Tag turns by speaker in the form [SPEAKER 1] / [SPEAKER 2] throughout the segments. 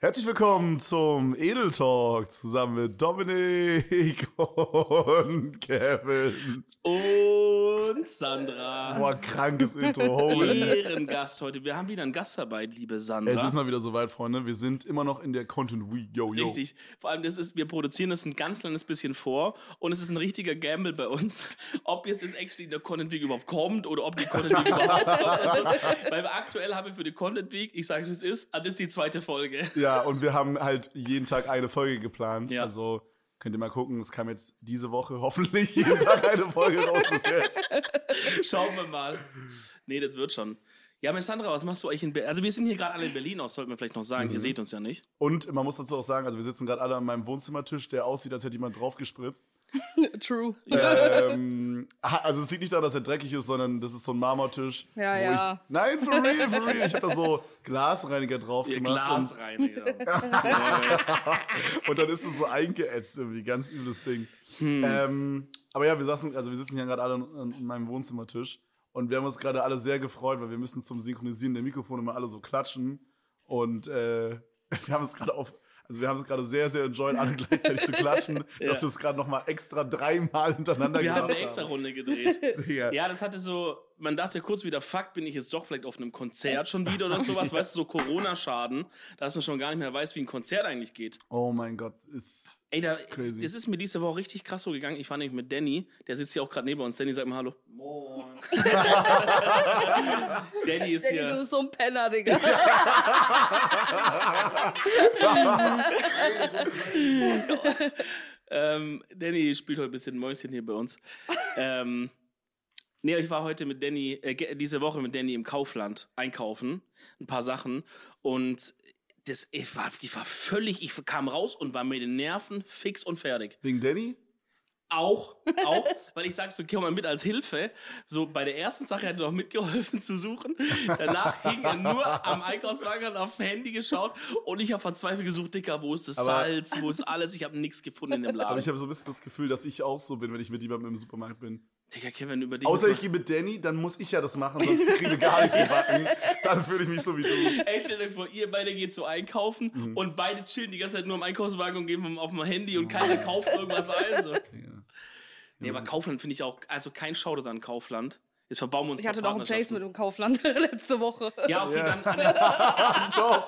[SPEAKER 1] Herzlich willkommen zum Edel Talk zusammen mit Dominik und Kevin.
[SPEAKER 2] Und Sandra. also
[SPEAKER 1] Boah, krankes Intro. Holy.
[SPEAKER 2] Ehrengast heute. Wir haben wieder einen Gast dabei, liebe Sandra.
[SPEAKER 1] Es ist mal wieder soweit, Freunde. Wir sind immer noch in der Content Week. Yo, yo.
[SPEAKER 2] Richtig. Vor allem, das ist, wir produzieren das ein ganz kleines bisschen vor und es ist ein richtiger Gamble bei uns, ob jetzt das actually in der Content Week überhaupt kommt oder ob die Content Week überhaupt kommt. Also, weil wir aktuell haben wir für die Content Week, ich sage es wie es ist, ah, das ist die zweite Folge.
[SPEAKER 1] Ja, und wir haben halt jeden Tag eine Folge geplant.
[SPEAKER 2] Ja.
[SPEAKER 1] Also könnt ihr mal gucken. Es kam jetzt diese Woche hoffentlich jeden Tag eine Folge raus. Das wär-
[SPEAKER 2] Schauen wir mal. Nee, das wird schon. Ja, Mensch, Sandra, was machst du eigentlich in Berlin? Also, wir sind hier gerade alle in Berlin aus, sollten wir vielleicht noch sagen.
[SPEAKER 1] Mhm.
[SPEAKER 2] Ihr seht uns ja nicht.
[SPEAKER 1] Und man muss dazu auch sagen, also wir sitzen gerade alle an meinem Wohnzimmertisch, der aussieht, als hätte jemand draufgespritzt.
[SPEAKER 3] True.
[SPEAKER 1] ähm, ha- also es liegt nicht daran, dass er dreckig ist, sondern das ist so ein Marmortisch.
[SPEAKER 3] Ja,
[SPEAKER 1] wo
[SPEAKER 3] ja.
[SPEAKER 1] ich's- nein, for real, for real. Ich habe da so Glasreiniger drauf
[SPEAKER 2] Ihr
[SPEAKER 1] gemacht.
[SPEAKER 2] Glas rein. genau.
[SPEAKER 1] Und, und dann ist es so eingeätzt irgendwie, ganz übles Ding.
[SPEAKER 2] Hm.
[SPEAKER 1] Ähm, aber ja, wir saßen, also wir sitzen hier gerade alle an, an meinem Wohnzimmertisch und wir haben uns gerade alle sehr gefreut, weil wir müssen zum Synchronisieren der Mikrofone mal alle so klatschen. Und äh, wir haben es gerade auf. Also wir haben es gerade sehr, sehr enjoyed, alle gleichzeitig zu klatschen,
[SPEAKER 2] Ja.
[SPEAKER 1] dass wir es gerade nochmal extra dreimal hintereinander
[SPEAKER 2] Wir
[SPEAKER 1] gemacht
[SPEAKER 2] haben eine extra Runde gedreht.
[SPEAKER 1] Digga.
[SPEAKER 2] Ja, das hatte so, man dachte kurz wieder, fuck, bin ich jetzt doch vielleicht auf einem Konzert schon wieder oder sowas, weißt du, so Corona-Schaden, dass man schon gar nicht mehr weiß, wie ein Konzert eigentlich geht.
[SPEAKER 1] Oh mein Gott, ist.
[SPEAKER 2] Ey, da,
[SPEAKER 1] Crazy.
[SPEAKER 2] es ist mir diese Woche richtig krass so gegangen. Ich war nämlich mit Danny, der sitzt hier auch gerade neben uns. Danny, sag mal Hallo. Danny ist
[SPEAKER 3] Danny, du
[SPEAKER 2] hier.
[SPEAKER 3] bist so ein Penner, Digga.
[SPEAKER 2] Ähm, Danny spielt heute ein bisschen Mäuschen hier bei uns. ähm, nee, ich war heute mit Danny, äh, ge- diese Woche mit Danny im Kaufland einkaufen, ein paar Sachen. Und das, ich, war, ich war völlig, ich kam raus und war mit den Nerven fix und fertig.
[SPEAKER 1] Wegen Danny?
[SPEAKER 2] Auch, auch, weil ich sag so, komm mal mit als Hilfe. So bei der ersten Sache hat er noch mitgeholfen zu suchen. Danach hing er nur am Einkaufswagen, hat auf Handy geschaut und ich habe verzweifelt gesucht, Dicker, wo ist das
[SPEAKER 1] Aber-
[SPEAKER 2] Salz, wo ist alles? Ich habe nichts gefunden in dem
[SPEAKER 1] Aber
[SPEAKER 2] Laden.
[SPEAKER 1] ich habe so ein bisschen das Gefühl, dass ich auch so bin, wenn ich mit jemandem im Supermarkt bin.
[SPEAKER 2] Digga, Kevin, über dich.
[SPEAKER 1] Außer ich
[SPEAKER 2] muss
[SPEAKER 1] gehe mit Danny, dann muss ich ja das machen, sonst kriege ich gar nichts gebacken. Dann fühle ich mich so wie du.
[SPEAKER 2] man- Ey, stell dir vor, ihr beide geht so einkaufen
[SPEAKER 1] Mhm.
[SPEAKER 2] und beide chillen die ganze Zeit nur am Einkaufswagen und gehen vom- auf dem Handy und keiner kauft irgendwas ein. So. Nee,
[SPEAKER 1] Mhm.
[SPEAKER 2] aber Kaufland finde ich auch, also kein Shoutout an Kaufland. Jetzt verbauen wir uns
[SPEAKER 3] Ich hatte
[SPEAKER 2] paar
[SPEAKER 3] doch ein
[SPEAKER 2] Partnerschaften.
[SPEAKER 3] Placement im Kaufland letzte Woche.
[SPEAKER 2] Ja, okay,
[SPEAKER 1] Ja.
[SPEAKER 2] dann, dann,
[SPEAKER 1] Ciao.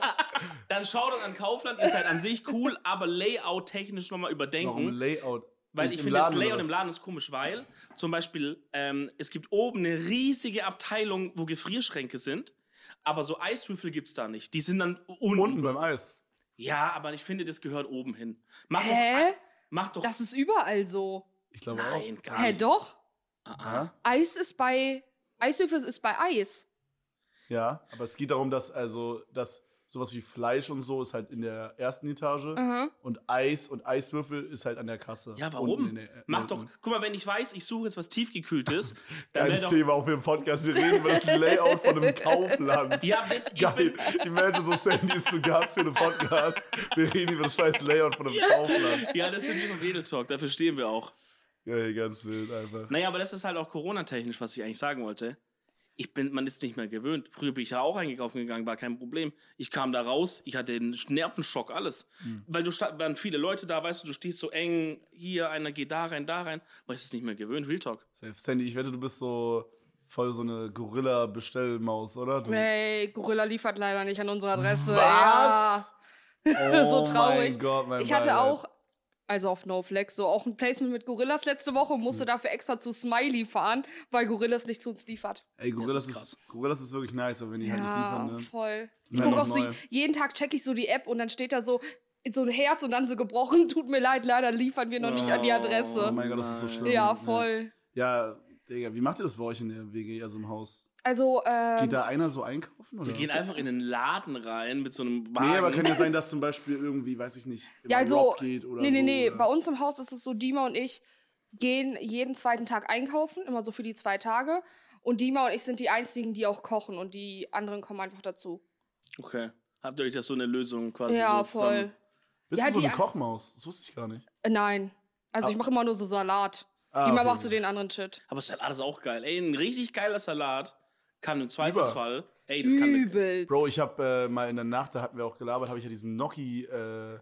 [SPEAKER 2] dann Shoutout an Kaufland ist halt an sich cool, aber Layout-technisch nochmal
[SPEAKER 1] Warum
[SPEAKER 2] überdenken.
[SPEAKER 1] Layout?
[SPEAKER 2] Weil
[SPEAKER 1] Im-
[SPEAKER 2] ich
[SPEAKER 1] im
[SPEAKER 2] finde, das
[SPEAKER 1] Laden oder
[SPEAKER 2] Layout
[SPEAKER 1] was?
[SPEAKER 2] im Laden ist komisch, weil zum Beispiel ähm, es gibt oben eine riesige Abteilung, wo Gefrierschränke sind, aber so Eiswürfel gibt es da nicht. Die sind dann unten.
[SPEAKER 1] Unten beim Eis.
[SPEAKER 2] Ja, aber ich finde, das gehört oben hin. Mach
[SPEAKER 3] Hä?
[SPEAKER 2] doch. Mach doch.
[SPEAKER 3] Das ist überall so.
[SPEAKER 1] Ich glaube auch.
[SPEAKER 2] nein, gar
[SPEAKER 3] Hä,
[SPEAKER 2] nicht. Ah,
[SPEAKER 3] doch?
[SPEAKER 1] Ja?
[SPEAKER 3] Eis ist bei. Eiswürfel ist bei Eis.
[SPEAKER 1] ja, aber es geht darum, dass also dass sowas wie Fleisch und so ist halt in der ersten Etage
[SPEAKER 3] Aha.
[SPEAKER 1] und Eis und Eiswürfel ist halt an der Kasse.
[SPEAKER 2] Ja,
[SPEAKER 1] Unten
[SPEAKER 2] warum?
[SPEAKER 1] in der- äh,
[SPEAKER 2] Mach doch. Guck mal, wenn ich weiß, ich suche jetzt was tiefgekühltes, dann wäre
[SPEAKER 1] Geiles
[SPEAKER 2] doch.
[SPEAKER 1] Thema auch für den Podcast. Wir reden über das Layout von einem Kaufland.
[SPEAKER 2] Ja, das, ich
[SPEAKER 1] Geil.
[SPEAKER 2] bin,
[SPEAKER 1] Imagine so Sandy ist zu Gast für den Podcast. Wir reden über das scheiß Layout von einem Kaufland.
[SPEAKER 2] ja, das sind wir vom Edel Talk, dafür stehen wir auch.
[SPEAKER 1] Ja, ganz wild einfach.
[SPEAKER 2] Naja, aber das ist halt auch Corona-technisch, was ich eigentlich sagen wollte. Ich bin, man ist nicht mehr gewöhnt. Früher bin ich da auch eingekauft gegangen, war kein Problem. Ich kam da raus, ich hatte einen Nervenschock, alles.
[SPEAKER 1] Hm.
[SPEAKER 2] Weil du sta- waren viele Leute da, weißt du, du stehst so eng, hier, einer geht da rein, da rein. Man ist es nicht mehr gewöhnt, Real Talk.
[SPEAKER 1] Safe. Sandy, ich wette, du bist so voll so eine Gorilla-Bestellmaus, oder?
[SPEAKER 2] Also-
[SPEAKER 1] Du,
[SPEAKER 3] Hey, Gorilla liefert leider nicht an unsere Adresse.
[SPEAKER 1] Was?
[SPEAKER 3] Ja. so traurig.
[SPEAKER 1] Oh Mein Gott, mein
[SPEAKER 3] Ich hatte
[SPEAKER 1] Beileid.
[SPEAKER 3] auch, also auf NoFlex, so auch ein Placement mit Gorillas letzte Woche und
[SPEAKER 2] Hm.
[SPEAKER 3] musste dafür extra zu Smiley fahren, weil Gorillas nicht zu uns liefert.
[SPEAKER 1] Ey, Gorillas,
[SPEAKER 2] Das ist
[SPEAKER 1] ist, Gorillas ist wirklich nice, aber wenn die
[SPEAKER 3] Ja,
[SPEAKER 1] halt nicht liefern, ne?
[SPEAKER 3] voll.
[SPEAKER 1] Sind
[SPEAKER 3] Ich
[SPEAKER 1] halt
[SPEAKER 3] guck
[SPEAKER 1] noch
[SPEAKER 3] auch so,
[SPEAKER 1] neu.
[SPEAKER 3] jeden Tag checke ich so die App und dann steht da so so ein Herz und dann so gebrochen, tut mir leid, leider liefern wir noch nicht an die
[SPEAKER 1] Oh
[SPEAKER 3] Adresse.
[SPEAKER 1] mein Gott, das ist so schlimm.
[SPEAKER 3] ja, voll.
[SPEAKER 1] Ja, Digga, wie macht ihr das bei euch in der WG, also im Haus?
[SPEAKER 3] Also, ähm,
[SPEAKER 1] Geht da einer so einkaufen? Oder?
[SPEAKER 2] Wir gehen einfach in den Laden rein mit so einem Wagen.
[SPEAKER 1] nee, aber kann ja sein, dass zum Beispiel irgendwie, weiß ich nicht, immer
[SPEAKER 3] ja, also,
[SPEAKER 1] Rob geht oder
[SPEAKER 3] nee, nee,
[SPEAKER 1] so,
[SPEAKER 3] nee,
[SPEAKER 1] oder-
[SPEAKER 3] bei uns im Haus ist es so, Dima und ich gehen jeden zweiten Tag einkaufen, immer so für die zwei Tage. Und Dima und ich sind die einzigen, die auch kochen und die anderen kommen einfach dazu.
[SPEAKER 2] Okay. Habt ihr euch das so eine Lösung
[SPEAKER 1] Also
[SPEAKER 2] quasi
[SPEAKER 3] ja,
[SPEAKER 2] so zusammen?
[SPEAKER 3] voll.
[SPEAKER 1] Bist
[SPEAKER 3] Ja,
[SPEAKER 1] du so
[SPEAKER 3] die-
[SPEAKER 1] eine Kochmaus? Das wusste ich gar nicht.
[SPEAKER 3] Äh, nein. Also
[SPEAKER 1] Ah.
[SPEAKER 3] ich mache immer nur so Salat.
[SPEAKER 1] Ah,
[SPEAKER 3] Dima
[SPEAKER 1] okay.
[SPEAKER 3] macht so den anderen Shit.
[SPEAKER 2] Aber Salat ist auch geil. Ey, ein richtig geiler Salat kann im Zweifelsfall Ey, das kann
[SPEAKER 3] Übelst.
[SPEAKER 1] Bro, ich habe äh, mal in der Nacht, da hatten wir auch gelabert, habe ich ja diesen Noki äh, äh,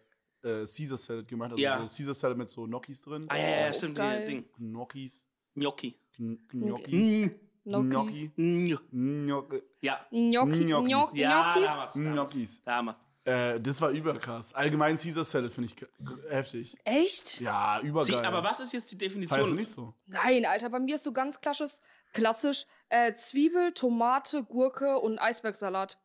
[SPEAKER 1] Caesar Salad gemacht. Also
[SPEAKER 2] Ja.
[SPEAKER 1] so Caesar Salad mit so Gnocchis drin. Äh,
[SPEAKER 2] Ah, ja, ja,
[SPEAKER 3] Oh,
[SPEAKER 2] stimmt,
[SPEAKER 3] geil.
[SPEAKER 2] die Ding.
[SPEAKER 1] Gnocchis.
[SPEAKER 2] Gnocchi.
[SPEAKER 1] Gn- Gnocchi.
[SPEAKER 2] Mm,
[SPEAKER 3] Gnocchis.
[SPEAKER 2] mm,
[SPEAKER 1] Gnocchi.
[SPEAKER 2] Ja.
[SPEAKER 3] Gnocchi.
[SPEAKER 1] Gnocchis.
[SPEAKER 3] Gnocchis.
[SPEAKER 2] Ja, da
[SPEAKER 3] Gnocchis.
[SPEAKER 2] war's, da war's.
[SPEAKER 1] Gnocchis.
[SPEAKER 2] Da haben wir.
[SPEAKER 1] Äh, das war überkrass. Allgemein Caesar Salad finde ich k- heftig.
[SPEAKER 3] Echt?
[SPEAKER 1] Ja, übergeil.
[SPEAKER 2] Sie, aber was ist jetzt die
[SPEAKER 1] Feierst du
[SPEAKER 2] Definition?
[SPEAKER 1] nicht so?
[SPEAKER 3] Nein, Alter, bei mir ist so ganz klassisch, klassisch äh, Zwiebel, Tomate, Gurke und Eisbergsalat.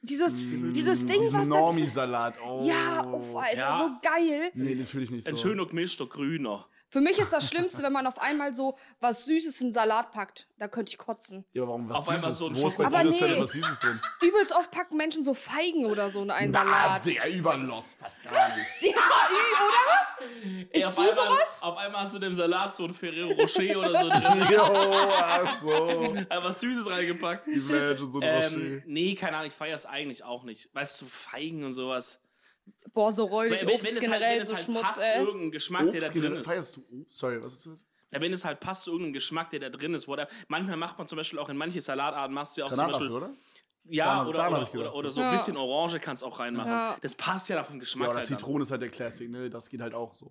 [SPEAKER 3] Dieses,
[SPEAKER 2] Hm.
[SPEAKER 1] Hm,
[SPEAKER 3] dieses Ding, was
[SPEAKER 1] Normi
[SPEAKER 3] dazu...
[SPEAKER 1] Salat. Oh.
[SPEAKER 3] Ja, uff, Alter,
[SPEAKER 2] Ja.
[SPEAKER 3] so geil.
[SPEAKER 1] Nee, das fühle ich nicht so.
[SPEAKER 2] Ein schöner gemischter Grüner.
[SPEAKER 3] Für mich ist das Schlimmste, wenn man auf einmal so was Süßes in Salat packt. Da könnte ich kotzen.
[SPEAKER 1] Ja, aber warum was
[SPEAKER 2] Auf einmal
[SPEAKER 1] Süßes?
[SPEAKER 2] so ein
[SPEAKER 1] Wo ist bei
[SPEAKER 3] Schoko- Aber
[SPEAKER 1] Caesar Salad
[SPEAKER 3] nee.
[SPEAKER 1] was Süßes drin?
[SPEAKER 3] Übelst oft packen Menschen so Feigen oder so in einen Salat. Ja,
[SPEAKER 1] Der Überloss, passt gar nicht.
[SPEAKER 3] ü, oder? Isst
[SPEAKER 2] auf
[SPEAKER 3] du
[SPEAKER 2] einmal,
[SPEAKER 3] sowas?
[SPEAKER 2] Auf einmal hast du in dem Salat so ein Ferrero Rocher oder so drin.
[SPEAKER 1] Jo, ach so.
[SPEAKER 2] Einfach was Süßes reingepackt.
[SPEAKER 1] Imagine so ein
[SPEAKER 2] Ähm,
[SPEAKER 1] Rocher.
[SPEAKER 2] nee, keine Ahnung, ich feiere es eigentlich auch nicht. Weißt du, Feigen und sowas.
[SPEAKER 3] Boah, so räudig,
[SPEAKER 2] Wenn, wenn,
[SPEAKER 3] Obst
[SPEAKER 2] wenn es
[SPEAKER 3] generell,
[SPEAKER 2] halt, wenn es
[SPEAKER 3] so
[SPEAKER 2] halt
[SPEAKER 3] Schmutz, äh.
[SPEAKER 2] passt,
[SPEAKER 3] ey.
[SPEAKER 2] irgendein Geschmack, der da
[SPEAKER 1] Obst
[SPEAKER 2] drin
[SPEAKER 1] generell.
[SPEAKER 2] ist.
[SPEAKER 1] Feierst du Obst? Sorry, was ist das?
[SPEAKER 2] Ja, wenn es halt passt, irgendein Geschmack, der da drin ist. Whatever. Manchmal macht man zum Beispiel auch in manche Salatarten, machst du ja auch zum
[SPEAKER 1] Granatapfel,
[SPEAKER 2] Beispiel.
[SPEAKER 1] oder?
[SPEAKER 2] Ja,
[SPEAKER 1] Daran-
[SPEAKER 2] oder,
[SPEAKER 1] daran
[SPEAKER 2] oder,
[SPEAKER 1] hab ich gedacht,
[SPEAKER 2] oder, oder
[SPEAKER 1] so.
[SPEAKER 2] so ein
[SPEAKER 3] Ja.
[SPEAKER 2] bisschen Orange kannst du auch reinmachen.
[SPEAKER 3] Ja.
[SPEAKER 2] Das passt ja da vom Geschmack
[SPEAKER 1] Ja, oder
[SPEAKER 2] halt an.
[SPEAKER 1] Zitrone ist halt der Classic, ne? Das geht halt auch so.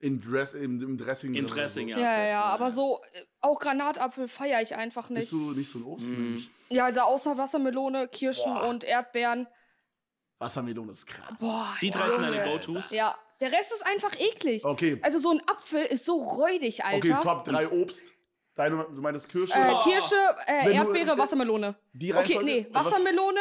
[SPEAKER 1] In Dress, im, im Dressing.
[SPEAKER 2] In
[SPEAKER 1] drin
[SPEAKER 2] Dressing,
[SPEAKER 1] oder
[SPEAKER 2] ja.
[SPEAKER 3] Ja, ja,
[SPEAKER 2] safe,
[SPEAKER 3] ja, aber so, äh, auch Granatapfel feiere ich einfach
[SPEAKER 1] so. Bist
[SPEAKER 3] nicht.
[SPEAKER 1] du nicht so ein Obstmensch?
[SPEAKER 2] Mhm.
[SPEAKER 3] Ja, also außer Wassermelone, Kirschen
[SPEAKER 1] Boah.
[SPEAKER 3] und Erdbeeren.
[SPEAKER 1] Wassermelone ist krass.
[SPEAKER 3] Boah,
[SPEAKER 2] Die drei sind deine
[SPEAKER 3] Junge.
[SPEAKER 2] Go-Tos.
[SPEAKER 3] Ja, der Rest ist einfach eklig.
[SPEAKER 1] Okay.
[SPEAKER 3] Also so ein Apfel ist so räudig,
[SPEAKER 1] Oh. Okay,
[SPEAKER 3] Alter.
[SPEAKER 1] Top 3 Obst. Deine, du meintest Kirsche.
[SPEAKER 3] Äh,
[SPEAKER 2] Oh.
[SPEAKER 3] Kirsche,
[SPEAKER 1] Wenn
[SPEAKER 3] äh,
[SPEAKER 1] du-
[SPEAKER 3] Erdbeere,
[SPEAKER 1] äh,
[SPEAKER 3] Wassermelone.
[SPEAKER 1] die
[SPEAKER 3] okay,
[SPEAKER 1] Reihenfolge? Also
[SPEAKER 3] nee,
[SPEAKER 1] Was-
[SPEAKER 3] Wassermelone,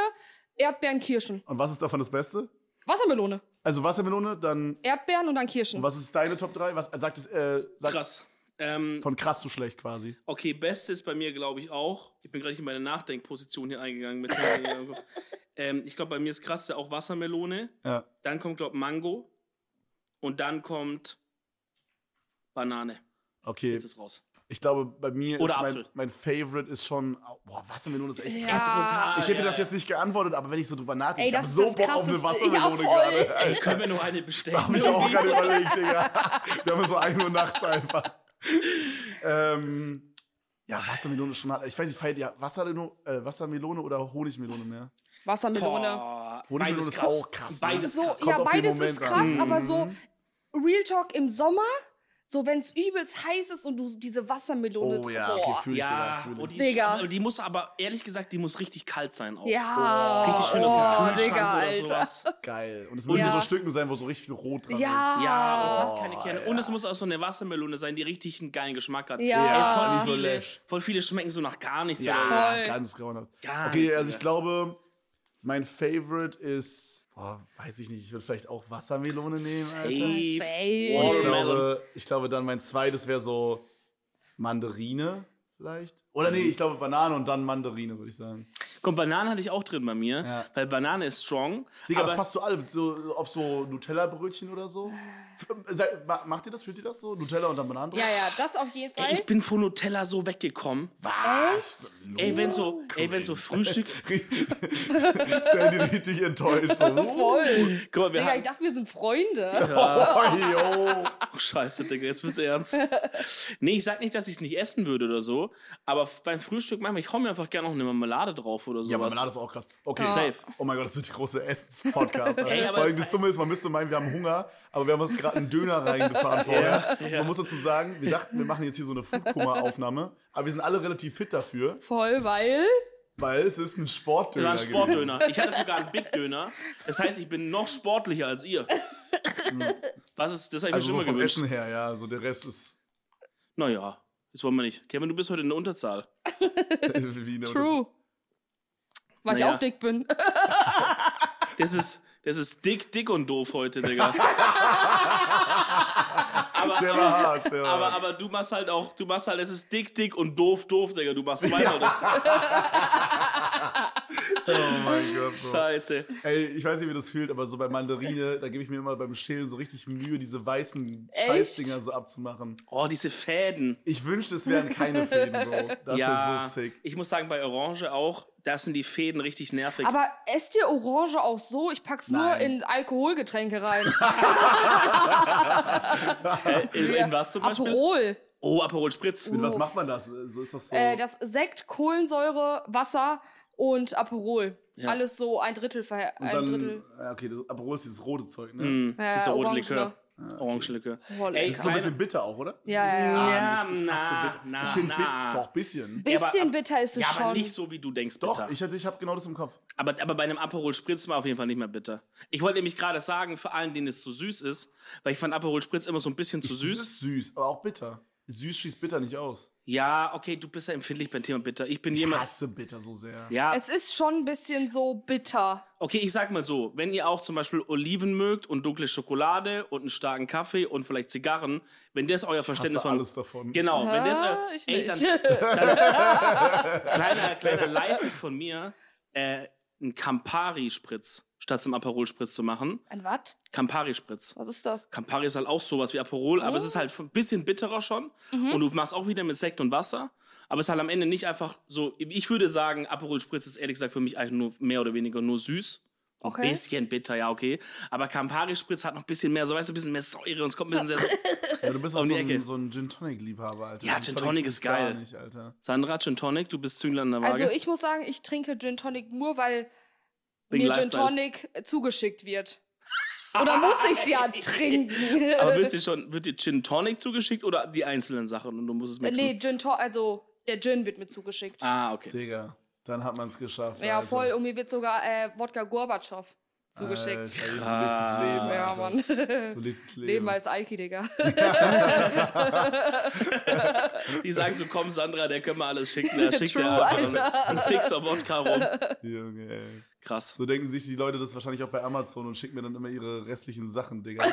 [SPEAKER 3] Erdbeeren, Kirschen.
[SPEAKER 1] Und was ist davon das Beste?
[SPEAKER 3] Wassermelone,
[SPEAKER 1] Also Wassermelone, dann.
[SPEAKER 3] Erdbeeren und dann Kirschen.
[SPEAKER 1] Und was ist deine Top 3? Was sagt es, äh, sagt
[SPEAKER 2] Krass. Ähm,
[SPEAKER 1] von krass zu schlecht quasi.
[SPEAKER 2] okay, Beste ist bei mir, glaube ich, auch. Ich bin gerade nicht in meine Nachdenkposition hier eingegangen. Mit ähm, ich glaube, bei mir ist krasse auch Wassermelone.
[SPEAKER 1] Ja.
[SPEAKER 2] Dann kommt, glaube ich, Mango. Und dann kommt Banane.
[SPEAKER 1] Okay.
[SPEAKER 2] Jetzt ist raus.
[SPEAKER 1] Ich glaube, bei mir
[SPEAKER 2] Oder
[SPEAKER 1] ist mein,
[SPEAKER 2] Apfel.
[SPEAKER 1] mein Favorite ist schon. Boah, Wassermelone ist echt
[SPEAKER 3] Ah, Ja.
[SPEAKER 1] krass.
[SPEAKER 2] Brutal,
[SPEAKER 1] Ich hätte
[SPEAKER 2] ja,
[SPEAKER 1] das
[SPEAKER 2] ja.
[SPEAKER 1] jetzt nicht geantwortet, aber wenn ich so drüber nachdenke,
[SPEAKER 3] Ey,
[SPEAKER 1] ich hab
[SPEAKER 3] das ist
[SPEAKER 1] so
[SPEAKER 3] das
[SPEAKER 1] Bock auf eine
[SPEAKER 3] Krasseste.
[SPEAKER 1] Wassermelone
[SPEAKER 3] Ja, voll.
[SPEAKER 1] gerade. Alter.
[SPEAKER 2] Können wir nur eine bestellen?
[SPEAKER 1] Hab ich auch gerade überlegt, Digga. Wir haben es so 1 Uhr nachts einfach. Ähm, ja, Wassermelone ist schon hart. Ich weiß nicht, feiert ihr Wassermelone, äh, Wassermelone oder Honigmelone mehr?
[SPEAKER 3] Wassermelone.
[SPEAKER 2] Boah,
[SPEAKER 1] Honigmelone
[SPEAKER 2] beides
[SPEAKER 1] ist
[SPEAKER 2] krass.
[SPEAKER 1] auch krass, ne?
[SPEAKER 2] Beides
[SPEAKER 3] So,
[SPEAKER 2] krass.
[SPEAKER 1] Kommt
[SPEAKER 3] ja,
[SPEAKER 1] auf den
[SPEAKER 3] beides ist
[SPEAKER 1] Moment
[SPEAKER 3] krass,
[SPEAKER 1] an. Mhm.
[SPEAKER 3] aber so Real Talk im Sommer, so wenn es übelst heiß ist und du diese Wassermelone
[SPEAKER 1] Oh ja, okay,
[SPEAKER 3] Boah.
[SPEAKER 1] fühl ich,
[SPEAKER 2] Ja,
[SPEAKER 1] Digga,
[SPEAKER 2] oh,
[SPEAKER 1] fühl
[SPEAKER 2] die,
[SPEAKER 1] ich.
[SPEAKER 2] ist,
[SPEAKER 3] Digga.
[SPEAKER 2] aber die muss aber, ehrlich gesagt, die muss richtig kalt sein auch.
[SPEAKER 3] Ja,
[SPEAKER 1] Oh.
[SPEAKER 2] Richtig schön aus
[SPEAKER 3] Boah,
[SPEAKER 2] dem Kühlschrank
[SPEAKER 3] Digga,
[SPEAKER 2] oder
[SPEAKER 3] Alter.
[SPEAKER 2] sowas.
[SPEAKER 1] Geil. Und es müssen
[SPEAKER 3] Ja.
[SPEAKER 1] so Stücken sein, wo so richtig viel Rot dran
[SPEAKER 3] Ja.
[SPEAKER 1] ist.
[SPEAKER 2] Ja, und
[SPEAKER 3] Ah.
[SPEAKER 2] fast keine Kerne. Und
[SPEAKER 1] Oh, ja.
[SPEAKER 2] es muss auch so eine Wassermelone sein, die richtig einen geilen Geschmack hat.
[SPEAKER 3] Ja.
[SPEAKER 2] Ey,
[SPEAKER 1] Ja,
[SPEAKER 2] voll, viele,
[SPEAKER 1] Isolation.
[SPEAKER 2] voll viele schmecken so nach gar nichts. Oder
[SPEAKER 1] Ja,
[SPEAKER 3] Voll.
[SPEAKER 1] ganz grauenhaft.
[SPEAKER 2] Gar
[SPEAKER 1] Okay,
[SPEAKER 2] nicht,
[SPEAKER 1] also ich
[SPEAKER 2] Digga.
[SPEAKER 1] glaube, mein Favorite ist, boah, weiß ich nicht, ich würde vielleicht auch Wassermelone nehmen, Alter. Und
[SPEAKER 2] Safe.
[SPEAKER 1] ich
[SPEAKER 2] Watermelon.
[SPEAKER 1] glaube, ich glaube dann mein zweites wäre so Mandarine vielleicht. Oder
[SPEAKER 2] Mhm.
[SPEAKER 1] nee, ich glaube Banane und dann Mandarine, würde ich sagen.
[SPEAKER 2] Komm, Banane hatte ich auch drin bei mir,
[SPEAKER 1] Ja.
[SPEAKER 2] weil Banane ist strong.
[SPEAKER 1] Digga,
[SPEAKER 2] aber
[SPEAKER 1] das passt zu allem. So, auf so Nutella-Brötchen oder so. F- Seid- ma- Macht ihr das? Fühlt ihr das so? Nutella und dann Bananen drauf?
[SPEAKER 3] Ja, ja, das auf jeden Fall.
[SPEAKER 2] ey, ich bin von Nutella so weggekommen.
[SPEAKER 1] Was?
[SPEAKER 2] Ey, wenn so, ey, wenn so Frühstück.
[SPEAKER 1] Sandy richtig enttäuscht. So.
[SPEAKER 3] Voll.
[SPEAKER 2] Guck mal, wir
[SPEAKER 3] Digga, ich
[SPEAKER 2] haben,
[SPEAKER 3] dachte, wir sind Freunde.
[SPEAKER 1] Oh, yo.
[SPEAKER 2] Ach, scheiße, Digga, jetzt bist du ernst. Nee, ich sag nicht, dass ich es nicht essen würde oder so, aber f- beim Frühstück manchmal, ich hau mir einfach gerne noch eine Marmelade drauf oder sowas.
[SPEAKER 1] Ja, Marmelade ist auch krass. Okay,
[SPEAKER 2] Ja. Safe.
[SPEAKER 1] Oh mein Gott, das wird die große Essens-Podcast.
[SPEAKER 2] Ey,
[SPEAKER 1] Alter.
[SPEAKER 2] aber
[SPEAKER 1] Vor allem
[SPEAKER 2] es-
[SPEAKER 1] das Dumme ist, man müsste meinen, wir haben Hunger, aber wir haben uns gerade einen Döner reingefahren vorher.
[SPEAKER 2] Ja,
[SPEAKER 1] Und
[SPEAKER 2] ja.
[SPEAKER 1] Man muss dazu sagen, wir dachten, wir machen jetzt hier so eine Foodkoma-Aufnahme, aber wir sind alle relativ fit dafür,
[SPEAKER 3] Voll, weil.
[SPEAKER 1] weil es ist ein
[SPEAKER 2] Das
[SPEAKER 1] Sportdöner.
[SPEAKER 2] war ein
[SPEAKER 1] gewesen.
[SPEAKER 2] Sportdöner. Ich hatte sogar einen Big Döner. Das heißt, ich bin noch sportlicher als ihr. Was ist, das habe ich
[SPEAKER 1] Also
[SPEAKER 2] mir
[SPEAKER 1] so
[SPEAKER 2] schon immer
[SPEAKER 1] vom
[SPEAKER 2] gewünscht.
[SPEAKER 1] Essen her, ja. So der Rest ist
[SPEAKER 2] Naja, das wollen wir nicht. Kevin, du bist heute in der Unterzahl.
[SPEAKER 1] wie eine
[SPEAKER 3] True. Weil
[SPEAKER 2] Naja.
[SPEAKER 3] ich auch dick bin.
[SPEAKER 2] Das ist, das ist dick, dick und doof heute, Digga.
[SPEAKER 1] Der
[SPEAKER 2] aber,
[SPEAKER 1] war hart, der war
[SPEAKER 2] aber,
[SPEAKER 1] hart.
[SPEAKER 2] aber du machst halt auch, du machst halt, es ist dick, dick und doof, doof, Digga. Du machst zweimal ja.
[SPEAKER 1] Oh mein Gott, Bro.
[SPEAKER 2] Scheiße.
[SPEAKER 1] Ey, ich weiß nicht, wie das fühlt, aber so bei Mandarine, da gebe ich mir immer beim Schälen so richtig Mühe, diese weißen Scheißdinger so abzumachen.
[SPEAKER 2] Oh, diese Fäden.
[SPEAKER 1] Ich wünschte, es wären keine Fäden, Bro. Das
[SPEAKER 2] ja,
[SPEAKER 1] ist so sick.
[SPEAKER 2] ich muss sagen, bei Orange auch, da sind die Fäden richtig nervig.
[SPEAKER 3] Aber esst ihr Orange auch so? Ich pack's nur
[SPEAKER 1] Nein.
[SPEAKER 3] in Alkoholgetränke rein.
[SPEAKER 2] äh, in, in was zum Beispiel?
[SPEAKER 3] Aperol.
[SPEAKER 2] Oh, Aperol Spritz.
[SPEAKER 1] Mit was macht man das? So ist das so.
[SPEAKER 3] Äh, das Sekt, Kohlensäure, Wasser und Aperol.
[SPEAKER 2] Ja.
[SPEAKER 3] Alles so ein Drittel, verhe-
[SPEAKER 1] Und
[SPEAKER 3] ein
[SPEAKER 1] dann,
[SPEAKER 3] Drittel.
[SPEAKER 1] ja, okay, das Aperol ist dieses rote Zeug, ne?
[SPEAKER 2] Mm,
[SPEAKER 3] Ja,
[SPEAKER 2] dieser rote
[SPEAKER 3] Orange,
[SPEAKER 2] Likör.
[SPEAKER 3] ne?
[SPEAKER 1] Ah, okay.
[SPEAKER 2] Orangenlikör.
[SPEAKER 1] Das
[SPEAKER 2] Ey,
[SPEAKER 3] Boah, lecker.
[SPEAKER 1] ist so ein bisschen bitter auch, oder?
[SPEAKER 3] Ja, ja, ja.
[SPEAKER 1] Ah, das ist- ich hasse
[SPEAKER 2] Na,
[SPEAKER 1] bitter.
[SPEAKER 2] na,
[SPEAKER 1] ich finde
[SPEAKER 2] na.
[SPEAKER 1] doch, bisschen.
[SPEAKER 2] Ja, aber-
[SPEAKER 3] Bisschen bitter ist es
[SPEAKER 2] Ja,
[SPEAKER 3] schon.
[SPEAKER 2] aber nicht so, wie du denkst, bitter.
[SPEAKER 1] Doch, ich, hatte- ich habe genau das im Kopf.
[SPEAKER 2] Aber, aber bei einem Aperol Spritz war auf jeden Fall nicht mehr bitter. Ich wollte nämlich gerade sagen, für allen, denen es zu süß ist, weil ich fand Aperol Spritz immer so ein bisschen zu
[SPEAKER 1] Das
[SPEAKER 2] süß.
[SPEAKER 1] ist süß, aber auch bitter. Süß schießt bitter nicht aus.
[SPEAKER 2] Ja, okay, du bist ja empfindlich beim Thema bitter. Ich bin
[SPEAKER 1] Ich
[SPEAKER 2] jemand.
[SPEAKER 1] hasse bitter so sehr.
[SPEAKER 2] Ja,
[SPEAKER 3] Es ist schon ein bisschen so bitter.
[SPEAKER 2] okay, ich sag mal so, wenn ihr auch zum Beispiel Oliven mögt und dunkle Schokolade und einen starken Kaffee und vielleicht Zigarren, wenn das euer Verständnis
[SPEAKER 1] hasse
[SPEAKER 2] von
[SPEAKER 1] alles davon.
[SPEAKER 2] Genau, wenn das euer,
[SPEAKER 3] ich
[SPEAKER 2] ey,
[SPEAKER 3] nicht.
[SPEAKER 2] dann, kleiner, kleiner Lifehack von mir, äh, einen Campari-Spritz statt zum Aperol-Spritz zu machen.
[SPEAKER 3] Ein was?
[SPEAKER 2] Campari-Spritz.
[SPEAKER 3] Was ist das?
[SPEAKER 2] Campari ist halt auch sowas wie Aperol, aber es ist halt ein bisschen bitterer schon.
[SPEAKER 3] Mhm.
[SPEAKER 2] Und du machst auch wieder mit Sekt und Wasser. Aber es ist halt am Ende nicht einfach so. Ich würde sagen, Aperol Spritz ist ehrlich gesagt für mich eigentlich nur mehr oder weniger nur süß.
[SPEAKER 3] Okay.
[SPEAKER 2] Ein bisschen bitter, ja, okay. Aber Campari Spritz hat noch ein bisschen mehr, so weißt du, ein bisschen mehr Säure und es kommt ein bisschen sehr.
[SPEAKER 1] Ja, du bist auch
[SPEAKER 2] Um
[SPEAKER 1] so
[SPEAKER 2] die
[SPEAKER 1] ein,
[SPEAKER 2] Ecke.
[SPEAKER 1] so ein Gin Tonic Liebhaber, Alter.
[SPEAKER 2] Ja, Gin Tonic ist
[SPEAKER 1] gar
[SPEAKER 2] geil.
[SPEAKER 1] Nicht, Alter.
[SPEAKER 2] Sandra, Gin Tonic, du bist Züngler an der Waage.
[SPEAKER 3] Also ich muss sagen, ich trinke Gin Tonic nur, weil
[SPEAKER 2] Wegen
[SPEAKER 3] mir Gin
[SPEAKER 2] Lifestyle.
[SPEAKER 3] Tonic zugeschickt wird. Oder muss ich ja trinken?
[SPEAKER 2] aber wirst dir schon, wird dir Gin Tonic zugeschickt oder die einzelnen Sachen und du musst es mixen?
[SPEAKER 3] nee, Gin Tonic, also der Gin wird mir zugeschickt.
[SPEAKER 2] Ah, also. okay.
[SPEAKER 1] Digga, dann hat man es geschafft.
[SPEAKER 3] ja,
[SPEAKER 1] Alter.
[SPEAKER 3] voll. Und mir wird sogar äh, Wodka Gorbatschow
[SPEAKER 1] Alter,
[SPEAKER 3] zugeschickt.
[SPEAKER 1] du lebst das Leben,
[SPEAKER 2] Krass.
[SPEAKER 3] ja,
[SPEAKER 1] Alter. Du
[SPEAKER 3] Mann.
[SPEAKER 1] lebst das Leben.
[SPEAKER 3] Leben als Alki, Digga.
[SPEAKER 2] Die sagen so, komm Sandra, der können wir alles schicken. Der schickt
[SPEAKER 3] True,
[SPEAKER 2] der einfach
[SPEAKER 3] Alter.
[SPEAKER 2] einen Sixer Wodka rum.
[SPEAKER 1] Junge, ey.
[SPEAKER 2] Krass.
[SPEAKER 1] So denken sich die Leute das wahrscheinlich auch bei Amazon und schicken mir dann immer ihre restlichen Sachen, Digga.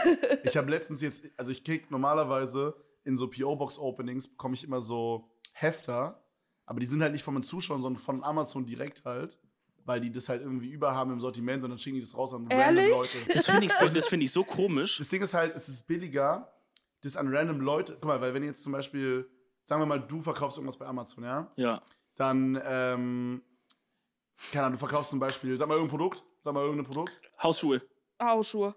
[SPEAKER 1] ich habe letztens jetzt, also ich krieg normalerweise in so PO-Box-Openings bekomme ich immer so Hefter, aber die sind halt nicht von den Zuschauern, sondern von Amazon direkt halt, weil die das halt irgendwie überhaben im Sortiment und dann schicken die das raus an
[SPEAKER 3] Ehrlich?
[SPEAKER 1] random Leute.
[SPEAKER 2] Das finde ich, so, das find ich so komisch.
[SPEAKER 1] Das Ding ist halt, es ist billiger, das an random Leute. Guck mal, weil wenn jetzt zum Beispiel, sagen wir mal, du verkaufst irgendwas bei Amazon, ja,
[SPEAKER 2] Ja.
[SPEAKER 1] dann, ähm, keine Ahnung, du verkaufst zum Beispiel, sag mal irgendein Produkt, sag mal irgendein Produkt.
[SPEAKER 2] Hausschuhe.
[SPEAKER 3] Hausschuhe.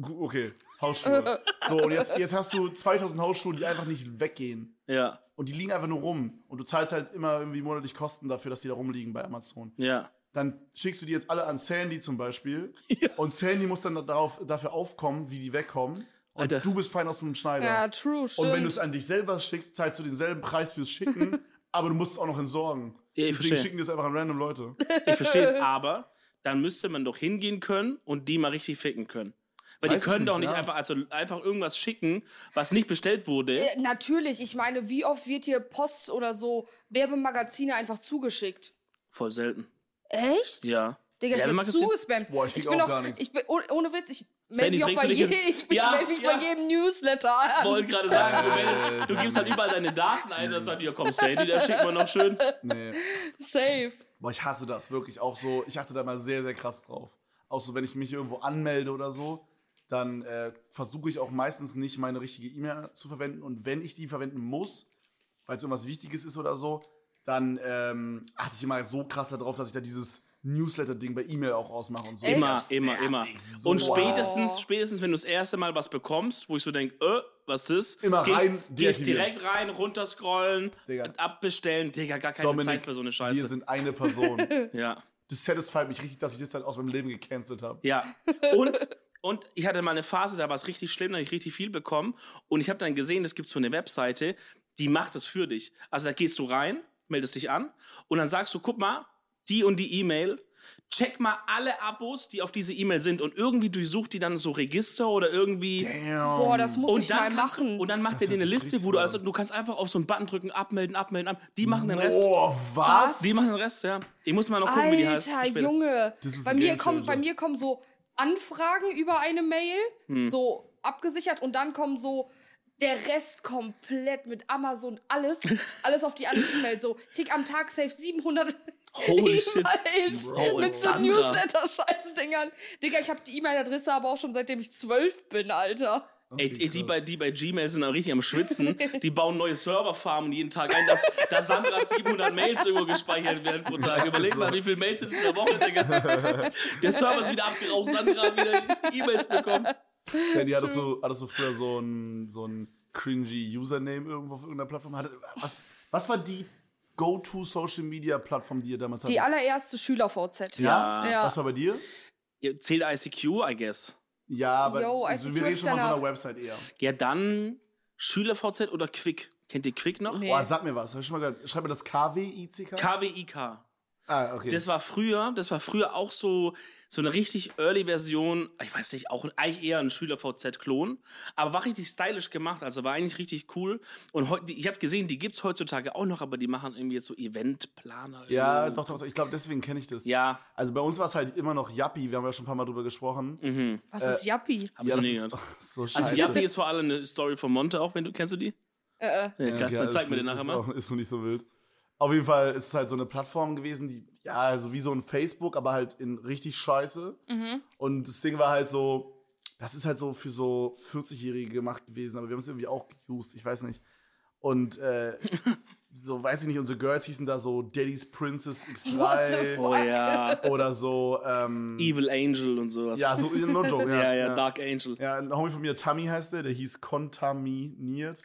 [SPEAKER 1] Gu- Okay, Hausschuhe. so, und jetzt, jetzt hast du 2000 Hausschuhe, die einfach nicht weggehen.
[SPEAKER 2] Ja.
[SPEAKER 1] Und die liegen einfach nur rum. Und du zahlst halt immer irgendwie monatlich Kosten dafür, dass die da rumliegen bei Amazon.
[SPEAKER 2] Ja.
[SPEAKER 1] Dann schickst du die jetzt alle an Sandy zum Beispiel.
[SPEAKER 2] Ja.
[SPEAKER 1] Und Sandy muss dann darauf, dafür aufkommen, wie die wegkommen. Und
[SPEAKER 2] Alter.
[SPEAKER 1] du bist fein aus dem Schneider.
[SPEAKER 3] Ja,
[SPEAKER 2] genau.
[SPEAKER 3] true, stimmt.
[SPEAKER 1] Und wenn du es an dich selber schickst, zahlst du denselben Preis fürs Schicken, aber du musst es auch noch entsorgen.
[SPEAKER 2] Ja, ich
[SPEAKER 1] Deswegen
[SPEAKER 2] verstehe.
[SPEAKER 1] schicken die es einfach an random Leute.
[SPEAKER 2] Ich verstehe es, aber dann müsste man doch hingehen können und die mal richtig ficken können. Weil
[SPEAKER 1] Weiß
[SPEAKER 2] die
[SPEAKER 1] ich
[SPEAKER 2] können doch
[SPEAKER 1] nicht,
[SPEAKER 2] nicht
[SPEAKER 1] ja.
[SPEAKER 2] einfach, also einfach irgendwas schicken, was nicht bestellt wurde.
[SPEAKER 3] Äh, Natürlich, ich meine, wie oft wird hier Post oder so Werbemagazine einfach zugeschickt?
[SPEAKER 2] Voll selten.
[SPEAKER 3] Echt?
[SPEAKER 2] Ja.
[SPEAKER 3] Digga, ich bin
[SPEAKER 2] Werbemagazin?
[SPEAKER 3] zugespammt.
[SPEAKER 1] Boah, ich krieg
[SPEAKER 3] bin
[SPEAKER 1] auch
[SPEAKER 3] auch-
[SPEAKER 1] gar nichts.
[SPEAKER 3] Ich bin, oh- ohne Witz, ich melde
[SPEAKER 2] Sandy,
[SPEAKER 3] mich, auch
[SPEAKER 2] trägst
[SPEAKER 3] bei,
[SPEAKER 2] du dich
[SPEAKER 3] je,
[SPEAKER 2] in-
[SPEAKER 3] ich
[SPEAKER 2] Ja,
[SPEAKER 3] melde mich
[SPEAKER 2] ja.
[SPEAKER 3] bei jedem Newsletter
[SPEAKER 2] Ich
[SPEAKER 3] an.
[SPEAKER 2] wollte gerade sagen, du,
[SPEAKER 1] Äh,
[SPEAKER 2] meldest, du gibst halt überall deine Daten ein, dann sagt die, ja komm, Sandy, da schicken wir noch schön.
[SPEAKER 1] Nee.
[SPEAKER 3] Safe.
[SPEAKER 1] Boah, ich hasse das wirklich auch so. Ich achte da mal sehr, sehr krass drauf. Auch so, wenn ich mich irgendwo anmelde oder so, dann äh, versuche ich auch meistens nicht, meine richtige E-Mail zu verwenden. Und wenn ich die verwenden muss, weil es irgendwas Wichtiges ist oder so, dann ähm, achte ich immer so krass darauf, dass ich da dieses Newsletter-Ding bei E-Mail auch ausmache und so.
[SPEAKER 3] Echt?
[SPEAKER 2] Immer, immer, immer. Und
[SPEAKER 1] so.
[SPEAKER 2] spätestens, spätestens, wenn du das erste Mal was bekommst, wo ich so denke, äh, was ist?
[SPEAKER 1] Immer
[SPEAKER 2] geh ich-
[SPEAKER 1] rein,
[SPEAKER 2] Geh ich
[SPEAKER 1] deaktivieren.
[SPEAKER 2] direkt rein, runterscrollen,
[SPEAKER 1] Digga.
[SPEAKER 2] abbestellen. Digga, gar keine Zeit für so eine Scheiße.
[SPEAKER 1] wir sind eine Person.
[SPEAKER 2] ja.
[SPEAKER 1] das satisfied mich richtig, dass ich das dann aus meinem Leben gecancelt habe.
[SPEAKER 2] Ja. Und, und ich hatte mal eine Phase, da war es richtig schlimm, da habe ich richtig viel bekommen. Und ich habe dann gesehen, es gibt so eine Webseite, die macht es für dich. Also da gehst du rein, meldest dich an und dann sagst du, guck mal, die und die E-Mail. Check mal alle Abos, die auf diese E-Mail sind und irgendwie durchsuch die dann so Register oder irgendwie.
[SPEAKER 1] Damn.
[SPEAKER 3] Boah, das muss ich
[SPEAKER 2] Und
[SPEAKER 3] mal
[SPEAKER 2] dann, kannst,
[SPEAKER 3] machen.
[SPEAKER 2] du- und dann macht
[SPEAKER 1] Das
[SPEAKER 2] er dir eine
[SPEAKER 1] hört sich
[SPEAKER 2] Liste,
[SPEAKER 1] richtig
[SPEAKER 2] wo du
[SPEAKER 1] an.
[SPEAKER 2] also du kannst einfach auf so einen Button drücken, abmelden, abmelden, ab. Die machen den Rest.
[SPEAKER 1] Boah, was?
[SPEAKER 2] Die machen den Rest, ja. Ich muss mal noch gucken,
[SPEAKER 3] Alter,
[SPEAKER 2] wie die heißt. später.
[SPEAKER 3] Junge.
[SPEAKER 1] Das ist
[SPEAKER 3] Bei
[SPEAKER 1] ein
[SPEAKER 3] mir,
[SPEAKER 1] Gamechanger.
[SPEAKER 3] kommen, bei mir kommen so Anfragen über eine Mail,
[SPEAKER 2] Hm.
[SPEAKER 3] so abgesichert und dann kommen so der Rest komplett mit Amazon, alles, alles auf die andere E-Mail. So, ich krieg am Tag safe 700
[SPEAKER 2] Holy shit.
[SPEAKER 3] E-Mails
[SPEAKER 2] Bro, und
[SPEAKER 3] mit so
[SPEAKER 2] Sandra.
[SPEAKER 3] Newsletter-Scheißdingern. Digga, ich habe die E-Mail-Adresse aber auch schon seitdem ich zwölf bin, Alter.
[SPEAKER 2] Ey,
[SPEAKER 1] Okay,
[SPEAKER 2] ey, die,
[SPEAKER 1] krass.
[SPEAKER 2] bei, die bei Gmail sind da richtig am Schwitzen. Die bauen neue Serverfarmen jeden Tag ein, dass, dass Sandras 700 Mails irgendwo gespeichert werden pro Tag. Überleg mal, wie viele Mails sind in der Woche, Digga. Der Server ist wieder abgeraucht, Sandra hat wieder E-Mails bekommen.
[SPEAKER 1] Sandy, hattest
[SPEAKER 3] Hm.
[SPEAKER 1] du, hattest du früher so ein, so ein cringy Username irgendwo auf irgendeiner Plattform? Hatte, was, was war die Go-To-Social-Media-Plattform, die ihr damals
[SPEAKER 3] Die
[SPEAKER 1] hattet?
[SPEAKER 3] allererste Schüler-VZ.
[SPEAKER 1] ja?
[SPEAKER 3] Ja.
[SPEAKER 1] Was war bei dir?
[SPEAKER 2] Ja, Zählt ICQ, I guess.
[SPEAKER 1] Ja, aber
[SPEAKER 3] Yo,
[SPEAKER 1] also,
[SPEAKER 3] ICQ
[SPEAKER 1] wir reden schon von so
[SPEAKER 3] danach.
[SPEAKER 1] einer Website eher.
[SPEAKER 2] Ja, dann SchülerVZ oder Quick. Kennt ihr Quick noch?
[SPEAKER 3] Nee.
[SPEAKER 1] Boah, sag mir was. Hab ich schon mal gehört. Schreib mir das KW-ICK?
[SPEAKER 2] KWIK.
[SPEAKER 1] ah, okay.
[SPEAKER 2] Das war früher, das war früher auch so, so eine richtig early Version, ich weiß nicht, auch eigentlich eher ein Schüler-VZ-Klon, aber war richtig stylisch gemacht, also war eigentlich richtig cool. Und heu, die- ich habe gesehen, die gibt's heutzutage auch noch, aber die machen irgendwie jetzt so Eventplaner.
[SPEAKER 1] ja,
[SPEAKER 2] irgendwie.
[SPEAKER 1] doch, doch, doch. Ich glaube, deswegen kenne ich das.
[SPEAKER 2] Ja,
[SPEAKER 1] Also bei uns war es halt immer noch Yappi. Wir haben ja schon ein paar Mal drüber gesprochen.
[SPEAKER 2] mhm.
[SPEAKER 3] Was ist Yappi?
[SPEAKER 2] Hab ich noch
[SPEAKER 1] das
[SPEAKER 2] nie
[SPEAKER 1] ist-
[SPEAKER 2] gehört.
[SPEAKER 1] so scheiße.
[SPEAKER 2] Also Yappi ist vor allem eine Story von Monte auch, wenn du, kennst du die?
[SPEAKER 3] Äh,
[SPEAKER 2] Ja,
[SPEAKER 3] äh.
[SPEAKER 1] Ja,
[SPEAKER 2] klar.
[SPEAKER 1] okay,
[SPEAKER 2] Dann
[SPEAKER 1] ist
[SPEAKER 2] zeig mir
[SPEAKER 1] nicht-
[SPEAKER 2] den nachher
[SPEAKER 1] ist
[SPEAKER 2] mal.
[SPEAKER 1] Auch, ist noch nicht so wild. Auf jeden Fall ist es halt so eine Plattform gewesen, die, ja, so wie so ein Facebook, aber halt in richtig scheiße.
[SPEAKER 3] Mhm.
[SPEAKER 1] Und das Ding war halt so, das ist halt so für so 40-Jährige gemacht gewesen, aber wir haben es irgendwie auch geused, ich weiß nicht. Und äh, so, weiß ich nicht, unsere Girls hießen da so Daddy's Princess
[SPEAKER 3] What the
[SPEAKER 1] X3
[SPEAKER 3] fuck?
[SPEAKER 2] Oh ja,
[SPEAKER 1] oder so, ähm,
[SPEAKER 2] Evil Angel und sowas.
[SPEAKER 1] ja, so, no joke,
[SPEAKER 2] ja, ja, Dark Angel.
[SPEAKER 1] Ja, ein Homie von mir, Tammy heißt der, der hieß kontaminiert.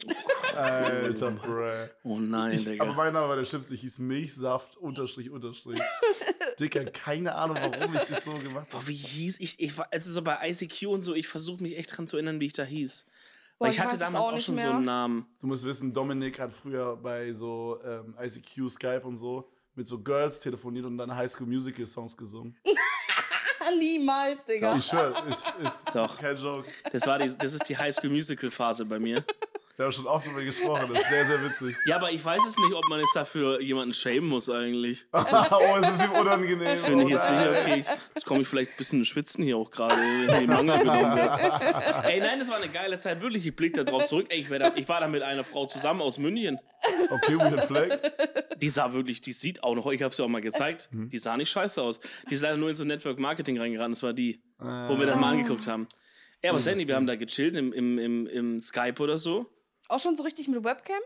[SPEAKER 1] Alter, bruh.
[SPEAKER 2] Oh nein,
[SPEAKER 1] Ich, aber
[SPEAKER 2] Digga.
[SPEAKER 1] mein Name war der schlimmste, ich hieß Milchsaft, Unterstrich, Unterstrich. Dicker, keine Ahnung, warum ich das so gemacht
[SPEAKER 2] Boah,
[SPEAKER 1] habe.
[SPEAKER 2] wie hieß ich? ich war, also so bei ICQ und so, ich versuche mich echt dran zu erinnern, wie ich da hieß.
[SPEAKER 3] Boah,
[SPEAKER 2] Weil
[SPEAKER 3] ich
[SPEAKER 2] ich hatte
[SPEAKER 3] weiß es
[SPEAKER 2] damals
[SPEAKER 3] auch
[SPEAKER 2] auch,
[SPEAKER 3] nicht
[SPEAKER 2] schon so
[SPEAKER 3] mehr.
[SPEAKER 2] einen Namen.
[SPEAKER 1] Du musst wissen, Dominik hat früher bei so ähm, ICQ, Skype und so mit so Girls telefoniert und dann Highschool Musical Songs gesungen.
[SPEAKER 3] Ah, Niemals, Digga.
[SPEAKER 1] Ich schwör, ist, ist
[SPEAKER 2] Doch.
[SPEAKER 1] kein Joke.
[SPEAKER 2] Das, war die, das ist die High School Musical Phase bei mir.
[SPEAKER 1] Wir haben schon oft darüber gesprochen, das ist sehr, sehr witzig.
[SPEAKER 2] Ja, aber ich weiß es nicht, ob man es dafür jemanden schämen muss eigentlich.
[SPEAKER 1] oh, es ist ihm unangenehm.
[SPEAKER 2] Finde ich
[SPEAKER 1] oh
[SPEAKER 2] jetzt nicht
[SPEAKER 1] nein.
[SPEAKER 2] okay. Ich- Jetzt komme ich vielleicht ein bisschen ins schwitzen hier auch gerade. wenn die Mangel genommen wird. Ey, nein, das war eine geile Zeit. Wirklich, ich blicke da drauf zurück. Ey, ich, wär da, ich war da mit einer Frau zusammen aus München.
[SPEAKER 1] Okay, weird flex.
[SPEAKER 2] Die sah wirklich, die sieht auch noch, ich habe sie auch mal gezeigt, die sah nicht scheiße aus. Die ist leider nur in so Network Marketing reingerannt, das war die, wo
[SPEAKER 1] Äh,
[SPEAKER 2] wir das
[SPEAKER 1] Ah.
[SPEAKER 2] mal angeguckt haben.
[SPEAKER 1] Hm.
[SPEAKER 2] Ja, aber Sandy, wir haben da gechillt im, im, im, im Skype oder so.
[SPEAKER 3] Auch schon so richtig mit Webcam?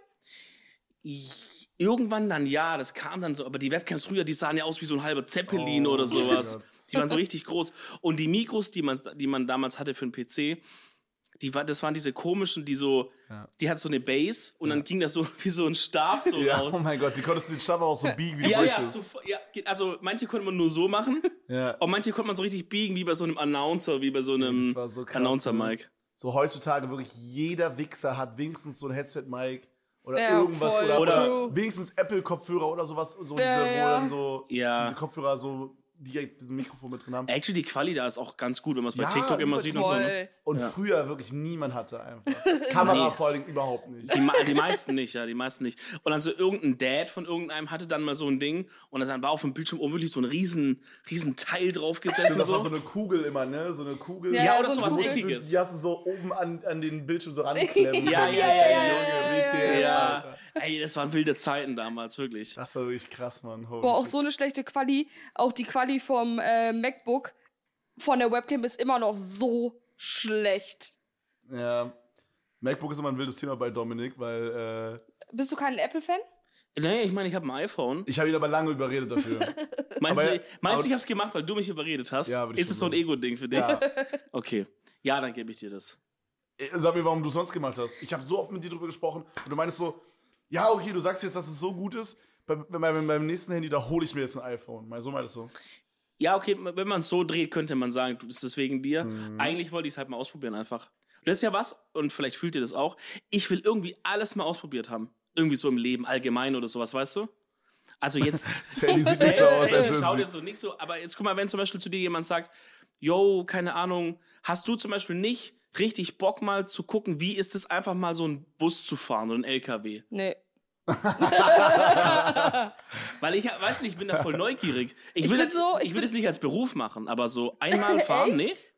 [SPEAKER 2] Ich, irgendwann dann ja, das kam dann so, aber die Webcams früher, die sahen ja aus wie so ein halber Zeppelin oder sowas.
[SPEAKER 1] Oh Gott.
[SPEAKER 2] Die waren so richtig groß. Und die Mikros, die man, die man damals hatte für den PC, die war, das waren diese komischen, die so,
[SPEAKER 1] Ja.
[SPEAKER 2] die hat so eine Base und dann ging das so wie so ein Stab so
[SPEAKER 1] Ja,
[SPEAKER 2] raus.
[SPEAKER 1] oh mein Gott, die konntest den Stab auch so biegen, wie du
[SPEAKER 2] Ja, ja,
[SPEAKER 1] möchtest.
[SPEAKER 2] so, ja, also manche konnte man nur so machen
[SPEAKER 1] ja.
[SPEAKER 2] und manche konnte man so richtig biegen, wie bei so einem Announcer, wie bei so einem
[SPEAKER 1] Das war so krass, ne?
[SPEAKER 2] Announcer-Mic.
[SPEAKER 1] So heutzutage wirklich jeder Wichser hat wenigstens so ein Headset-Mic oder
[SPEAKER 3] Ja,
[SPEAKER 1] irgendwas
[SPEAKER 3] voll.
[SPEAKER 1] oder,
[SPEAKER 2] Oder-
[SPEAKER 3] True.
[SPEAKER 1] wenigstens Apple-Kopfhörer oder sowas, so
[SPEAKER 3] Ja,
[SPEAKER 1] diese,
[SPEAKER 3] ja.
[SPEAKER 1] wo dann so
[SPEAKER 2] Ja.
[SPEAKER 1] diese Kopfhörer so direkt dieses Mikrofon mit drin haben.
[SPEAKER 2] Actually, die Quali da ist auch ganz gut, wenn man es bei
[SPEAKER 1] Ja,
[SPEAKER 2] TikTok immer sieht und so. Ne?
[SPEAKER 3] Toll.
[SPEAKER 1] Und
[SPEAKER 2] Ja.
[SPEAKER 1] früher wirklich niemand hatte einfach. Kamera
[SPEAKER 2] Nee.
[SPEAKER 1] vor allen Dingen überhaupt nicht.
[SPEAKER 2] Die, me- die meisten nicht, ja, die meisten nicht. Und dann so irgendein Dad von irgendeinem hatte dann mal so ein Ding und dann war auf dem Bildschirm oben wirklich so ein riesen, riesen Teil draufgesessen.
[SPEAKER 1] Stimmt, das war so
[SPEAKER 2] So.
[SPEAKER 1] eine Kugel immer, ne? So eine Kugel.
[SPEAKER 3] Ja,
[SPEAKER 2] Ja,
[SPEAKER 3] Ja,
[SPEAKER 2] oder
[SPEAKER 3] so
[SPEAKER 2] so
[SPEAKER 3] ein
[SPEAKER 2] was
[SPEAKER 3] Kugel.
[SPEAKER 2] Ekliges.
[SPEAKER 1] Die hast du so oben an, an den Bildschirm so ranklemmen.
[SPEAKER 2] Ja, ja, ja, ja, ja,
[SPEAKER 1] Junge,
[SPEAKER 3] ja,
[SPEAKER 1] WTF,
[SPEAKER 2] Ja,
[SPEAKER 1] Alter.
[SPEAKER 2] ey, das waren wilde Zeiten damals, wirklich.
[SPEAKER 1] Das war wirklich krass, Mann. Holy
[SPEAKER 3] Boah, auch
[SPEAKER 1] shit.
[SPEAKER 3] so eine schlechte Quali. Auch die Quali vom äh, MacBook von der Webcam ist immer noch so schlecht.
[SPEAKER 1] Ja. MacBook ist immer ein wildes Thema bei Dominik, weil äh,
[SPEAKER 3] Bist du kein Apple-Fan?
[SPEAKER 2] Naja, ich meine, ich habe ein iPhone.
[SPEAKER 1] ich habe ihn aber lange überredet dafür.
[SPEAKER 2] Meinst,
[SPEAKER 1] Aber-
[SPEAKER 2] du,
[SPEAKER 1] aber-
[SPEAKER 2] meinst du, ich hab's gemacht, weil du mich überredet hast?
[SPEAKER 1] Ja, würd ich
[SPEAKER 2] ist es so
[SPEAKER 1] schon
[SPEAKER 2] ein Ego-Ding für dich?
[SPEAKER 1] ja.
[SPEAKER 2] Okay. Ja, dann gebe ich dir das.
[SPEAKER 1] Äh, Sag mir, warum du es sonst gemacht hast. Ich habe so oft mit dir drüber gesprochen und du meinst so, ja, okay, du sagst jetzt, dass es so gut ist. Bei, bei, bei meinem nächsten Handy, da hole ich mir jetzt ein iPhone. Mein Sohn meint es so.
[SPEAKER 2] Ja, okay, wenn man es so dreht, könnte man sagen, du bist es wegen dir.
[SPEAKER 3] Mhm.
[SPEAKER 2] Eigentlich wollte ich es halt mal ausprobieren einfach. Und das ist ja was, und vielleicht fühlt ihr das auch, ich will irgendwie alles mal ausprobiert haben. Irgendwie so im Leben allgemein oder sowas, weißt du? Also jetzt,
[SPEAKER 1] Sandy sieht
[SPEAKER 2] Hey,
[SPEAKER 1] so aus, als
[SPEAKER 2] hey,
[SPEAKER 1] würde
[SPEAKER 2] schaut
[SPEAKER 1] sie-
[SPEAKER 2] jetzt so nicht so, aber jetzt guck mal, wenn zum Beispiel zu dir jemand sagt, yo, keine Ahnung, hast du zum Beispiel nicht richtig Bock mal zu gucken, wie ist es einfach mal so einen Bus zu fahren oder einen LKW?
[SPEAKER 3] Nee.
[SPEAKER 2] Weil ich weiß nicht, ich bin da voll neugierig. Ich,
[SPEAKER 3] Ich
[SPEAKER 2] will,
[SPEAKER 3] bin
[SPEAKER 2] das,
[SPEAKER 3] so-
[SPEAKER 2] ich
[SPEAKER 3] ich
[SPEAKER 2] will
[SPEAKER 3] bin-
[SPEAKER 2] das nicht als Beruf machen, aber so einmal fahren, nee.
[SPEAKER 3] Echt?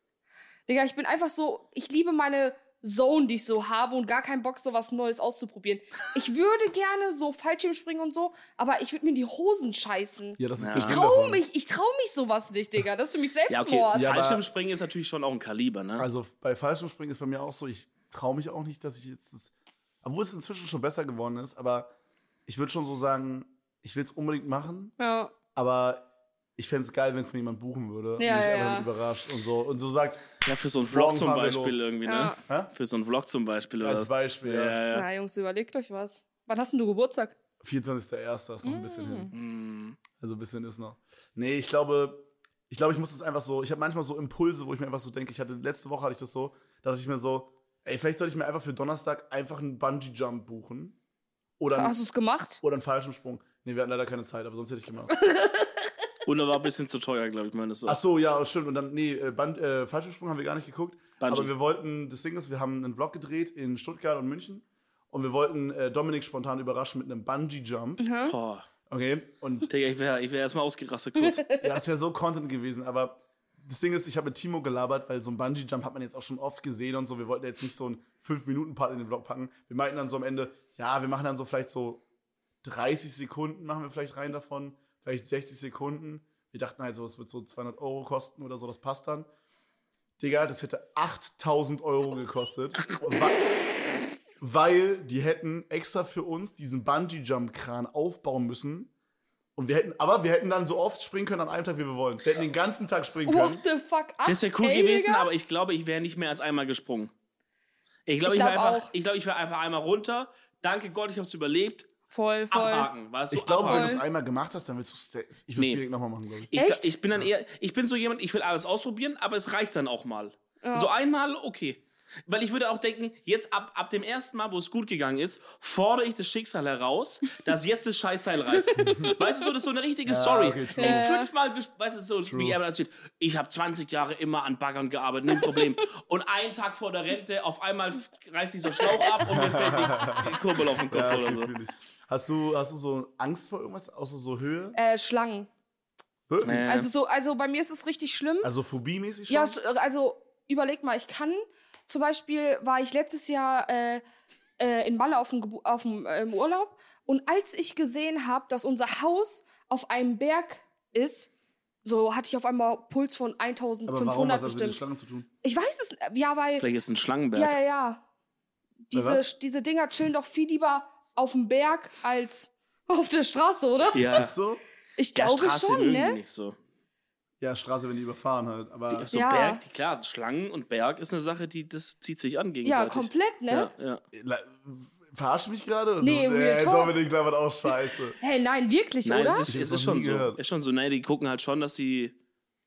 [SPEAKER 3] Digga, ich bin einfach so, ich liebe meine Zone, die ich so habe und gar keinen Bock, so was Neues auszuprobieren. Ich würde gerne so Fallschirmspringen und so, aber ich würde mir in die Hosen scheißen.
[SPEAKER 1] Ja, das ist
[SPEAKER 2] Ja.
[SPEAKER 1] der
[SPEAKER 2] Ich
[SPEAKER 1] Sinn
[SPEAKER 3] Trau
[SPEAKER 1] davon.
[SPEAKER 3] mich, ich trau mich sowas nicht, Digga. Das ist für mich
[SPEAKER 2] Ja,
[SPEAKER 3] Selbstmord.
[SPEAKER 2] okay.
[SPEAKER 1] Ja, aber-
[SPEAKER 2] Fallschirmspringen ist natürlich schon auch ein Kaliber, ne?
[SPEAKER 1] Also bei Fallschirmspringen ist bei mir auch so, ich traue mich auch nicht, dass ich jetzt das, obwohl es inzwischen schon besser geworden ist, aber ich würde schon so sagen, ich will es unbedingt machen,
[SPEAKER 3] Ja.
[SPEAKER 1] aber ich fände es geil, wenn es mir jemand buchen würde und
[SPEAKER 3] Ja,
[SPEAKER 1] mich
[SPEAKER 3] ja,
[SPEAKER 1] einfach
[SPEAKER 3] ja.
[SPEAKER 1] mit überrascht und so und so sagt,
[SPEAKER 2] ja, für so einen Vlog
[SPEAKER 1] Morgen
[SPEAKER 2] zum
[SPEAKER 1] fahren wir
[SPEAKER 2] Beispiel
[SPEAKER 1] los.
[SPEAKER 2] irgendwie, ne?
[SPEAKER 3] Ja.
[SPEAKER 1] hä?
[SPEAKER 2] Für so einen Vlog zum Beispiel. Oder?
[SPEAKER 1] Als Beispiel.
[SPEAKER 2] ja, ja.
[SPEAKER 3] Na, Jungs, überlegt euch was. Wann hast denn du Geburtstag?
[SPEAKER 1] 24.01. ist noch ein bisschen hin.
[SPEAKER 2] Hm.
[SPEAKER 1] Also ein bisschen ist noch. Nee, ich glaube, ich glaube, ich muss das einfach so. Ich habe manchmal so Impulse, wo ich mir einfach so denke, ich hatte letzte Woche hatte ich das so, da dachte ich mir so, ey, vielleicht sollte ich mir einfach für Donnerstag einfach einen Bungee Jump buchen oder einen,
[SPEAKER 3] Hast du es gemacht?
[SPEAKER 1] oder einen Fallschirmsprung. Nee, wir hatten leider keine Zeit, aber sonst hätte ich gemacht.
[SPEAKER 2] Und er war ein bisschen zu teuer, glaube ich, meines
[SPEAKER 1] Ach
[SPEAKER 2] Erachtens.
[SPEAKER 1] so, ja, stimmt. Und dann nee, äh, Bun- äh, Fallschirmsprung haben wir gar nicht geguckt.
[SPEAKER 2] Bungee.
[SPEAKER 1] Aber wir wollten, das Ding ist, wir haben einen Vlog gedreht in Stuttgart und München und wir wollten äh, Dominik spontan überraschen mit einem Bungee Jump.
[SPEAKER 3] Mhm.
[SPEAKER 2] Boah,
[SPEAKER 1] Okay. Und
[SPEAKER 2] Digga, ich wäre ich wär erstmal ausgerastet kurz.
[SPEAKER 1] Ja, das wäre so Content gewesen, aber das Ding ist, ich habe mit Timo gelabert, weil so ein Bungee-Jump hat man jetzt auch schon oft gesehen und so. Wir wollten jetzt nicht so einen 5-Minuten-Part in den Vlog packen. Wir meinten dann so am Ende, ja, wir machen dann so vielleicht so 30 Sekunden, machen wir vielleicht rein davon, vielleicht 60 Sekunden. Wir dachten halt so, es wird so 200 Euro kosten oder so, das passt dann. Digga, das hätte 8000 Euro gekostet. Und wa- Weil die hätten extra für uns diesen Bungee-Jump-Kran aufbauen müssen. Und wir hätten, aber wir hätten dann so oft springen können an einem Tag, wie wir wollen. Wir hätten den ganzen Tag springen können.
[SPEAKER 3] What the fuck? Ab,
[SPEAKER 2] Das wäre cool
[SPEAKER 3] ey,
[SPEAKER 2] gewesen,
[SPEAKER 3] Digga?
[SPEAKER 2] aber ich glaube, ich wäre nicht mehr als einmal gesprungen. Ich glaube,
[SPEAKER 3] Ich
[SPEAKER 2] ich, wär
[SPEAKER 3] glaub
[SPEAKER 2] einfach,
[SPEAKER 3] auch.
[SPEAKER 2] ich, glaub, ich wäre einfach einmal runter. Danke Gott, ich habe es überlebt.
[SPEAKER 3] Voll, voll.
[SPEAKER 2] Abhaken, weißt du?
[SPEAKER 1] Ich glaube, wenn du
[SPEAKER 2] abhaken.
[SPEAKER 1] es
[SPEAKER 3] Voll.
[SPEAKER 1] einmal gemacht hast, dann willst du es direkt- ich
[SPEAKER 2] Nee.
[SPEAKER 1] nee. direkt nochmal machen, glaube ich.
[SPEAKER 2] Ich, glaub,
[SPEAKER 3] Echt?
[SPEAKER 2] ich bin dann eher, ich bin so jemand, ich will alles ausprobieren, aber es reicht dann auch mal.
[SPEAKER 3] Ja.
[SPEAKER 2] So einmal, okay. Weil ich würde auch denken, jetzt ab, ab dem ersten Mal, wo es gut gegangen ist, fordere ich das Schicksal heraus, dass jetzt das Scheißseil reißt. weißt du, so, das ist so eine richtige
[SPEAKER 1] Ja,
[SPEAKER 2] Story.
[SPEAKER 1] okay, true.
[SPEAKER 2] Ey,
[SPEAKER 3] Ja.
[SPEAKER 2] fünfmal, ges- weißt du, so, wie er mir erzählt, ich habe 20 Jahre immer an Baggern gearbeitet, nie ein Problem. und einen Tag vor der Rente, auf einmal f- reißt dieser Schlauch ab und mir fällt die, die Kurbel auf den Kopf
[SPEAKER 1] Ja,
[SPEAKER 2] oder
[SPEAKER 1] okay,
[SPEAKER 2] so.
[SPEAKER 1] fühl ich. Hast du, hast du so Angst vor irgendwas, außer so Höhe?
[SPEAKER 3] Äh, Schlangen.
[SPEAKER 1] Wirklich?
[SPEAKER 2] Nee.
[SPEAKER 3] Also so, also bei mir ist es richtig schlimm.
[SPEAKER 1] Also phobiemäßig schon?
[SPEAKER 3] Ja, so, äh, also überleg mal, ich kann zum Beispiel war ich letztes Jahr äh, äh, in Malle auf dem, Gebu- auf dem äh, im Urlaub und als ich gesehen habe, dass unser Haus auf einem Berg ist, so hatte ich auf einmal Puls von
[SPEAKER 1] aber warum
[SPEAKER 3] 1500
[SPEAKER 1] hat das mit den
[SPEAKER 3] bestimmt.
[SPEAKER 1] Schlangen zu tun?
[SPEAKER 3] Ich weiß es, ja, weil
[SPEAKER 2] Vielleicht ist es ein Schlangenberg.
[SPEAKER 3] ja, ja, ja. Diese,
[SPEAKER 1] was?
[SPEAKER 3] diese Dinger chillen doch viel lieber auf dem Berg als auf der Straße, oder?
[SPEAKER 2] Ja.
[SPEAKER 1] Ist so?
[SPEAKER 3] Ich
[SPEAKER 2] Ja,
[SPEAKER 3] glaube
[SPEAKER 2] Straßen
[SPEAKER 3] schon,
[SPEAKER 2] mögen die
[SPEAKER 3] ne?
[SPEAKER 2] nicht so.
[SPEAKER 1] Ja, Straße, wenn die überfahren halt. Aber
[SPEAKER 2] Die, so
[SPEAKER 3] Ja.
[SPEAKER 2] Berg, die, klar, Schlangen und Berg ist eine Sache, die das zieht sich an
[SPEAKER 3] Ja,
[SPEAKER 2] gegenseitig.
[SPEAKER 3] komplett, ne?
[SPEAKER 2] Ja, ja.
[SPEAKER 1] La- verarscht mich gerade? oder?
[SPEAKER 3] Nee, real
[SPEAKER 1] nee
[SPEAKER 3] talk.
[SPEAKER 1] Dominik labert auch scheiße.
[SPEAKER 3] Hey, nein, wirklich,
[SPEAKER 2] Nein,
[SPEAKER 3] oder?
[SPEAKER 2] es ist,
[SPEAKER 1] Ich
[SPEAKER 2] es
[SPEAKER 1] hab's
[SPEAKER 2] ist
[SPEAKER 1] noch
[SPEAKER 2] schon
[SPEAKER 1] nie
[SPEAKER 2] so.
[SPEAKER 1] gehört.
[SPEAKER 2] Ist schon so. Nein, die gucken halt schon, dass sie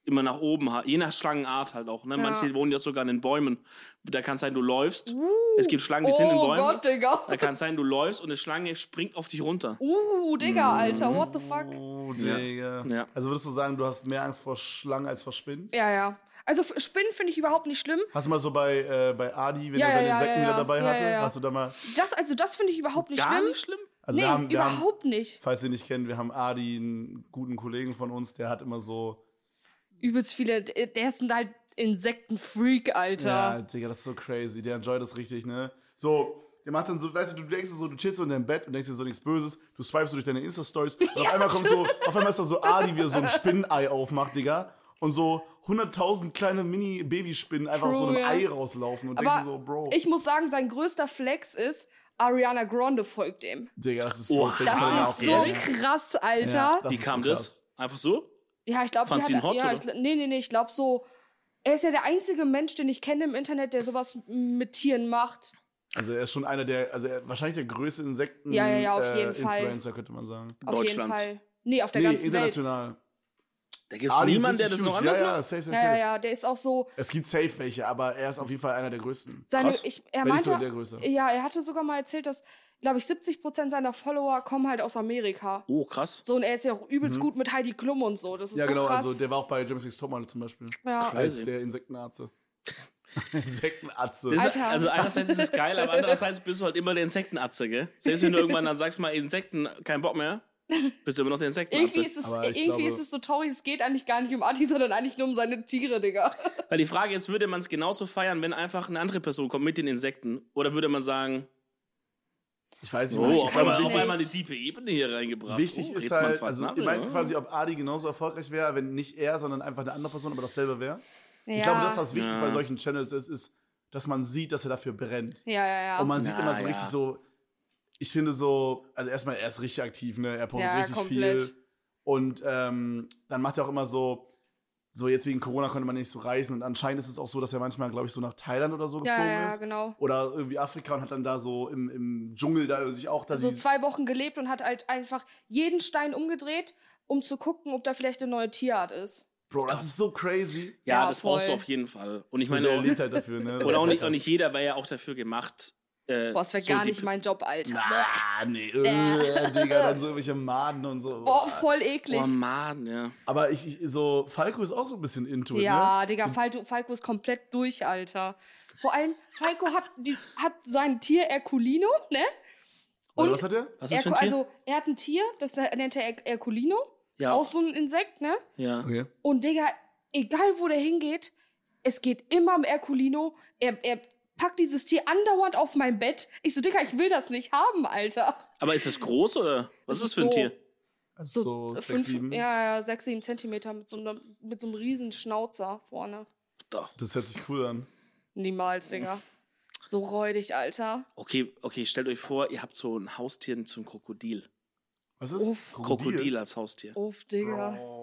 [SPEAKER 2] immer nach oben, ha- je nach Schlangenart halt auch. Ne?
[SPEAKER 3] Ja.
[SPEAKER 2] Manche wohnen jetzt sogar in den Bäumen. Da kann es sein, du läufst. Es gibt Schlangen, die sind in
[SPEAKER 3] Uh. oh
[SPEAKER 2] Bäumen.
[SPEAKER 3] Gott, Digga.
[SPEAKER 2] Da kann es sein, du läufst und eine Schlange springt auf dich runter.
[SPEAKER 3] Uh,
[SPEAKER 2] Mhm.
[SPEAKER 3] Digga, Alter, what the fuck?
[SPEAKER 1] Oh,
[SPEAKER 2] Ja.
[SPEAKER 1] Digga.
[SPEAKER 2] Ja.
[SPEAKER 1] Also würdest du sagen, du hast mehr Angst vor Schlangen als vor Spinnen?
[SPEAKER 3] Ja, ja. Also F- Spinnen finde ich überhaupt nicht schlimm.
[SPEAKER 1] Hast du mal so bei, äh, bei Adi, wenn
[SPEAKER 3] Ja,
[SPEAKER 1] er seine
[SPEAKER 3] ja, ja,
[SPEAKER 1] Insekten
[SPEAKER 3] ja,
[SPEAKER 1] wieder dabei
[SPEAKER 3] ja,
[SPEAKER 1] hatte,
[SPEAKER 3] ja, ja.
[SPEAKER 1] hast du da mal.
[SPEAKER 3] Das, also das finde ich überhaupt nicht
[SPEAKER 2] Gar
[SPEAKER 3] schlimm.
[SPEAKER 2] nicht schlimm?
[SPEAKER 1] Also
[SPEAKER 3] nee,
[SPEAKER 1] wir haben, wir haben,
[SPEAKER 3] überhaupt nicht.
[SPEAKER 1] falls ihr nicht kennt, wir haben Adi, einen guten Kollegen von uns, der hat immer so.
[SPEAKER 3] Übelst viele, d- der ist ein halt Insektenfreak,
[SPEAKER 1] Ja,
[SPEAKER 3] Alter.
[SPEAKER 1] Digga, das ist so crazy. Der enjoyt das richtig, ne? So, der macht dann so, weißt du, du denkst dir so, du chillst so in deinem Bett und denkst dir so nichts Böses, du swipest so durch deine Insta-Stories und auf einmal kommt so, auf einmal ist da so Adi, wie er so ein Spinnenei aufmacht, Digga. Und so 100.000 kleine Mini-Babyspinnen einfach aus so einem
[SPEAKER 3] True, ja.
[SPEAKER 1] Ei rauslaufen und denkst
[SPEAKER 3] Aber
[SPEAKER 1] dir so, Bro,
[SPEAKER 3] ich muss sagen, sein größter Flex ist, Ariana Grande folgt ihm.
[SPEAKER 1] Digga, das ist
[SPEAKER 2] Oh,
[SPEAKER 1] so sexy.
[SPEAKER 3] Das
[SPEAKER 2] Ah,
[SPEAKER 3] ist
[SPEAKER 2] okay.
[SPEAKER 3] so
[SPEAKER 1] ne?
[SPEAKER 2] Ehrlich?
[SPEAKER 3] krass, Alter.
[SPEAKER 1] Das
[SPEAKER 2] Wie
[SPEAKER 1] ist
[SPEAKER 2] kam
[SPEAKER 1] so
[SPEAKER 2] das?
[SPEAKER 1] krass.
[SPEAKER 2] Einfach so?
[SPEAKER 3] Ja, ich glaube,
[SPEAKER 2] Fand sie ihn hot,
[SPEAKER 3] ja,
[SPEAKER 2] oder?
[SPEAKER 3] ich, gl- nee, nee, nee, ich glaube so. Er ist ja der einzige Mensch, den ich kenne im Internet, der sowas m- mit Tieren macht.
[SPEAKER 1] Also er ist schon einer der, also er, wahrscheinlich der größte Insekten
[SPEAKER 3] Ja, ja, ja, auf
[SPEAKER 1] äh,
[SPEAKER 3] jeden Fall.
[SPEAKER 1] Influencer, könnte man sagen.
[SPEAKER 3] Auf
[SPEAKER 2] Deutschland.
[SPEAKER 3] jeden Fall. Nee, auf der
[SPEAKER 1] nee,
[SPEAKER 3] ganzen Welt.
[SPEAKER 1] international.
[SPEAKER 2] Da gibt es
[SPEAKER 1] Adi ist
[SPEAKER 2] niemanden, der das
[SPEAKER 1] richtig
[SPEAKER 2] noch
[SPEAKER 1] huge.
[SPEAKER 2] anders
[SPEAKER 1] ja,
[SPEAKER 2] macht.
[SPEAKER 1] ja, safe, safe,
[SPEAKER 3] Ja,
[SPEAKER 1] safe.
[SPEAKER 3] ja, ja, der ist auch so.
[SPEAKER 1] Es gibt safe welche, aber er ist auf jeden Fall einer der größten.
[SPEAKER 3] Seine,
[SPEAKER 2] Krass.
[SPEAKER 3] ich, er
[SPEAKER 1] Wenn nicht
[SPEAKER 3] meinte,
[SPEAKER 1] sogar der größte.
[SPEAKER 3] ja, er hatte sogar mal erzählt, dass, glaube ich, 70 Prozent seiner Follower kommen halt aus Amerika.
[SPEAKER 2] Oh, krass.
[SPEAKER 3] So, und er ist ja auch
[SPEAKER 2] Mhm.
[SPEAKER 3] übelst gut mit Heidi Klum und so. Das ist
[SPEAKER 1] Ja,
[SPEAKER 3] so
[SPEAKER 1] genau,
[SPEAKER 3] krass.
[SPEAKER 1] also der war auch bei James X Topmodel zum Beispiel.
[SPEAKER 3] ja.
[SPEAKER 2] Crazy.
[SPEAKER 1] Als der Insektenarze. Insektenarze.
[SPEAKER 2] Das ist,
[SPEAKER 3] Alter.
[SPEAKER 2] also einerseits ist es geil, aber andererseits bist du halt immer der Insektenatze, gell? Selbst wenn du irgendwann dann sagst mal Insekten, kein Bock mehr, bist du immer noch der Insektenatze.
[SPEAKER 3] Irgendwie, ist es,
[SPEAKER 1] Aber ich
[SPEAKER 3] irgendwie
[SPEAKER 1] glaube-
[SPEAKER 3] ist es so traurig, es geht eigentlich gar nicht um Adi, sondern eigentlich nur um seine Tiere, Digga.
[SPEAKER 2] Weil die Frage ist, würde man es genauso feiern, wenn einfach eine andere Person kommt mit den Insekten? Oder würde man sagen,
[SPEAKER 1] ich weiß nicht,
[SPEAKER 2] oh,
[SPEAKER 1] ich
[SPEAKER 2] auf,
[SPEAKER 1] glaube,
[SPEAKER 2] einmal, auf
[SPEAKER 1] wichtig,
[SPEAKER 2] einmal eine tiefe Ebene hier reingebracht?
[SPEAKER 1] wichtig
[SPEAKER 2] oh,
[SPEAKER 1] ist
[SPEAKER 2] jetzt mal ne?
[SPEAKER 1] halt,
[SPEAKER 2] fragt
[SPEAKER 1] also
[SPEAKER 2] nach,
[SPEAKER 1] ich meine
[SPEAKER 2] ja.
[SPEAKER 1] quasi, ob Adi genauso erfolgreich wäre, wenn nicht er, sondern einfach eine andere Person, aber dasselbe wäre.
[SPEAKER 3] Ja.
[SPEAKER 1] Ich glaube, das, was wichtig
[SPEAKER 2] Ja.
[SPEAKER 1] bei solchen Channels ist, ist, dass man sieht, dass er dafür brennt.
[SPEAKER 3] ja, ja, ja.
[SPEAKER 1] Und man sieht
[SPEAKER 2] Na,
[SPEAKER 1] immer so
[SPEAKER 2] ja.
[SPEAKER 1] richtig so, ich finde so, also erstmal, er ist richtig aktiv, ne? Er postet
[SPEAKER 3] Ja,
[SPEAKER 1] richtig
[SPEAKER 3] komplett.
[SPEAKER 1] viel. Und ähm, dann macht er auch immer so, so jetzt wegen Corona konnte man nicht so reisen und anscheinend ist es auch so, dass er manchmal, glaube ich, so nach Thailand oder so
[SPEAKER 3] Ja,
[SPEAKER 1] geflogen
[SPEAKER 3] ja, ja,
[SPEAKER 1] ist.
[SPEAKER 3] genau.
[SPEAKER 1] Oder irgendwie Afrika und hat dann da so im, im Dschungel da sich auch da
[SPEAKER 3] So
[SPEAKER 1] die-
[SPEAKER 3] zwei Wochen gelebt und hat halt einfach jeden Stein umgedreht, um zu gucken, ob da vielleicht eine neue Tierart ist.
[SPEAKER 1] Bro, das
[SPEAKER 2] Krass.
[SPEAKER 1] ist so crazy.
[SPEAKER 2] Ja,
[SPEAKER 3] Ja,
[SPEAKER 2] das brauchst du
[SPEAKER 3] voll.
[SPEAKER 2] auf jeden Fall. Und ich
[SPEAKER 1] so,
[SPEAKER 2] meine,
[SPEAKER 1] der
[SPEAKER 2] auch,
[SPEAKER 1] lebt halt dafür, ne?
[SPEAKER 2] und auch, nicht, auch nicht jeder war ja auch dafür gemacht. Äh,
[SPEAKER 3] Boah, das wäre
[SPEAKER 2] so
[SPEAKER 3] gar
[SPEAKER 2] die-
[SPEAKER 3] nicht mein Job, Alter.
[SPEAKER 1] Na, nee, äh, Digga, dann so irgendwelche Maden und so.
[SPEAKER 3] Boah, voll eklig.
[SPEAKER 2] Boah, Oh Mann, ja.
[SPEAKER 1] Aber ich, ich, so, Falco ist auch so ein bisschen into it,
[SPEAKER 3] ja,
[SPEAKER 1] ne?
[SPEAKER 3] Digga,
[SPEAKER 1] so,
[SPEAKER 3] Falco, Falco ist komplett durch, Alter. Vor allem, Falco hat, die, hat sein Tier Erculino, ne?
[SPEAKER 1] Warte,
[SPEAKER 3] und-
[SPEAKER 1] was hat er?
[SPEAKER 2] Was ist das für ein
[SPEAKER 3] Ercu-
[SPEAKER 2] Tier?
[SPEAKER 3] Also, er hat ein Tier, das nennt er Er- Erculino.
[SPEAKER 2] ja,
[SPEAKER 3] Ist auch so ein Insekt, ne?
[SPEAKER 2] ja.
[SPEAKER 1] Okay.
[SPEAKER 3] Und Digga, egal wo der hingeht, es geht immer um Erculino. Er, er packt dieses Tier andauernd auf mein Bett. Ich so, Digga, ich will das nicht haben, Alter.
[SPEAKER 2] Aber ist das groß oder was ist das für ein
[SPEAKER 3] so-
[SPEAKER 2] Tier?
[SPEAKER 1] Also so, sechs,
[SPEAKER 3] fünf,
[SPEAKER 1] sieben.
[SPEAKER 3] ja, ja, sechs, sieben Zentimeter mit so, einer, mit so einem riesen Schnauzer vorne.
[SPEAKER 2] Doch.
[SPEAKER 1] Das hört sich cool an.
[SPEAKER 3] Niemals, Digga. So räudig, Alter.
[SPEAKER 2] Okay, okay, stellt euch vor, ihr habt so ein Haustier zum Krokodil.
[SPEAKER 1] Was ist? Oh.
[SPEAKER 3] Uff.
[SPEAKER 2] Krokodil als Haustier.
[SPEAKER 3] Uff, Digga.
[SPEAKER 1] Bro.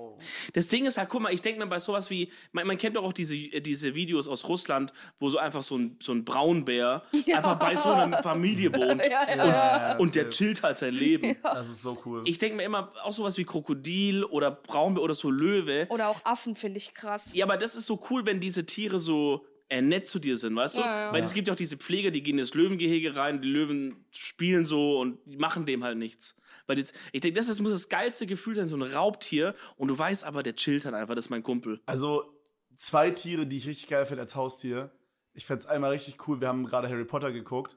[SPEAKER 2] Das Ding ist halt, guck mal, ich denke mir bei sowas wie, man, man kennt doch auch diese, äh, diese Videos aus Russland, wo so einfach so ein, so ein Braunbär
[SPEAKER 3] Ja.
[SPEAKER 2] einfach bei so einer Familie wohnt
[SPEAKER 3] ja, ja, ja.
[SPEAKER 1] Ja,
[SPEAKER 2] und der
[SPEAKER 1] safe.
[SPEAKER 2] chillt halt sein Leben.
[SPEAKER 1] Das ist so cool.
[SPEAKER 2] Ich denke mir immer auch sowas wie Krokodil oder Braunbär oder so Löwe.
[SPEAKER 3] Oder auch Affen finde ich krass.
[SPEAKER 2] Ja, aber das ist so cool, wenn diese Tiere so äh, nett zu dir sind, weißt du?
[SPEAKER 3] Ja, ja.
[SPEAKER 2] Weil es gibt ja auch diese Pfleger, die gehen ins Löwengehege rein, die Löwen spielen so und die machen dem halt nichts. Weil jetzt, ich denke, das ist, muss das geilste Gefühl sein, so ein Raubtier und du weißt aber, der chillt halt einfach, das ist mein Kumpel.
[SPEAKER 1] Also, zwei Tiere, die ich richtig geil finde als Haustier. Ich fände es einmal richtig cool. Wir haben gerade Harry Potter geguckt,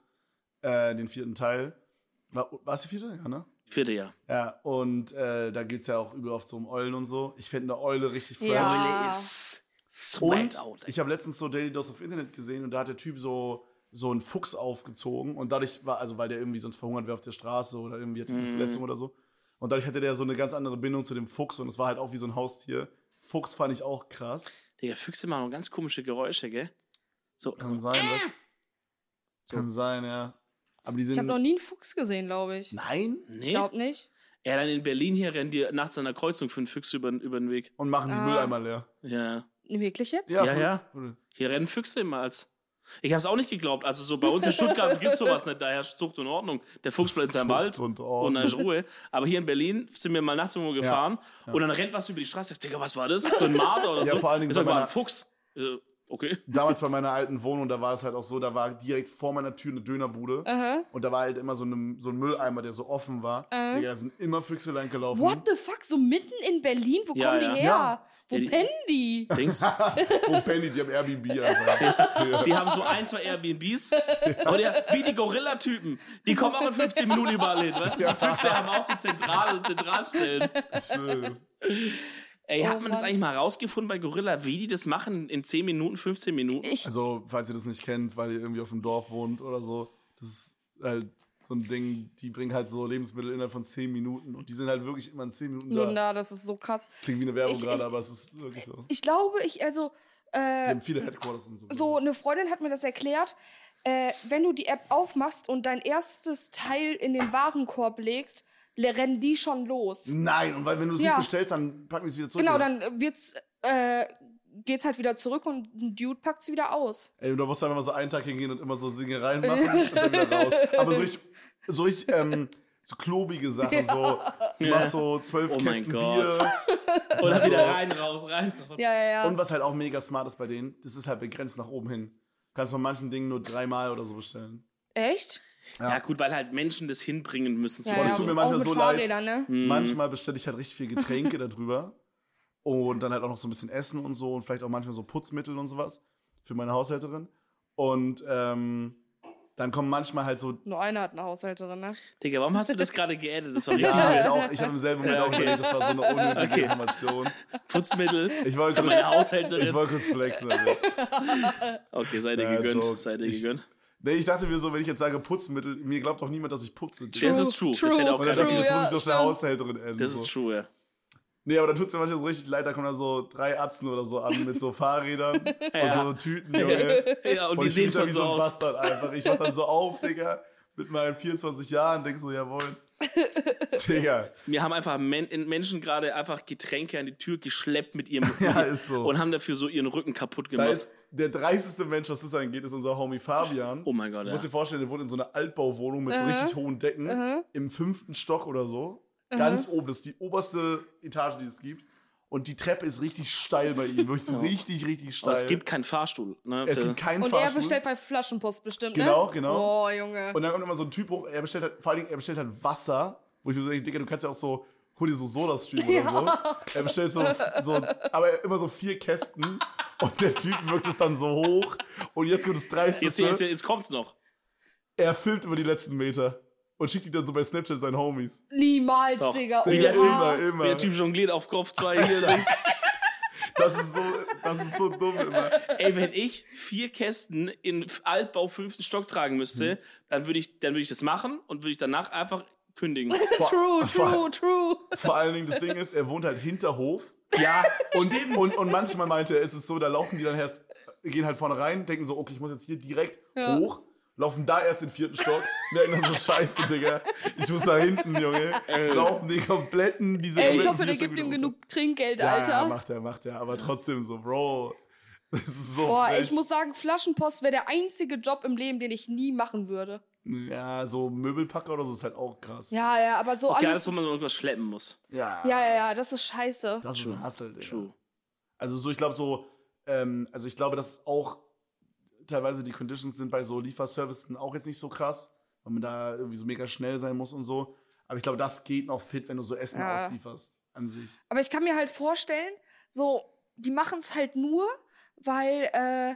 [SPEAKER 1] äh, den vierten Teil. War es der vierte? Ja, ne?
[SPEAKER 2] Vierte Jahr.
[SPEAKER 1] Ja, und äh, da geht es ja auch übel oft so um Eulen und so. Ich fände eine Eule richtig fresh.
[SPEAKER 3] Ja.
[SPEAKER 2] Eule ist smacked
[SPEAKER 1] Und
[SPEAKER 2] out. ey.
[SPEAKER 1] ich habe letztens so Daily Dose auf Internet gesehen und da hat der Typ so, so einen Fuchs aufgezogen und dadurch war, also weil der irgendwie sonst verhungert wäre auf der Straße oder irgendwie hatte eine
[SPEAKER 2] Mhm.
[SPEAKER 1] Verletzung oder so. Und dadurch hatte der so eine ganz andere Bindung zu dem Fuchs und es war halt auch wie so ein Haustier. Fuchs fand ich auch krass.
[SPEAKER 2] Digga, Füchse machen auch ganz komische Geräusche, gell? So,
[SPEAKER 1] Kann sein, was?
[SPEAKER 2] Äh, So.
[SPEAKER 1] Kann sein, ja. Aber die sind.
[SPEAKER 3] Ich habe noch nie einen Fuchs gesehen, glaube ich.
[SPEAKER 1] Nein?
[SPEAKER 3] Ich
[SPEAKER 2] nee.
[SPEAKER 3] glaube nicht.
[SPEAKER 2] Ja, dann in Berlin hier rennen die nachts an der Kreuzung fünf Füchse über, über den Weg.
[SPEAKER 1] Und machen die
[SPEAKER 3] Ah.
[SPEAKER 1] Mülleimer leer.
[SPEAKER 2] Ja.
[SPEAKER 3] Wirklich jetzt?
[SPEAKER 2] Ja,
[SPEAKER 1] voll-
[SPEAKER 2] ja.
[SPEAKER 1] voll-
[SPEAKER 2] Hier rennen Füchse immer als. Ich habe es auch nicht geglaubt. Also so bei uns in Stuttgart gibt sowas nicht. Da herrscht Zucht und Ordnung. Der Fuchs bleibt in seinem Wald
[SPEAKER 1] Und,
[SPEAKER 2] und
[SPEAKER 1] und,
[SPEAKER 2] dann ist Ruhe. Aber hier in Berlin sind wir mal nachts irgendwo gefahren
[SPEAKER 1] ja.
[SPEAKER 2] und dann rennt was über die Straße. Ich denke, was war das? So ein Marder oder
[SPEAKER 1] Ja,
[SPEAKER 2] so.
[SPEAKER 1] vor allen Dingen
[SPEAKER 2] ich sag,
[SPEAKER 1] bei
[SPEAKER 2] war also ein
[SPEAKER 1] meiner-
[SPEAKER 2] Fuchs. Äh, okay.
[SPEAKER 1] Damals bei meiner alten Wohnung, da war es halt auch so, da war direkt vor meiner Tür eine Dönerbude.
[SPEAKER 3] Aha.
[SPEAKER 1] Und da war halt immer so, ne, so ein Mülleimer, der so offen war.
[SPEAKER 3] Äh.
[SPEAKER 1] Digga, da sind immer Füchse lang gelaufen.
[SPEAKER 3] What the fuck? So mitten in Berlin? Wo
[SPEAKER 2] Ja,
[SPEAKER 3] kommen
[SPEAKER 2] ja.
[SPEAKER 3] die her?
[SPEAKER 1] Ja.
[SPEAKER 3] Wo
[SPEAKER 2] Ja, die-
[SPEAKER 3] pennen die?
[SPEAKER 2] Dings.
[SPEAKER 1] Und Penny, die haben Airbnb einfach. Ja.
[SPEAKER 2] Die haben so ein, zwei Airbnbs. Aber die, wie die Gorilla-Typen. Die kommen auch in 15 Minuten überall hin. Weißt du, die Füchse haben auch so Zentral- und Zentralstellen.
[SPEAKER 1] Schön.
[SPEAKER 2] Ey,
[SPEAKER 3] Oh,
[SPEAKER 2] hat man das
[SPEAKER 3] Mann.
[SPEAKER 2] eigentlich mal rausgefunden bei Gorilla, wie die das machen in 10 Minuten, 15 Minuten?
[SPEAKER 3] Ich,
[SPEAKER 1] Also, falls ihr das nicht kennt, weil ihr irgendwie auf dem Dorf wohnt oder so, das ist halt so ein Ding, die bringen halt so Lebensmittel innerhalb von 10 Minuten und die sind halt wirklich immer in 10 Minuten da.
[SPEAKER 3] Lunda, das ist so krass.
[SPEAKER 1] Klingt wie eine Werbung
[SPEAKER 3] Ich- ich- Äh,
[SPEAKER 1] gerade, aber es ist wirklich so.
[SPEAKER 3] Ich glaube, ich, also,
[SPEAKER 1] Die
[SPEAKER 3] äh,
[SPEAKER 1] haben viele Headquarters und so.
[SPEAKER 3] so eine Freundin hat mir das erklärt. Äh, wenn du die App aufmachst und dein erstes Teil in den Warenkorb legst, le- rennen die schon los.
[SPEAKER 1] Nein, und weil wenn du es
[SPEAKER 3] Ja.
[SPEAKER 1] nicht bestellst, dann packen die es wieder zurück.
[SPEAKER 3] Genau, dann äh, wird's, äh, geht's halt wieder zurück und ein Dude packt's wieder aus.
[SPEAKER 1] Ey, da musst du einfach mal so einen Tag hingehen und immer so Singereien machen und dann wieder raus. Aber so ich, so ich, ähm, so klobige Sachen, so, du machst so zwölf
[SPEAKER 2] Oh mein
[SPEAKER 1] Kästen
[SPEAKER 2] Gott.
[SPEAKER 1] Bier.
[SPEAKER 2] Oder wieder rein, raus, rein, raus.
[SPEAKER 3] Ja, ja, ja.
[SPEAKER 1] Und was halt auch mega smart ist bei denen, das ist halt begrenzt nach oben hin. Kannst bei manchen Dingen nur dreimal oder so bestellen.
[SPEAKER 3] Echt?
[SPEAKER 2] Ja. gut, weil halt Menschen das hinbringen müssen. Zum
[SPEAKER 1] ja.
[SPEAKER 2] Beispiel.
[SPEAKER 1] tut mir manchmal
[SPEAKER 3] auch mit
[SPEAKER 1] so leid.
[SPEAKER 3] Fahrrädern, ne?
[SPEAKER 2] Mhm.
[SPEAKER 1] Manchmal bestelle ich halt richtig viel Getränke darüber. Und dann halt auch noch so ein bisschen Essen und so und vielleicht auch manchmal so Putzmittel und sowas für meine Haushälterin. Und ähm, dann kommen manchmal halt so.
[SPEAKER 3] Nur einer hat eine Haushälterin, ne?
[SPEAKER 2] Digga, warum hast du das gerade geaddet? Das war richtig.
[SPEAKER 1] Ja, ich auch. Ich habe im selben Moment
[SPEAKER 2] Ja,
[SPEAKER 1] auch
[SPEAKER 2] okay.
[SPEAKER 1] gedacht, das war so eine unnötige
[SPEAKER 2] Okay.
[SPEAKER 1] Information.
[SPEAKER 2] Putzmittel.
[SPEAKER 1] Ich wollte,
[SPEAKER 2] Meine
[SPEAKER 1] ich
[SPEAKER 2] Haushälterin.
[SPEAKER 1] wollte kurz flexen. Also.
[SPEAKER 2] Okay, seid ihr
[SPEAKER 1] Ja,
[SPEAKER 2] gegönnt.
[SPEAKER 1] Joke.
[SPEAKER 2] Seid ihr
[SPEAKER 1] Ich-
[SPEAKER 2] gegönnt.
[SPEAKER 1] Nee, ich dachte mir so, wenn ich jetzt sage Putzmittel, mir glaubt doch niemand, dass ich putze. Digga.
[SPEAKER 2] Das ist true. Das
[SPEAKER 3] true,
[SPEAKER 2] hätte auch
[SPEAKER 1] Und dann
[SPEAKER 2] keiner
[SPEAKER 1] dachte ich,
[SPEAKER 2] gedacht.
[SPEAKER 1] jetzt muss ich
[SPEAKER 3] ja,
[SPEAKER 1] doch schnell
[SPEAKER 3] stimmt.
[SPEAKER 1] Haushälterin werden.
[SPEAKER 2] Das
[SPEAKER 1] so.
[SPEAKER 2] ist true, ja.
[SPEAKER 1] Nee, aber dann tut's mir manchmal so richtig leid, da kommen dann so drei Atzen oder so an mit so Fahrrädern und so Tüten, Junge.
[SPEAKER 2] Ja, und,
[SPEAKER 1] Und
[SPEAKER 2] die
[SPEAKER 1] ich
[SPEAKER 2] sehen
[SPEAKER 1] fühl mich da wie
[SPEAKER 2] schon so
[SPEAKER 1] so ein
[SPEAKER 2] aus.
[SPEAKER 1] Bastard einfach. Ich mach dann so auf, Digga. mit meinen 24 Jahren denkst du, jawohl. Digga.
[SPEAKER 2] Mir haben einfach Men Menschen gerade einfach Getränke an die Tür geschleppt mit ihrem
[SPEAKER 1] Ja, ist so.
[SPEAKER 2] und haben dafür so ihren Rücken kaputt
[SPEAKER 1] Da
[SPEAKER 2] gemacht.
[SPEAKER 1] ist der dreisteste Mensch, was das angeht, ist unser Homie Fabian.
[SPEAKER 2] oh mein Gott,
[SPEAKER 1] Du Also
[SPEAKER 2] ja.
[SPEAKER 1] musst dir vorstellen, der wohnt in so einer Altbauwohnung mit so
[SPEAKER 3] Aha.
[SPEAKER 1] richtig hohen Decken
[SPEAKER 3] Aha.
[SPEAKER 1] im fünften Stock oder so.
[SPEAKER 3] Aha.
[SPEAKER 1] Ganz oben, das ist die oberste Etage, die es gibt. Und die Treppe ist richtig steil bei ihm, wirklich so
[SPEAKER 2] Ja.
[SPEAKER 1] richtig, richtig steil.
[SPEAKER 2] Aber es gibt keinen Fahrstuhl. Ne?
[SPEAKER 1] es
[SPEAKER 2] Da-
[SPEAKER 1] gibt keinen
[SPEAKER 3] Und er
[SPEAKER 1] Fahrstuhl.
[SPEAKER 3] bestellt bei Flaschenpost bestimmt,
[SPEAKER 1] Genau,
[SPEAKER 3] ne?
[SPEAKER 1] genau.
[SPEAKER 3] Boah, Junge.
[SPEAKER 1] und dann kommt immer so ein Typ hoch, er bestellt halt, vor allen Dingen, er bestellt halt Wasser, wo ich mir so denke, Digga, du kannst ja auch so, hol dir so Soda-Stream oder so. Er bestellt so, so, aber immer so vier Kästen und der Typ wirkt es dann so hoch und jetzt wird es
[SPEAKER 2] jetzt,
[SPEAKER 1] 30.
[SPEAKER 2] jetzt, jetzt kommt's noch.
[SPEAKER 1] Er filmt über die letzten Meter und schickt die dann so bei Snapchat seinen Homies.
[SPEAKER 3] Niemals,
[SPEAKER 2] Doch.
[SPEAKER 3] Digga. Oh,
[SPEAKER 2] Digga,
[SPEAKER 3] Oha.
[SPEAKER 1] immer,
[SPEAKER 2] Wie der
[SPEAKER 1] immer.
[SPEAKER 2] Typ jongliert auf Kopf 2 hier.
[SPEAKER 1] Alter. Das ist so, das ist so dumm immer.
[SPEAKER 2] Ey, wenn ich vier Kästen in F- Altbau fünften Stock tragen
[SPEAKER 1] Mhm.
[SPEAKER 2] müsste, dann würde ich, dann würde ich das machen und würde ich danach einfach kündigen.
[SPEAKER 1] Vor-
[SPEAKER 3] True,
[SPEAKER 1] vor-
[SPEAKER 3] true, true.
[SPEAKER 1] Vor allen Dingen, das Ding ist, er wohnt halt hinter Hof.
[SPEAKER 2] Ja,
[SPEAKER 1] Und,
[SPEAKER 2] stimmt.
[SPEAKER 1] und, und manchmal meinte er, es ist so, da laufen die dann erst, gehen halt vorne rein, denken so, okay, ich muss jetzt hier direkt
[SPEAKER 3] Ja.
[SPEAKER 1] hoch, laufen da erst in den vierten Stock, merken dann so, scheiße, Digga, ich muss da hinten, Junge. Laufen die kompletten, diese
[SPEAKER 3] Ey, ich
[SPEAKER 1] kompletten
[SPEAKER 3] hoffe, der
[SPEAKER 1] vier
[SPEAKER 3] gibt
[SPEAKER 1] Stück
[SPEAKER 3] ihm
[SPEAKER 1] wieder hoch.
[SPEAKER 3] genug Trinkgeld,
[SPEAKER 1] ja,
[SPEAKER 3] Alter.
[SPEAKER 1] Ja, macht er, macht er, aber trotzdem so, Bro, das ist so
[SPEAKER 3] Boah,
[SPEAKER 1] frech.
[SPEAKER 3] ich muss sagen, Flaschenpost wäre der einzige Job im Leben, den ich nie machen würde.
[SPEAKER 1] Ja, so Möbelpacker oder so ist halt auch krass.
[SPEAKER 3] Ja, ja, aber so
[SPEAKER 2] Okay,
[SPEAKER 1] also
[SPEAKER 2] alles,
[SPEAKER 3] alles.
[SPEAKER 2] wo man irgendwas schleppen muss.
[SPEAKER 1] ja,
[SPEAKER 3] Ja, ja, ja, das ist scheiße.
[SPEAKER 1] Das ist
[SPEAKER 2] True.
[SPEAKER 1] ein Hassel, Digga.
[SPEAKER 2] True.
[SPEAKER 1] Also so, ich glaube so, ähm, also ich glaube, dass auch teilweise die Conditions sind bei so Lieferservicen auch jetzt nicht so krass, weil man da irgendwie so mega schnell sein muss und so. Aber ich glaube, das geht noch fit, wenn du so Essen
[SPEAKER 3] Ja.
[SPEAKER 1] auslieferst an sich.
[SPEAKER 3] Aber ich kann mir halt vorstellen, so, die machen es halt nur, weil, äh,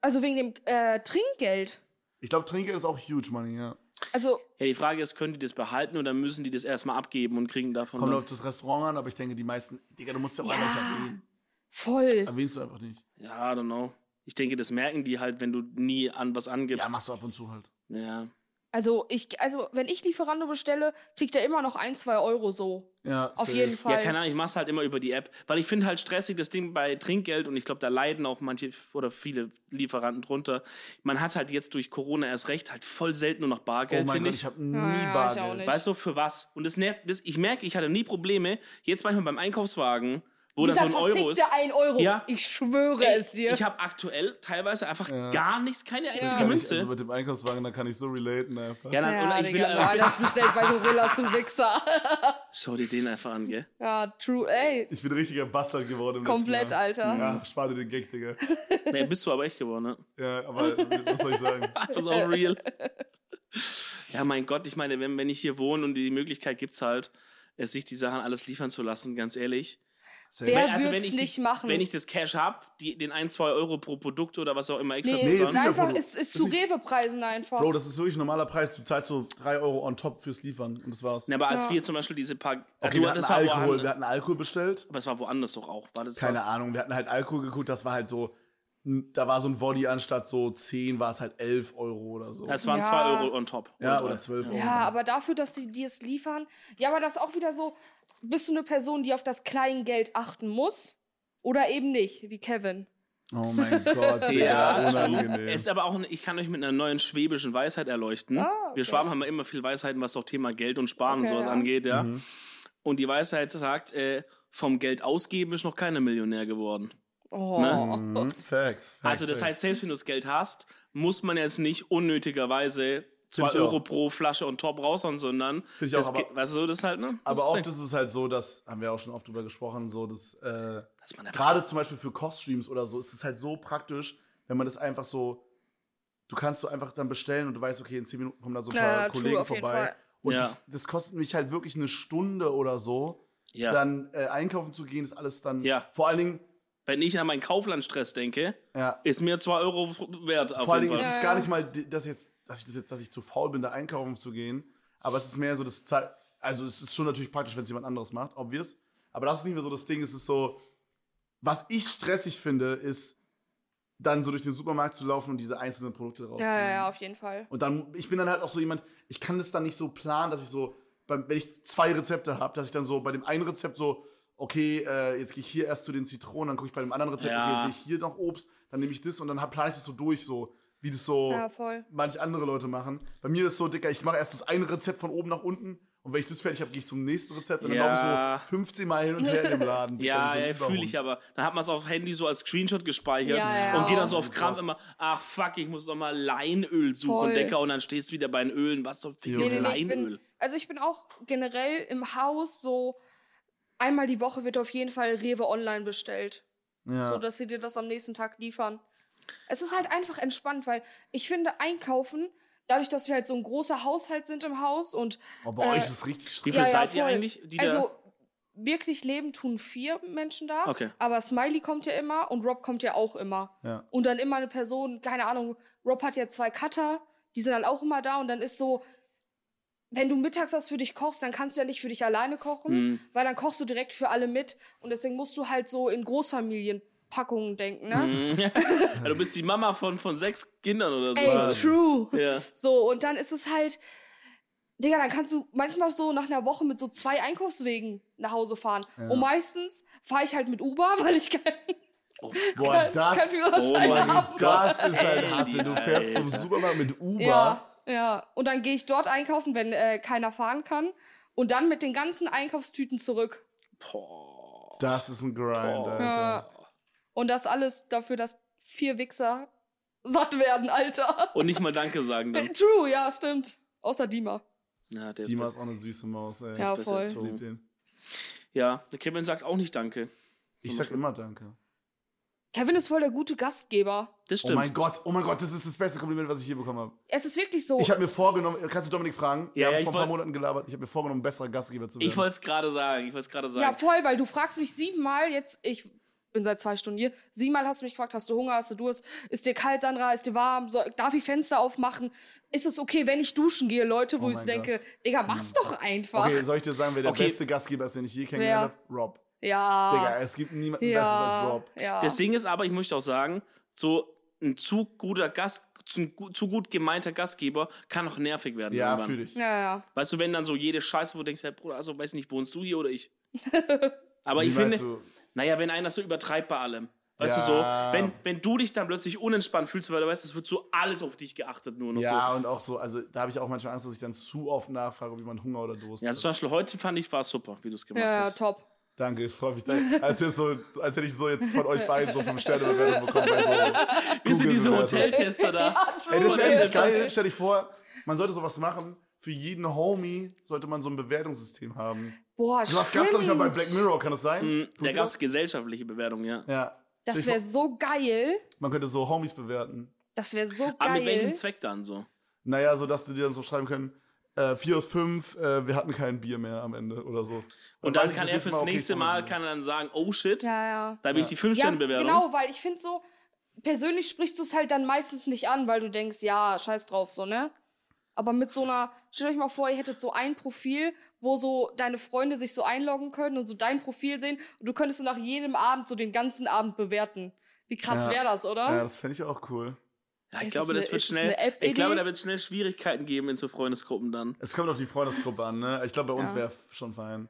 [SPEAKER 3] also wegen dem äh, Trinkgeld.
[SPEAKER 1] Ich glaube, Trinkgeld ist auch huge money, ja.
[SPEAKER 3] Also,
[SPEAKER 2] Ja, die Frage ist, können die das behalten oder müssen die das erstmal abgeben und kriegen davon.
[SPEAKER 1] Kommt
[SPEAKER 2] dann-
[SPEAKER 1] auf das Restaurant an, aber ich denke, die meisten, Digga, du musst ja auch
[SPEAKER 3] Ja.
[SPEAKER 1] einfach nicht erwähnen.
[SPEAKER 3] voll.
[SPEAKER 1] Erwähnst du einfach nicht.
[SPEAKER 2] Ja, I don't know. Ich denke, das merken die halt, wenn du nie an was
[SPEAKER 1] Ja,
[SPEAKER 2] angibst.
[SPEAKER 1] machst du ab und zu halt.
[SPEAKER 2] Ja.
[SPEAKER 3] Also, ich, also, wenn ich Lieferando bestelle, kriegt er immer noch ein, zwei Euro so.
[SPEAKER 1] Ja,
[SPEAKER 3] Auf jeden Fall.
[SPEAKER 2] Ja, keine Ahnung, ich mach's halt immer über die App. Weil ich finde halt stressig das Ding bei Trinkgeld und ich glaube, da leiden auch manche f- oder viele Lieferanten drunter. Man hat halt jetzt durch Corona erst recht halt voll selten nur noch
[SPEAKER 1] Oh
[SPEAKER 2] Bargeld,
[SPEAKER 1] mein
[SPEAKER 2] finde
[SPEAKER 1] Gott,
[SPEAKER 2] ich.
[SPEAKER 1] ich habe nie
[SPEAKER 3] Ja, ja, ich auch
[SPEAKER 1] Bargeld.
[SPEAKER 3] nicht.
[SPEAKER 2] Weißt du, für was? Und das nervt, das, ich merke, ich hatte nie Probleme. Jetzt manchmal beim Einkaufswagen, wo da so ein Euro ist.
[SPEAKER 3] verfickte ein Euro.
[SPEAKER 2] Ja.
[SPEAKER 3] Ich schwöre
[SPEAKER 2] Ey,
[SPEAKER 3] es dir.
[SPEAKER 2] Ich habe aktuell teilweise einfach
[SPEAKER 1] Ja.
[SPEAKER 2] gar nichts, keine
[SPEAKER 1] Das
[SPEAKER 2] einzige
[SPEAKER 1] kann
[SPEAKER 2] Münze.
[SPEAKER 1] Ich, also mit dem Einkaufswagen, da kann ich so relaten einfach.
[SPEAKER 2] ja, dann,
[SPEAKER 3] ja,
[SPEAKER 2] und ich will,
[SPEAKER 3] Digga, nein,
[SPEAKER 2] äh,
[SPEAKER 3] das bestellt bei Gorillas, du Wichser.
[SPEAKER 2] schau dir den einfach an, gell?
[SPEAKER 3] Ja, true, ey.
[SPEAKER 1] Ich bin ein richtiger Bastard geworden. Im
[SPEAKER 3] Komplett,
[SPEAKER 1] letzten Jahr.
[SPEAKER 3] Alter.
[SPEAKER 1] Ja, spar dir den Gag, Digga.
[SPEAKER 2] Nee, bist du aber echt geworden, ne?
[SPEAKER 1] Ja, aber was soll ich sagen?
[SPEAKER 2] Pass auf, real. Ja, mein Gott, ich meine, wenn, wenn ich hier wohne und die Möglichkeit gibt's halt, äh, sich die Sachen alles liefern zu lassen, ganz ehrlich.
[SPEAKER 3] Wer
[SPEAKER 2] Weil,
[SPEAKER 3] würd's
[SPEAKER 2] ich die-
[SPEAKER 3] nicht machen?
[SPEAKER 2] Wenn ich das Cash hab, die, den 1, 2 Euro pro Produkt oder was auch immer extra
[SPEAKER 3] Nee,
[SPEAKER 1] Nee,
[SPEAKER 3] es
[SPEAKER 1] ist
[SPEAKER 3] ist
[SPEAKER 1] wieder
[SPEAKER 3] einfach,
[SPEAKER 1] Produkt.
[SPEAKER 3] es ist
[SPEAKER 1] Ist
[SPEAKER 3] zu
[SPEAKER 1] nicht-
[SPEAKER 3] Rewe-Preisen einfach.
[SPEAKER 1] Bro, das ist wirklich ein normaler Preis. Du zahlst so 3 Euro on top fürs Liefern und das war's.
[SPEAKER 2] Na, Ne, aber als
[SPEAKER 3] Ja.
[SPEAKER 2] wir zum Beispiel diese paar. Ah,
[SPEAKER 1] okay,
[SPEAKER 2] du-
[SPEAKER 1] wir hatten,
[SPEAKER 2] das war
[SPEAKER 1] Alkohol,
[SPEAKER 2] woanders,
[SPEAKER 1] wir hatten Alkohol bestellt.
[SPEAKER 2] aber es war woanders doch auch. War das
[SPEAKER 1] Keine Ahnung, wir hatten halt Alkohol geguckt, das war halt so, da war so ein Body anstatt so 10, war es halt 11 Euro oder so.
[SPEAKER 2] Das waren
[SPEAKER 3] Ja.
[SPEAKER 2] 2 Euro on top.
[SPEAKER 1] ja,
[SPEAKER 2] Und-
[SPEAKER 1] oder 12 Euro.
[SPEAKER 3] ja, aber dafür, dass sie dir es liefern. Ja, aber das ist auch wieder so, bist du eine Person, die auf das Kleingeld achten muss? Oder eben nicht, wie Kevin.
[SPEAKER 1] Oh mein Gott, Digga,
[SPEAKER 2] Ja,
[SPEAKER 1] unangenehm. Mhm,
[SPEAKER 2] es ist aber auch, ein- ich kann euch mit einer neuen schwäbischen Weisheit erleuchten.
[SPEAKER 3] Ah, okay.
[SPEAKER 2] Wir Schwaben haben ja immer viel Weisheiten, was auch Thema Geld und Sparen und
[SPEAKER 3] Okay,
[SPEAKER 2] sowas
[SPEAKER 3] ja.
[SPEAKER 2] angeht, ja.
[SPEAKER 1] Mhm.
[SPEAKER 2] Und die Weisheit sagt, äh, vom Geld ausgeben ist noch keiner Millionär geworden.
[SPEAKER 3] Oh.
[SPEAKER 2] Ne?
[SPEAKER 1] Mhm. Facts, Facts.
[SPEAKER 2] Also das
[SPEAKER 1] Facts.
[SPEAKER 2] heißt, selbst wenn du das Geld hast, muss man jetzt nicht unnötigerweise 2
[SPEAKER 1] ich auch.
[SPEAKER 2] Euro pro Flasche und top raushauen, sondern
[SPEAKER 1] Finde ich
[SPEAKER 2] das
[SPEAKER 1] auch, aber-
[SPEAKER 2] Ge- weißt du, das halt, ne?
[SPEAKER 1] Aber
[SPEAKER 2] das
[SPEAKER 1] oft ist es halt so, dass, haben wir auch schon oft drüber gesprochen, so dass äh,
[SPEAKER 2] dass man einfach,
[SPEAKER 1] gerade zum Beispiel für Kochstreams oder so ist es halt so praktisch, wenn man das einfach so, du kannst so einfach dann bestellen und du weißt, okay, in 10 Minuten kommen da so ein
[SPEAKER 3] Ja,
[SPEAKER 1] paar
[SPEAKER 3] ja, true,
[SPEAKER 1] Kollegen
[SPEAKER 3] auf jeden
[SPEAKER 1] vorbei.
[SPEAKER 3] Fall.
[SPEAKER 1] Und
[SPEAKER 2] Ja.
[SPEAKER 1] das, das kostet mich halt wirklich eine Stunde oder so,
[SPEAKER 2] ja.
[SPEAKER 1] dann äh, einkaufen zu gehen, ist alles dann,
[SPEAKER 2] Ja.
[SPEAKER 1] vor allen Dingen,
[SPEAKER 2] wenn ich an meinen Kauflandstress denke,
[SPEAKER 1] ja,
[SPEAKER 2] ist mir 2 Euro wert auf
[SPEAKER 1] vor allen
[SPEAKER 2] jeden
[SPEAKER 1] Dingen ist
[SPEAKER 2] Fall.
[SPEAKER 3] Ja,
[SPEAKER 1] es
[SPEAKER 3] ja.
[SPEAKER 1] gar nicht mal, die- dass, jetzt, dass ich das jetzt, dass ich zu faul bin, da einkaufen zu gehen, aber es ist mehr so das Zeit, also es ist schon natürlich praktisch, wenn es jemand anderes macht, obvious, aber das ist nicht mehr so das Ding, es ist so, was ich stressig finde, ist, dann so durch den Supermarkt zu laufen und diese einzelnen Produkte rauszunehmen.
[SPEAKER 3] Ja, ja, ja, auf jeden Fall.
[SPEAKER 1] Und dann, ich bin dann halt auch so jemand, ich kann das dann nicht so planen, dass ich so, beim, wenn ich zwei Rezepte habe, dass ich dann so bei dem einen Rezept so, okay, äh, jetzt gehe ich hier erst zu den Zitronen, dann gucke ich bei dem anderen Rezept,
[SPEAKER 2] Ja.
[SPEAKER 1] okay, jetzt sehe ich hier noch Obst, dann nehme ich das und dann hab, plane ich das so durch, so. wie das so
[SPEAKER 2] Oh.
[SPEAKER 3] Ja, voll.
[SPEAKER 1] manch andere Leute machen. Bei mir ist so, Dicker, ich mache erst das eine Rezept von oben nach unten und wenn ich das fertig habe, gehe ich zum nächsten Rezept und dann
[SPEAKER 2] Ja.
[SPEAKER 1] laufe ich so 15 Mal hin und her in dem Laden. Dicker,
[SPEAKER 2] Ja,
[SPEAKER 1] wie so ein
[SPEAKER 2] ja fühle ich
[SPEAKER 1] Überhund.
[SPEAKER 2] aber. Dann hat man es auf Handy so als Screenshot gespeichert
[SPEAKER 3] Ja, ja.
[SPEAKER 2] und geht dann so
[SPEAKER 1] Oh
[SPEAKER 2] auf
[SPEAKER 1] mein
[SPEAKER 2] Krampf
[SPEAKER 1] Gott.
[SPEAKER 2] immer, ach fuck, ich muss nochmal Leinöl suchen,
[SPEAKER 3] Voll.
[SPEAKER 2] Decker, und dann stehst du wieder bei den Ölen. Was zum Fick
[SPEAKER 1] Nee,
[SPEAKER 2] ist
[SPEAKER 1] nee,
[SPEAKER 3] nee, ich
[SPEAKER 2] Leinöl?
[SPEAKER 3] Also ich bin auch generell im Haus so einmal die Woche wird auf jeden Fall Rewe online bestellt,
[SPEAKER 1] Ja.
[SPEAKER 3] so dass sie dir das am nächsten Tag liefern. Es ist halt einfach entspannt, weil ich finde einkaufen, dadurch, dass wir halt so ein großer Haushalt sind im Haus und
[SPEAKER 1] aber bei
[SPEAKER 3] äh,
[SPEAKER 1] Oh, euch ist es richtig
[SPEAKER 2] Wie
[SPEAKER 1] stressig.
[SPEAKER 2] viel
[SPEAKER 3] ja,
[SPEAKER 2] seid ihr
[SPEAKER 3] voll.
[SPEAKER 2] eigentlich? Die da-
[SPEAKER 3] also wirklich leben tun vier Menschen da,
[SPEAKER 2] Okay.
[SPEAKER 3] aber Smiley kommt ja immer und Rob kommt ja auch immer.
[SPEAKER 1] Ja.
[SPEAKER 3] Und dann immer eine Person, keine Ahnung, Rob hat ja zwei Cutter, die sind dann auch immer da und dann ist so, wenn du mittags was für dich kochst, dann kannst du ja nicht für dich alleine
[SPEAKER 1] Mhm.
[SPEAKER 3] kochen,
[SPEAKER 2] Hm.
[SPEAKER 3] weil dann kochst du direkt für alle mit und deswegen musst du halt so in Großfamilienpackungen denken,
[SPEAKER 1] Mhm.
[SPEAKER 3] ne?
[SPEAKER 2] Hm. Ja, du bist die Mama von, von sechs Kindern oder so.
[SPEAKER 3] Ey,
[SPEAKER 1] Wahnsinn.
[SPEAKER 3] true.
[SPEAKER 2] Ja.
[SPEAKER 3] So, und dann ist es halt, Digga, dann kannst du manchmal so nach einer Woche mit so zwei Einkaufswegen nach Hause fahren.
[SPEAKER 1] Ja.
[SPEAKER 3] Und meistens fahre ich halt mit Uber, weil ich keinen
[SPEAKER 1] Boah,
[SPEAKER 3] kein,
[SPEAKER 1] das,
[SPEAKER 3] keinen Führerschein
[SPEAKER 2] Oh mein
[SPEAKER 3] habe.
[SPEAKER 2] Gott.
[SPEAKER 1] das ist halt
[SPEAKER 2] Ey,
[SPEAKER 1] Hass. wenn Du
[SPEAKER 2] Alter.
[SPEAKER 1] fährst zum Supermarkt mit Uber.
[SPEAKER 3] Ja, ja. Und dann gehe ich dort einkaufen, wenn äh, keiner fahren kann. Und dann mit den ganzen Einkaufstüten zurück.
[SPEAKER 2] Boah.
[SPEAKER 1] Das ist ein Grind,
[SPEAKER 2] Boah.
[SPEAKER 1] Alter.
[SPEAKER 3] Ja. Und das alles dafür, dass vier Wichser satt werden, Alter.
[SPEAKER 2] Und nicht mal Danke sagen dann.
[SPEAKER 3] True, ja, stimmt. Außer Dima.
[SPEAKER 2] Ja, der ist
[SPEAKER 1] Dima
[SPEAKER 2] besser,
[SPEAKER 1] ist auch eine süße Maus, ey.
[SPEAKER 3] Ja,
[SPEAKER 2] besser
[SPEAKER 3] voll.
[SPEAKER 1] Ich lieb
[SPEAKER 2] erzogen.
[SPEAKER 1] den.
[SPEAKER 2] Ja, der Kevin sagt auch nicht Danke.
[SPEAKER 1] Ich sag immer Danke.
[SPEAKER 3] Kevin ist voll der gute Gastgeber.
[SPEAKER 2] Das
[SPEAKER 1] Oh mein
[SPEAKER 2] stimmt.
[SPEAKER 1] Gott, oh mein Gott, das ist das beste Kompliment, was ich je bekommen habe.
[SPEAKER 3] Es ist wirklich so.
[SPEAKER 1] Ich habe mir vorgenommen, äh, kannst du Dominik fragen? Wir
[SPEAKER 2] Ja,
[SPEAKER 1] haben
[SPEAKER 2] ja, ich
[SPEAKER 1] vor ein paar
[SPEAKER 2] wollt-
[SPEAKER 1] Monaten gelabert. Ich habe mir vorgenommen, ein besserer Gastgeber zu werden.
[SPEAKER 2] ich wollte es gerade sagen. Ich wollte es gerade
[SPEAKER 3] ja,
[SPEAKER 2] sagen.
[SPEAKER 3] voll, weil du fragst mich siebenmal jetzt, ich bin seit zwei Stunden hier, siebenmal hast du mich gefragt, hast du Hunger, hast du Durst, ist dir kalt, Sandra, ist dir warm, soll, darf ich Fenster aufmachen? Ist es okay, wenn ich duschen gehe, Leute, wo
[SPEAKER 1] Oh
[SPEAKER 3] ich so
[SPEAKER 1] mein
[SPEAKER 3] denke, Digga, mach's doch einfach.
[SPEAKER 1] okay, soll ich dir sagen, wer der
[SPEAKER 2] Okay.
[SPEAKER 1] beste Gastgeber ist, den ich je kennengelernt habe? Rob.
[SPEAKER 3] Ja.
[SPEAKER 1] Digga, es gibt niemanden besseres als Rob.
[SPEAKER 3] Ja.
[SPEAKER 2] Das Ding ist aber, ich möchte auch sagen, so ein zu guter Gast, zu, ein gu- zu gut gemeinter Gastgeber kann auch nervig werden.
[SPEAKER 1] Ja,
[SPEAKER 2] irgendwann.
[SPEAKER 1] fühle ich.
[SPEAKER 3] ja, ja.
[SPEAKER 2] Weißt du, wenn dann so jede Scheiße, wo du denkst, hey, Bruder, also weiß nicht, wohnst du hier oder ich? Aber
[SPEAKER 1] Wie
[SPEAKER 2] ich
[SPEAKER 1] meinst
[SPEAKER 2] finde,
[SPEAKER 1] du?
[SPEAKER 2] naja, wenn einer so übertreibt bei allem. Weißt
[SPEAKER 1] Ja.
[SPEAKER 2] du so, wenn, wenn du dich dann plötzlich unentspannt fühlst, weil du weißt, es wird so alles auf dich geachtet, nur noch
[SPEAKER 1] ja,
[SPEAKER 2] so.
[SPEAKER 1] und auch so, also da habe ich auch manchmal Angst, dass ich dann zu oft nachfrage, wie man Hunger oder Durst
[SPEAKER 2] Ja, also zum
[SPEAKER 1] hat.
[SPEAKER 2] Beispiel heute fand ich, war es super, wie du es gemacht
[SPEAKER 3] Ja, ja,
[SPEAKER 2] hast.
[SPEAKER 3] top.
[SPEAKER 1] Danke, ich freue mich. Danke. Als, jetzt so, als hätte ich so jetzt von euch beiden so fünf Sterne Bewertung bekommen. bei so
[SPEAKER 2] Wir sind diese
[SPEAKER 1] Google-Bewertung.
[SPEAKER 2] Hoteltester da.
[SPEAKER 3] Ja, true.
[SPEAKER 1] Ey, das ist
[SPEAKER 2] Oder
[SPEAKER 1] endlich
[SPEAKER 2] jetzt-
[SPEAKER 1] geil. Stell dich vor, man sollte sowas machen. Für jeden Homie sollte man so ein Bewertungssystem haben.
[SPEAKER 3] Boah,
[SPEAKER 1] Du hast Gast, glaube ich, mal bei Black
[SPEAKER 3] stimmt.
[SPEAKER 1] Mirror, kann das sein?
[SPEAKER 2] Mhm,
[SPEAKER 1] Tut
[SPEAKER 2] Da
[SPEAKER 1] ihr
[SPEAKER 2] gab
[SPEAKER 1] das?
[SPEAKER 2] es gesellschaftliche Bewertungen, ja.
[SPEAKER 1] Ja.
[SPEAKER 3] Das
[SPEAKER 1] Stell
[SPEAKER 3] wäre
[SPEAKER 1] dich
[SPEAKER 3] so geil.
[SPEAKER 1] vor, Man könnte so Homies bewerten.
[SPEAKER 3] Das wäre so geil.
[SPEAKER 1] Ah,
[SPEAKER 2] Aber mit welchem Zweck dann so?
[SPEAKER 1] Naja, so dass die dann so schreiben können, äh, 4 aus 5, äh, wir hatten kein Bier mehr am Ende oder so.
[SPEAKER 2] Und dann
[SPEAKER 1] weiß ich
[SPEAKER 2] kann
[SPEAKER 1] bis
[SPEAKER 2] er
[SPEAKER 1] jetzt
[SPEAKER 2] fürs
[SPEAKER 1] mal, okay,
[SPEAKER 2] nächste
[SPEAKER 1] ich
[SPEAKER 2] Mal
[SPEAKER 1] kann
[SPEAKER 2] kann er dann sagen, oh shit,
[SPEAKER 3] Ja, ja.
[SPEAKER 2] da bin ich die
[SPEAKER 3] Ja,
[SPEAKER 2] 5-Sterne-Bewertung.
[SPEAKER 3] genau, weil ich finde so, persönlich sprichst du es halt dann meistens nicht an, weil du denkst, ja, scheiß drauf, so, ne? Aber mit so einer, stellt euch mal vor, ihr hättet so ein Profil, wo so deine Freunde sich so einloggen können und so dein Profil sehen und du könntest so nach jedem Abend so den ganzen Abend bewerten. Wie krass
[SPEAKER 1] Ja.
[SPEAKER 3] wäre das, oder?
[SPEAKER 1] Ja, das fände ich auch cool.
[SPEAKER 2] Ja, ich
[SPEAKER 3] Ist
[SPEAKER 2] glaube, das
[SPEAKER 3] es
[SPEAKER 2] wird
[SPEAKER 3] eine- ist es
[SPEAKER 2] schnell.
[SPEAKER 3] eine App-Idee?
[SPEAKER 2] Ich glaube, da wird schnell Schwierigkeiten geben in so Freundesgruppen dann.
[SPEAKER 1] Es kommt auf die Freundesgruppe an, ne? Ich glaube, bei uns
[SPEAKER 3] Ja.
[SPEAKER 1] wäre schon fein.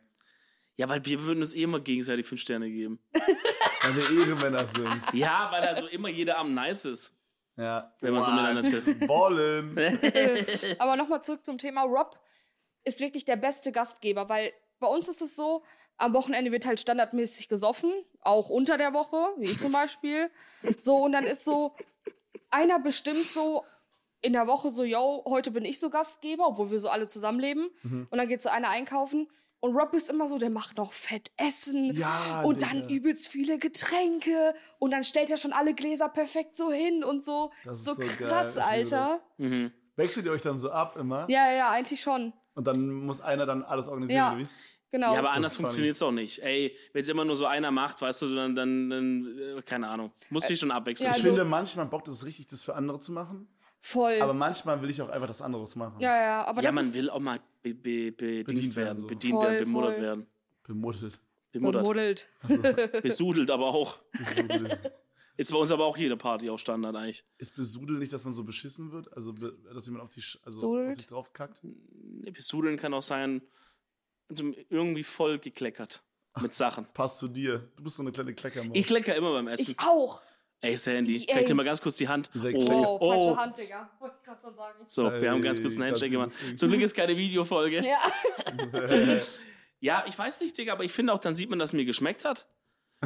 [SPEAKER 2] Ja, weil wir würden uns eh immer gegenseitig fünf Sterne geben.
[SPEAKER 1] Wenn wir Ehrenmänner sind.
[SPEAKER 2] Ja, weil also immer jeder am nice ist,
[SPEAKER 1] Ja.
[SPEAKER 2] wenn man so miteinander chillt.
[SPEAKER 1] Ballen.
[SPEAKER 3] Aber nochmal zurück zum Thema. Rob ist wirklich der beste Gastgeber, weil bei uns ist es so, am Wochenende wird halt standardmäßig gesoffen, auch unter der Woche, wie ich zum Beispiel. So, und dann ist so, einer bestimmt so in der Woche so, yo, heute bin ich so Gastgeber, obwohl wir so alle zusammenleben.
[SPEAKER 1] Mhm.
[SPEAKER 3] Und dann geht so einer einkaufen. Und Rob ist immer so, der macht noch fett Essen.
[SPEAKER 1] Ja,
[SPEAKER 3] und dann
[SPEAKER 1] Digga.
[SPEAKER 3] übelst viele Getränke. Und dann stellt er schon alle Gläser perfekt so hin und so.
[SPEAKER 1] Das ist
[SPEAKER 3] so,
[SPEAKER 1] so geil,
[SPEAKER 3] krass,
[SPEAKER 1] ich liebe
[SPEAKER 3] Alter.
[SPEAKER 1] das.
[SPEAKER 3] Genau.
[SPEAKER 2] Mhm.
[SPEAKER 1] Wechselt ihr euch dann so ab immer?
[SPEAKER 3] Ja, ja, eigentlich schon.
[SPEAKER 1] Und dann muss einer dann alles organisieren,
[SPEAKER 3] Ja.
[SPEAKER 1] oder wie?
[SPEAKER 3] Genau.
[SPEAKER 2] Ja, aber anders
[SPEAKER 1] ist funny.
[SPEAKER 2] funktioniert es auch nicht. Ey, wenn es immer nur so einer macht, weißt du, dann, dann, dann äh, keine Ahnung. Muss sich schon abwechseln.
[SPEAKER 3] ja,
[SPEAKER 1] ich
[SPEAKER 3] also-
[SPEAKER 1] finde, manchmal bockt es richtig, das für andere zu machen.
[SPEAKER 3] voll.
[SPEAKER 1] Aber manchmal will ich auch einfach das andere zu machen.
[SPEAKER 3] ja, ja, aber
[SPEAKER 2] ja,
[SPEAKER 3] das
[SPEAKER 2] man
[SPEAKER 3] ist
[SPEAKER 2] will auch mal be, be, be, bedient
[SPEAKER 1] werden,
[SPEAKER 2] werden,
[SPEAKER 1] so.
[SPEAKER 2] bedient
[SPEAKER 3] Voll,
[SPEAKER 2] werden, bemuttert
[SPEAKER 3] voll.
[SPEAKER 2] werden.
[SPEAKER 1] Bemuttelt.
[SPEAKER 2] Bemuttert.
[SPEAKER 3] Bemuddelt.
[SPEAKER 2] Besudelt aber auch.
[SPEAKER 1] Besudelt.
[SPEAKER 2] Ist bei uns aber auch jede Party auch Standard eigentlich.
[SPEAKER 1] Ist besudelt nicht, dass man so beschissen wird? Also, be, dass jemand auf, die, Sch- also auf
[SPEAKER 3] Sudelt?
[SPEAKER 1] sich draufkackt?
[SPEAKER 2] Besudeln kann auch sein, also irgendwie voll gekleckert mit Sachen.
[SPEAKER 1] Passt zu dir. Du bist so eine kleine Kleckermaus.
[SPEAKER 2] Ich klecker immer beim Essen.
[SPEAKER 3] Ich auch.
[SPEAKER 2] Ey, Sandy,
[SPEAKER 3] Ey.
[SPEAKER 2] ich dir mal ganz kurz die Hand.
[SPEAKER 1] Dieser Klecker.
[SPEAKER 3] Wow, falsche
[SPEAKER 2] oh.
[SPEAKER 3] Hand, Digga. Wollte ich gerade schon sagen.
[SPEAKER 2] So, wir haben
[SPEAKER 1] Ey,
[SPEAKER 2] ganz kurz einen
[SPEAKER 1] ganz
[SPEAKER 2] Handshake gemacht.
[SPEAKER 1] lustig.
[SPEAKER 2] Zum Glück ist keine Videofolge. Ja.
[SPEAKER 3] Ja.
[SPEAKER 2] ich weiß nicht, Digga, aber ich finde auch, dann sieht man, dass es mir geschmeckt hat.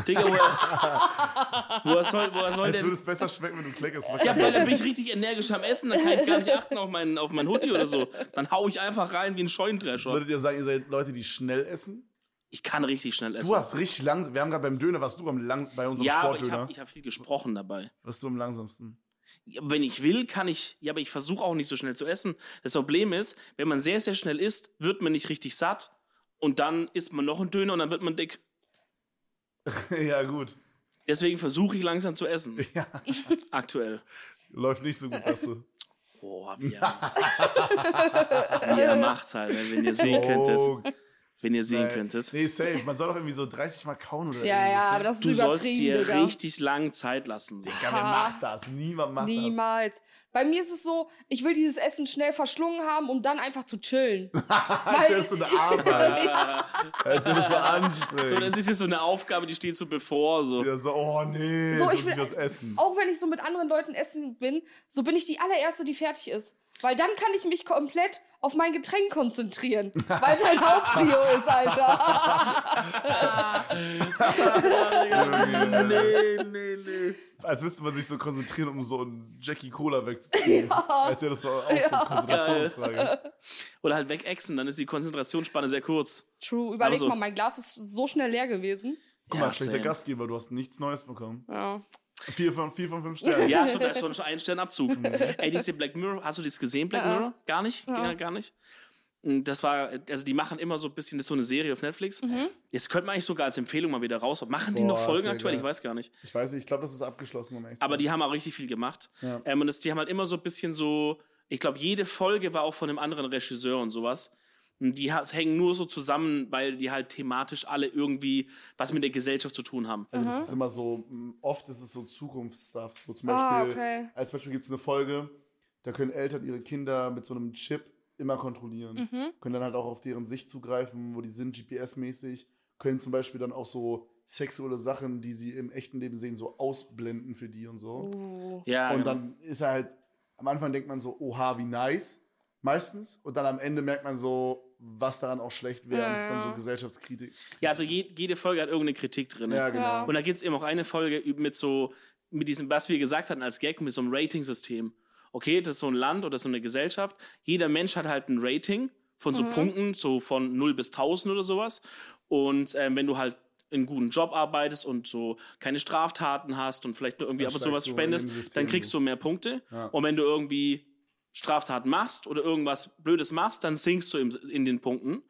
[SPEAKER 2] Digga, woher, woher soll, woher soll
[SPEAKER 1] Jetzt würde
[SPEAKER 2] denn...
[SPEAKER 1] es besser schmecken, wenn du kleckerst.
[SPEAKER 2] Ja, weil dann bin ich richtig energisch am Essen, dann kann ich gar nicht achten auf meinen, auf meinen Hoodie oder so. Dann hau ich einfach rein wie ein Scheunendrescher.
[SPEAKER 1] Würdet ihr sagen, ihr seid Leute, die schnell essen?
[SPEAKER 2] Ich kann richtig schnell essen.
[SPEAKER 1] Du hast richtig langsam. Wir haben gerade beim Döner, warst du am lang, bei unserem
[SPEAKER 2] ja, aber ich
[SPEAKER 1] Sportdöner?
[SPEAKER 2] habe ich hab viel gesprochen dabei.
[SPEAKER 1] warst du am langsamsten?
[SPEAKER 2] Ja, Wenn ich will, kann ich. Ja, aber ich versuche auch nicht so schnell zu essen. Das Problem ist, wenn man sehr, sehr schnell isst, wird man nicht richtig satt. Und dann isst man noch einen Döner und dann wird man dick.
[SPEAKER 1] ja, gut.
[SPEAKER 2] Deswegen versuche ich langsam zu essen.
[SPEAKER 1] Ja.
[SPEAKER 2] Aktuell.
[SPEAKER 1] Läuft nicht so gut, hast du.
[SPEAKER 2] Boah, wie er macht's. wie er macht's halt, ne? wenn ihr sehen könntet. Wenn ihr
[SPEAKER 1] Oh.
[SPEAKER 2] sehen
[SPEAKER 1] nein.
[SPEAKER 2] könntet.
[SPEAKER 1] Nee, safe. Man soll doch irgendwie so 30 Mal kauen oder
[SPEAKER 3] ja, ja, aber das ist
[SPEAKER 2] Du sollst
[SPEAKER 3] übertrieben,
[SPEAKER 2] dir
[SPEAKER 3] Digga.
[SPEAKER 2] richtig lang Zeit lassen. So.
[SPEAKER 1] Digga, wer
[SPEAKER 3] Ha.
[SPEAKER 1] macht das? Niemand macht
[SPEAKER 3] Niemals. Bei mir ist es so, ich will dieses Essen schnell verschlungen haben, um dann einfach zu chillen.
[SPEAKER 1] das. Als wärst du eine Arbeit. Als wäre das so
[SPEAKER 2] So, das
[SPEAKER 1] anstrengend.
[SPEAKER 2] ist jetzt so eine Aufgabe, die steht so bevor. So.
[SPEAKER 1] ja, so, oh nee,
[SPEAKER 3] So,
[SPEAKER 1] jetzt
[SPEAKER 3] ich
[SPEAKER 1] muss ich was
[SPEAKER 3] will- Oh,
[SPEAKER 1] essen.
[SPEAKER 3] Auch wenn ich so mit anderen Leuten essen bin, so bin ich die allererste, die fertig ist. Weil dann kann ich mich komplett auf mein Getränk konzentrieren. Weil es halt Hauptprio ist, Alter.
[SPEAKER 1] Irgendwie, äh,
[SPEAKER 2] Nee, nee, nee.
[SPEAKER 1] Als müsste man sich so konzentrieren, um so einen Jackie Cola wegzuziehen.
[SPEAKER 3] Ja.
[SPEAKER 1] Als wäre das so auch so eine
[SPEAKER 3] Ja.
[SPEAKER 1] Konzentrationsfrage.
[SPEAKER 2] Oder halt wegexen, dann ist die Konzentrationsspanne sehr kurz.
[SPEAKER 3] True, überleg
[SPEAKER 2] Also-
[SPEAKER 3] mal, mein Glas ist so schnell leer gewesen.
[SPEAKER 1] Guck
[SPEAKER 2] Ja,
[SPEAKER 1] mal, schlechter
[SPEAKER 2] same.
[SPEAKER 1] Gastgeber, du hast nichts Neues bekommen.
[SPEAKER 3] Ja.
[SPEAKER 1] Vier von, vier von fünf Sternen.
[SPEAKER 2] Ja, schon, da ist schon ein Sternabzug. Ey, diese Black Mirror, hast du das gesehen, Black
[SPEAKER 3] Ja.
[SPEAKER 2] Mirror? Gar nicht?
[SPEAKER 3] Ja.
[SPEAKER 2] Gar, gar nicht? Mm, Das war, also die machen immer so ein bisschen, das ist so eine Serie auf Netflix.
[SPEAKER 3] Mhm.
[SPEAKER 2] Das könnte man eigentlich sogar als Empfehlung mal wieder raus. Machen die
[SPEAKER 1] Boah,
[SPEAKER 2] noch Folgen
[SPEAKER 1] sehr
[SPEAKER 2] aktuell?
[SPEAKER 1] geil.
[SPEAKER 2] Ich weiß gar nicht.
[SPEAKER 1] Ich weiß nicht, ich glaube, das ist abgeschlossen, um echt zu
[SPEAKER 2] Aber die
[SPEAKER 1] sein.
[SPEAKER 2] haben auch richtig viel gemacht.
[SPEAKER 1] Ja.
[SPEAKER 2] Ähm, und das, die haben halt immer so ein bisschen so, ich glaube, jede Folge war auch von einem anderen Regisseur und sowas. Und Die ha- hängen nur so zusammen, weil die halt thematisch alle irgendwie was mit der Gesellschaft zu tun haben.
[SPEAKER 1] Also,
[SPEAKER 3] Aha.
[SPEAKER 1] das ist immer so, m, oft ist es so Zukunftsstuff. So zum Beispiel,
[SPEAKER 3] Ah, okay.
[SPEAKER 1] als Beispiel gibt es eine Folge, da können Eltern ihre Kinder mit so einem Chip immer kontrollieren.
[SPEAKER 3] Mhm.
[SPEAKER 1] Können dann halt auch auf deren Sicht zugreifen, wo die sind, GPS-mäßig. Können zum Beispiel dann auch so sexuelle Sachen, die sie im echten Leben sehen, so ausblenden für die und so.
[SPEAKER 3] Uh.
[SPEAKER 2] Ja,
[SPEAKER 1] und
[SPEAKER 2] genau.
[SPEAKER 1] dann ist er halt, am Anfang denkt man so, oha, wie nice, meistens. Und dann am Ende merkt man so, was daran auch schlecht wäre. Und es ist dann
[SPEAKER 3] Ja.
[SPEAKER 1] so Gesellschaftskritik.
[SPEAKER 2] ja also je, jede Folge hat irgendeine Kritik drin.
[SPEAKER 1] Ja, genau.
[SPEAKER 3] Ja.
[SPEAKER 2] Und da gibt es eben auch eine Folge üb- mit so, mit diesem, was wir gesagt hatten als Gag, mit so einem Rating-System. Okay, das ist so ein Land oder so eine Gesellschaft. Jeder Mensch hat halt ein Rating von so
[SPEAKER 3] Mhm.
[SPEAKER 2] Punkten, so von 0 bis 1000 oder sowas. Und ähm, wenn du halt einen guten Job arbeitest und so keine Straftaten hast und vielleicht nur irgendwie
[SPEAKER 1] Dann
[SPEAKER 2] ab und zu was
[SPEAKER 1] steigst du in dem
[SPEAKER 2] spendest, dann
[SPEAKER 1] System
[SPEAKER 2] kriegst du mehr Punkte.
[SPEAKER 1] Ja.
[SPEAKER 2] Und wenn du irgendwie Straftaten machst oder irgendwas Blödes machst, dann sinkst du im, in den Punkten.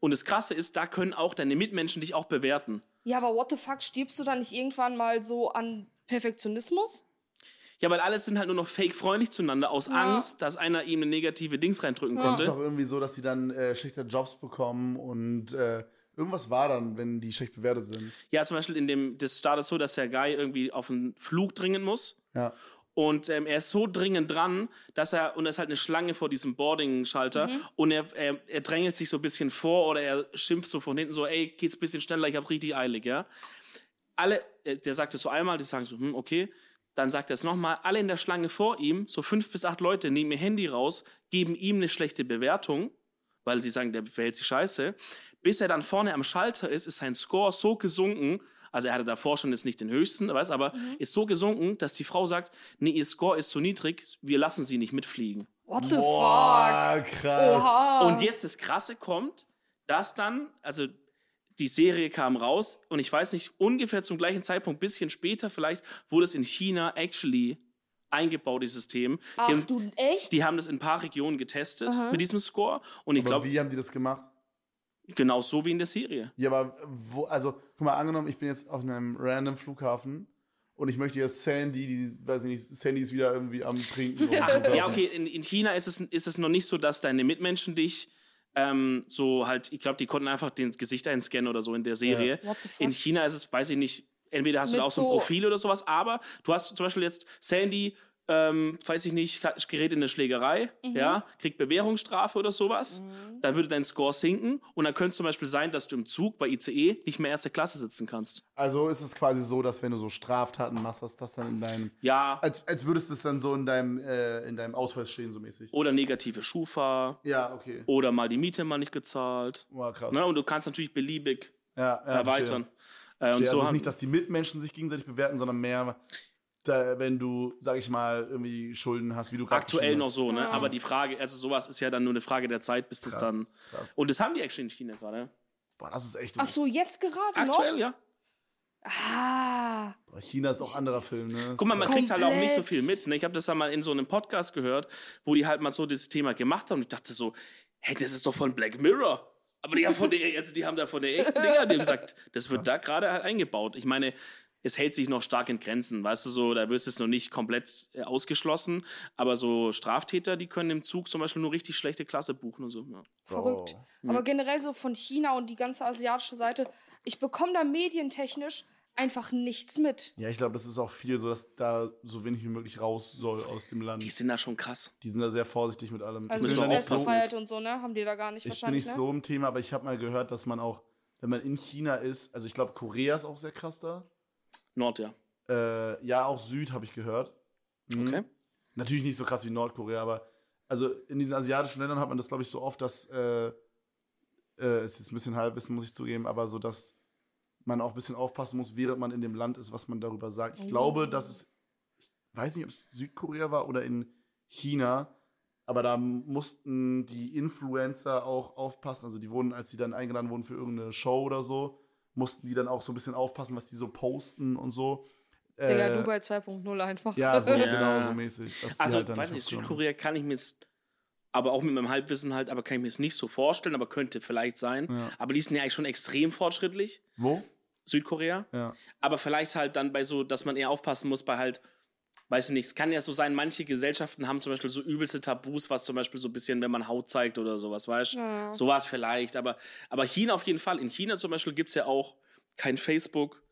[SPEAKER 2] Und das Krasse ist, da können auch deine Mitmenschen dich auch bewerten.
[SPEAKER 3] Ja, aber what the fuck, stirbst du da nicht irgendwann mal so an Perfektionismus?
[SPEAKER 2] Ja, weil alle sind halt nur noch fake freundlich zueinander aus
[SPEAKER 3] Ja.
[SPEAKER 2] Angst, dass einer ihm eine negative Dings reindrücken
[SPEAKER 3] Ja.
[SPEAKER 1] Das ist
[SPEAKER 2] konnte.
[SPEAKER 1] auch irgendwie so, dass die dann äh, schlechter Jobs bekommen und äh, irgendwas war dann, wenn die schlecht bewertet sind.
[SPEAKER 2] Ja, zum Beispiel in dem, das startet so, dass der Guy irgendwie auf einen Flug dringen muss.
[SPEAKER 1] Ja.
[SPEAKER 2] Und ähm, er ist so dringend dran, dass er, und da ist halt eine Schlange vor diesem Boarding-Schalter, und er, er, er drängelt sich so ein bisschen vor oder er schimpft so von hinten so, ey, geht's ein bisschen schneller, ich hab richtig eilig, ja. Alle, äh, der sagt es so einmal, die sagen so, hm, okay. Dann sagt er es nochmal, alle in der Schlange vor ihm, so fünf bis acht Leute, nehmen ihr Handy raus, geben ihm eine schlechte Bewertung, weil sie sagen, der verhält sich scheiße. Bis er dann vorne am Schalter ist, ist sein Score so gesunken, also er hatte davor schon jetzt nicht den höchsten, weißt, aber ist so gesunken, dass die Frau sagt, nee, ihr Score ist zu niedrig, wir lassen sie nicht mitfliegen.
[SPEAKER 3] What the fuck?
[SPEAKER 1] krass.
[SPEAKER 3] Oha.
[SPEAKER 2] Und jetzt das Krasse kommt, dass dann, also die Serie kam raus und ich weiß nicht, ungefähr zum gleichen Zeitpunkt, bisschen später vielleicht, wurde es in China actually eingebaut, dieses System.
[SPEAKER 3] Ach
[SPEAKER 2] die, haben,
[SPEAKER 3] du, echt?
[SPEAKER 2] die haben das in ein paar Regionen getestet
[SPEAKER 3] Aha.
[SPEAKER 2] mit diesem Score und ich
[SPEAKER 1] Aber
[SPEAKER 2] glaube,
[SPEAKER 1] wie haben die das gemacht?
[SPEAKER 2] genau so wie in der Serie.
[SPEAKER 1] Ja, aber wo, also, guck mal, angenommen, ich bin jetzt auf einem random Flughafen und ich möchte jetzt Sandy, die, weiß ich nicht, Sandy ist wieder irgendwie am Trinken. auf dem
[SPEAKER 2] Ach,
[SPEAKER 1] Flughafen.
[SPEAKER 2] ja, okay, in, in China ist es, ist es noch nicht so, dass deine Mitmenschen dich ähm, so halt, ich glaube, die konnten einfach den Gesicht einscannen oder so in der Serie.
[SPEAKER 3] What the fuck?
[SPEAKER 2] In China ist es, weiß ich nicht, entweder hast du
[SPEAKER 3] Mit
[SPEAKER 2] da auch so ein
[SPEAKER 3] so-
[SPEAKER 2] Profil oder sowas, aber du hast zum Beispiel jetzt Sandy äh, ähm, weiß ich nicht, gerät in eine Schlägerei, ja, kriegt Bewährungsstrafe oder sowas, dann würde dein Score sinken und dann könnte es zum Beispiel sein, dass du im Zug bei ICE nicht mehr erste Klasse sitzen kannst.
[SPEAKER 1] Also ist es quasi so, dass wenn du so Straftaten machst, dass das dann in deinem.
[SPEAKER 2] Ja,
[SPEAKER 1] Als, als würdest du es dann so in deinem, äh, in deinem Ausweis stehen, so mäßig.
[SPEAKER 2] oder negative Schufa
[SPEAKER 1] Ja, okay.
[SPEAKER 2] oder mal die Miete mal nicht gezahlt.
[SPEAKER 1] Boah, krass.
[SPEAKER 2] Oh. Ne? Und du kannst natürlich beliebig
[SPEAKER 1] ja, ja,
[SPEAKER 2] erweitern. Äh, und
[SPEAKER 1] Verstehe.
[SPEAKER 2] so
[SPEAKER 1] also es ist
[SPEAKER 2] haben,
[SPEAKER 1] nicht, dass die Mitmenschen sich gegenseitig bewerten, sondern mehr, da, wenn du, sag ich mal, irgendwie Schulden hast, wie du gerade
[SPEAKER 2] aktuell
[SPEAKER 1] beschrieben
[SPEAKER 2] noch
[SPEAKER 1] hast.
[SPEAKER 2] so, ne?
[SPEAKER 3] Ja.
[SPEAKER 2] Aber die Frage, also sowas ist ja dann nur eine Frage der Zeit, bis das
[SPEAKER 1] Krass,
[SPEAKER 2] dann.
[SPEAKER 1] krass.
[SPEAKER 2] Und das haben die actually in China gerade.
[SPEAKER 1] Boah, das ist echt.
[SPEAKER 3] Ach so, jetzt gerade
[SPEAKER 2] Aktuell,
[SPEAKER 3] noch?
[SPEAKER 2] ja.
[SPEAKER 3] Ah.
[SPEAKER 1] Boah, China ist auch ein anderer Film, ne?
[SPEAKER 2] Guck mal, man
[SPEAKER 1] Ist
[SPEAKER 2] kriegt halt auch nicht so
[SPEAKER 3] Komplett.
[SPEAKER 2] viel mit. Ne? Ich habe das dann mal in so einem Podcast gehört, wo die halt mal so dieses Thema gemacht haben. Und ich dachte so, hey, das ist doch von Black Mirror. Aber die haben, von der, also die haben da von der echten Dinger, die haben gesagt, das wird da
[SPEAKER 1] Krass.
[SPEAKER 2] gerade halt eingebaut. Ich meine, es hält sich noch stark in Grenzen, weißt du so, da wirst du es noch nicht komplett äh, ausgeschlossen. Aber so Straftäter, die können im Zug zum Beispiel nur richtig schlechte Klasse buchen und so. Ja.
[SPEAKER 3] Verrückt.
[SPEAKER 2] Oh.
[SPEAKER 3] Aber
[SPEAKER 1] Hm.
[SPEAKER 2] Mhm.
[SPEAKER 3] generell so von China und die ganze asiatische Seite, ich bekomme da medientechnisch einfach nichts mit.
[SPEAKER 1] Ja, ich glaube, das ist auch viel so, dass da so wenig wie möglich raus soll aus dem Land.
[SPEAKER 2] Die sind da schon krass.
[SPEAKER 1] Die sind da sehr vorsichtig mit allem.
[SPEAKER 3] Also
[SPEAKER 1] ich
[SPEAKER 2] müssen
[SPEAKER 1] bin,
[SPEAKER 2] wir
[SPEAKER 1] da
[SPEAKER 2] auch
[SPEAKER 1] nicht so,
[SPEAKER 2] aufpassen jetzt.
[SPEAKER 3] Pressefreiheit und so, ne? Haben die da gar nicht
[SPEAKER 1] ich bin
[SPEAKER 3] wahrscheinlich,
[SPEAKER 1] nicht
[SPEAKER 3] ne?
[SPEAKER 1] so im Thema, aber ich habe mal gehört, dass man auch, wenn man in China ist, also ich glaube, Korea ist auch sehr krass da.
[SPEAKER 2] Nord, ja.
[SPEAKER 1] Äh, ja, auch Süd habe ich gehört. Mhm.
[SPEAKER 2] Okay.
[SPEAKER 1] Natürlich nicht so krass wie Nordkorea, aber also in diesen asiatischen Ländern hat man das, glaube ich, so oft, dass äh, äh, ist jetzt ein bisschen Halbwissen, muss ich zugeben, aber so, dass man auch ein bisschen aufpassen muss, während man in dem Land ist, was man darüber sagt. Ich
[SPEAKER 3] Oh.
[SPEAKER 1] glaube, dass es, ich weiß nicht, ob es Südkorea war oder in China, aber da mussten die Influencer auch aufpassen. Also die wurden, als sie dann eingeladen wurden für irgendeine Show oder so, mussten die dann auch so ein bisschen aufpassen, was die so posten und so.
[SPEAKER 3] Digga,
[SPEAKER 1] Äh,
[SPEAKER 3] Dubai 2.0 einfach.
[SPEAKER 1] ja, so,
[SPEAKER 2] Ja.
[SPEAKER 1] genau so mäßig. dass die
[SPEAKER 2] Also,
[SPEAKER 1] halt dann
[SPEAKER 2] weiß nicht,
[SPEAKER 1] hochkommen.
[SPEAKER 2] Südkorea kann ich mir jetzt, aber auch mit meinem Halbwissen halt, aber kann ich mir jetzt nicht so vorstellen, aber könnte vielleicht sein.
[SPEAKER 1] Ja.
[SPEAKER 2] Aber die sind ja eigentlich schon extrem fortschrittlich,
[SPEAKER 1] Wo?
[SPEAKER 2] Südkorea.
[SPEAKER 1] Ja.
[SPEAKER 2] Aber vielleicht halt dann bei so, dass man eher aufpassen muss bei halt, weiß ich nicht, es kann ja so sein, manche Gesellschaften haben zum Beispiel so übelste Tabus, was zum Beispiel so ein bisschen, wenn man Haut zeigt oder sowas, weißt du?
[SPEAKER 3] Ja.
[SPEAKER 2] So war es vielleicht, aber, aber China auf jeden Fall. In China zum Beispiel gibt es ja auch kein Facebook.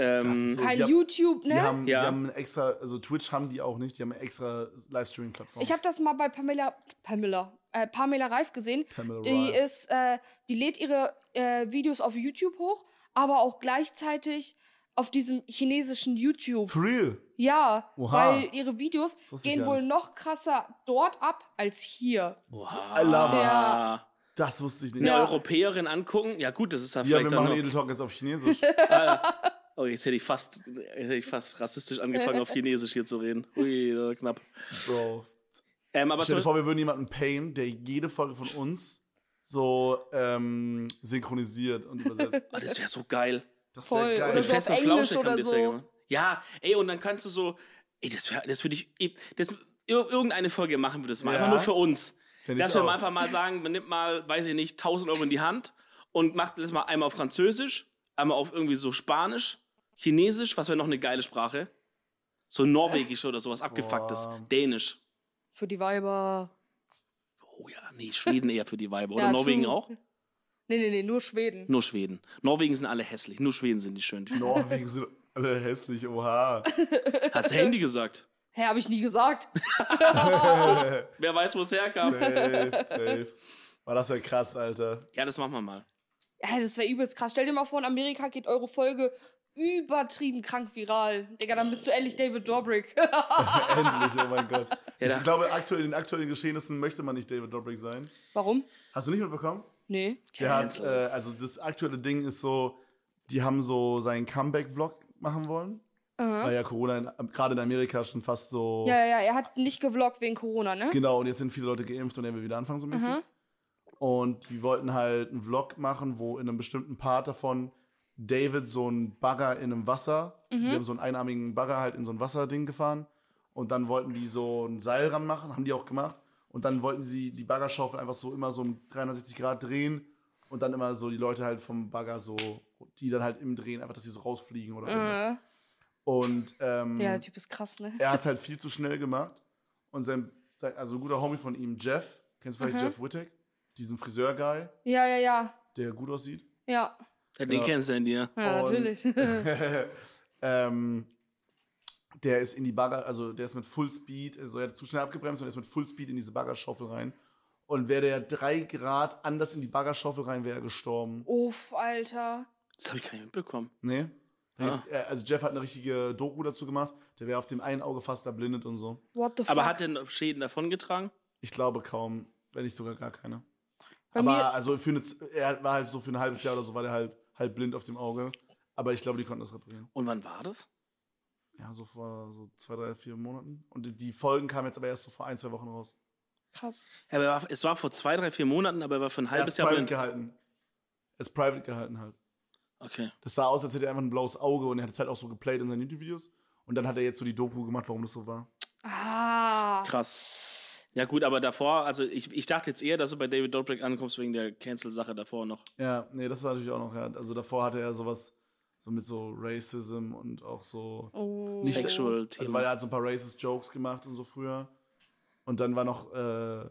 [SPEAKER 2] Ähm,
[SPEAKER 1] Das ist so-
[SPEAKER 3] Kein
[SPEAKER 1] Die haben-
[SPEAKER 3] YouTube,
[SPEAKER 1] Die,
[SPEAKER 3] ne?
[SPEAKER 1] haben,
[SPEAKER 2] Ja.
[SPEAKER 1] die haben eine extra, also Twitch haben die auch nicht, die haben eine extra Livestreaming-Plattform.
[SPEAKER 3] ich habe das mal bei Pamela, Pamela, äh, Pamela Reif gesehen.
[SPEAKER 1] Pamela
[SPEAKER 3] Die
[SPEAKER 1] Reif.
[SPEAKER 3] ist, äh, die lädt ihre äh, Videos auf YouTube hoch, aber auch gleichzeitig auf diesem chinesischen YouTube.
[SPEAKER 1] For real?
[SPEAKER 3] Ja,
[SPEAKER 1] Oha.
[SPEAKER 3] weil ihre Videos
[SPEAKER 1] Das wusste ich
[SPEAKER 3] gehen
[SPEAKER 1] gar
[SPEAKER 3] wohl
[SPEAKER 1] nicht.
[SPEAKER 3] noch krasser dort ab als hier.
[SPEAKER 2] Oha.
[SPEAKER 1] I love
[SPEAKER 3] it.
[SPEAKER 1] Das wusste ich nicht.
[SPEAKER 2] Eine
[SPEAKER 1] Ja,
[SPEAKER 3] Ja.
[SPEAKER 2] Europäerin angucken? Ja, gut, das ist ja
[SPEAKER 1] wir
[SPEAKER 2] vielleicht dann
[SPEAKER 1] machen
[SPEAKER 2] noch.
[SPEAKER 1] Edel Talk jetzt auf Chinesisch.
[SPEAKER 2] Ah, oh, jetzt hätte ich fast, jetzt hätte ich fast rassistisch angefangen, auf Chinesisch hier zu reden. Ui, das war knapp.
[SPEAKER 1] Bro.
[SPEAKER 2] Ähm, aber
[SPEAKER 1] Stell dir
[SPEAKER 2] zum,
[SPEAKER 1] vor, wir würden jemanden payen, der jede Folge von uns so ähm, synchronisiert und übersetzt.
[SPEAKER 2] oh, das wäre so geil.
[SPEAKER 1] Das
[SPEAKER 3] Voll.
[SPEAKER 1] wäre
[SPEAKER 3] Oder
[SPEAKER 1] geil.
[SPEAKER 2] Mit
[SPEAKER 3] so auf
[SPEAKER 2] Fest und
[SPEAKER 3] Englisch
[SPEAKER 2] Flauschig haben
[SPEAKER 3] oder
[SPEAKER 2] die das
[SPEAKER 3] so.
[SPEAKER 2] ja gemacht. Ja, ey, und dann kannst du so, ey, das wäre, das würde ich, eh, das, ir- irgendeine Folge machen wir das mal,
[SPEAKER 1] Ja.
[SPEAKER 2] einfach nur für uns.
[SPEAKER 1] Fänd ich
[SPEAKER 2] Dass wir
[SPEAKER 1] auch.
[SPEAKER 2] mal einfach mal sagen, man nimmt mal, weiß ich nicht, 1000 Euro in die Hand und macht das mal einmal auf Französisch, einmal auf irgendwie so Spanisch, Chinesisch, was wäre noch eine geile Sprache? So Norwegisch oder sowas, abgefucktes,
[SPEAKER 1] Boah.
[SPEAKER 2] Dänisch.
[SPEAKER 3] Für die Weiber.
[SPEAKER 2] Oh ja, nee, Schweden eher für die Weiber. Oder
[SPEAKER 3] Ja,
[SPEAKER 2] Norwegen
[SPEAKER 3] true.
[SPEAKER 2] auch? Hm.
[SPEAKER 3] Nee, nee, nee, nur Schweden.
[SPEAKER 2] Nur Schweden. Norwegen sind alle hässlich, nur Schweden sind die schön.
[SPEAKER 1] Norwegen sind alle hässlich, oha.
[SPEAKER 2] Hat's Handy gesagt.
[SPEAKER 3] Hä, habe ich nie gesagt.
[SPEAKER 1] safe,
[SPEAKER 2] Wer weiß, wo es herkam.
[SPEAKER 1] safe. War das ja krass, Alter.
[SPEAKER 2] Ja, das machen wir mal.
[SPEAKER 3] Ja, das wäre übelst krass. Stell dir mal vor, in Amerika geht eure Folge übertrieben krank viral. Digga, dann bist du endlich David Dobrik.
[SPEAKER 1] Endlich, oh mein Gott.
[SPEAKER 2] Ja, da-
[SPEAKER 1] ich glaube, aktuell, in den aktuellen Geschehnissen möchte man nicht David Dobrik sein.
[SPEAKER 3] Warum?
[SPEAKER 1] Hast du nicht mitbekommen?
[SPEAKER 3] Nee.
[SPEAKER 1] Der hat, äh,
[SPEAKER 2] Cancel.
[SPEAKER 1] also das aktuelle Ding ist so, die haben so seinen Comeback-Vlog machen wollen,
[SPEAKER 3] Aha.
[SPEAKER 1] weil ja Corona in- gerade in Amerika schon fast so.
[SPEAKER 3] Ja, ja, ja, er hat nicht gevloggt wegen Corona, ne?
[SPEAKER 1] Genau, und jetzt sind viele Leute geimpft und er will wieder anfangen so mäßig.
[SPEAKER 3] Aha.
[SPEAKER 1] Und die wollten halt einen Vlog machen, wo in einem bestimmten Part davon David so einen Bagger in einem Wasser,
[SPEAKER 3] Mhm.
[SPEAKER 1] sie haben so einen einarmigen Bagger halt in so ein Wasserding gefahren. Und dann wollten die so ein Seil ranmachen, haben die auch gemacht. Und dann wollten sie die Baggerschaufel einfach so immer so um 360 Grad drehen und dann immer so die Leute halt vom Bagger so, die dann halt im Drehen einfach, dass sie so rausfliegen oder irgendwas.
[SPEAKER 3] Äh,
[SPEAKER 1] Und ähm,
[SPEAKER 3] ja, der Typ ist krass, ne?
[SPEAKER 1] er hat es halt viel zu schnell gemacht. Und sein, sein also ein guter Homie von ihm, Jeff, kennst du vielleicht
[SPEAKER 3] Mhm.
[SPEAKER 1] Jeff Wittek? Diesen Friseur-Guy,
[SPEAKER 3] Ja, ja, ja.
[SPEAKER 1] der gut aussieht.
[SPEAKER 3] Ja,
[SPEAKER 2] Den
[SPEAKER 1] äh, ja.
[SPEAKER 2] kennst du, Andy, ja.
[SPEAKER 3] ja
[SPEAKER 1] Und-
[SPEAKER 3] natürlich.
[SPEAKER 1] ähm, der ist in die Bagger, also der ist mit Fullspeed, also er hat zu schnell abgebremst und er ist mit Fullspeed in diese Baggerschaufel rein. Und wäre der drei Grad anders in die Baggerschaufel rein, wäre er gestorben.
[SPEAKER 3] Uff, Alter.
[SPEAKER 2] Das habe ich gar nicht mitbekommen.
[SPEAKER 1] Nee?
[SPEAKER 2] Ah.
[SPEAKER 1] Äh, Also Jeff hat eine richtige Doku dazu gemacht. Der wäre auf dem einen Auge fast erblindet und so.
[SPEAKER 3] What the fuck?
[SPEAKER 2] Aber hat er noch Schäden davongetragen?
[SPEAKER 1] Ich glaube kaum, wenn nicht sogar gar keine.
[SPEAKER 3] Bei
[SPEAKER 1] aber
[SPEAKER 3] mir-
[SPEAKER 1] also für eine, Z- er war halt so für ein halbes Jahr oder so, war der halt halb blind auf dem Auge. Aber ich glaube, die konnten das reparieren.
[SPEAKER 2] Und wann war das?
[SPEAKER 1] Ja, so vor so zwei, drei, vier Monaten. Und die, die Folgen kamen jetzt aber erst so vor ein, zwei Wochen raus.
[SPEAKER 3] Krass.
[SPEAKER 2] Ja, aber er war, es war vor zwei, drei, vier Monaten, aber er war für ein
[SPEAKER 1] er
[SPEAKER 2] halbes
[SPEAKER 1] ist
[SPEAKER 2] Jahr
[SPEAKER 1] private
[SPEAKER 2] blind.
[SPEAKER 1] gehalten. Er ist private gehalten halt.
[SPEAKER 2] Okay.
[SPEAKER 1] Das sah aus, als hätte er einfach ein blaues Auge und er hat es halt auch so geplayt in seinen YouTube-Videos. Und dann hat er jetzt so die Doku gemacht, warum das so war.
[SPEAKER 3] Ah.
[SPEAKER 2] Krass. Ja, gut, aber davor, also ich, ich dachte jetzt eher, dass du bei David Dobrik ankommst wegen der Cancel-Sache davor noch.
[SPEAKER 1] Ja, nee, das war natürlich auch noch, ja. Also davor hatte er sowas so mit so Racism und auch so.
[SPEAKER 3] Oh.
[SPEAKER 1] Nicht-
[SPEAKER 2] Sexual
[SPEAKER 1] Also weil
[SPEAKER 2] Thema.
[SPEAKER 1] er hat so ein paar racist Jokes gemacht und so früher. Und dann war noch äh,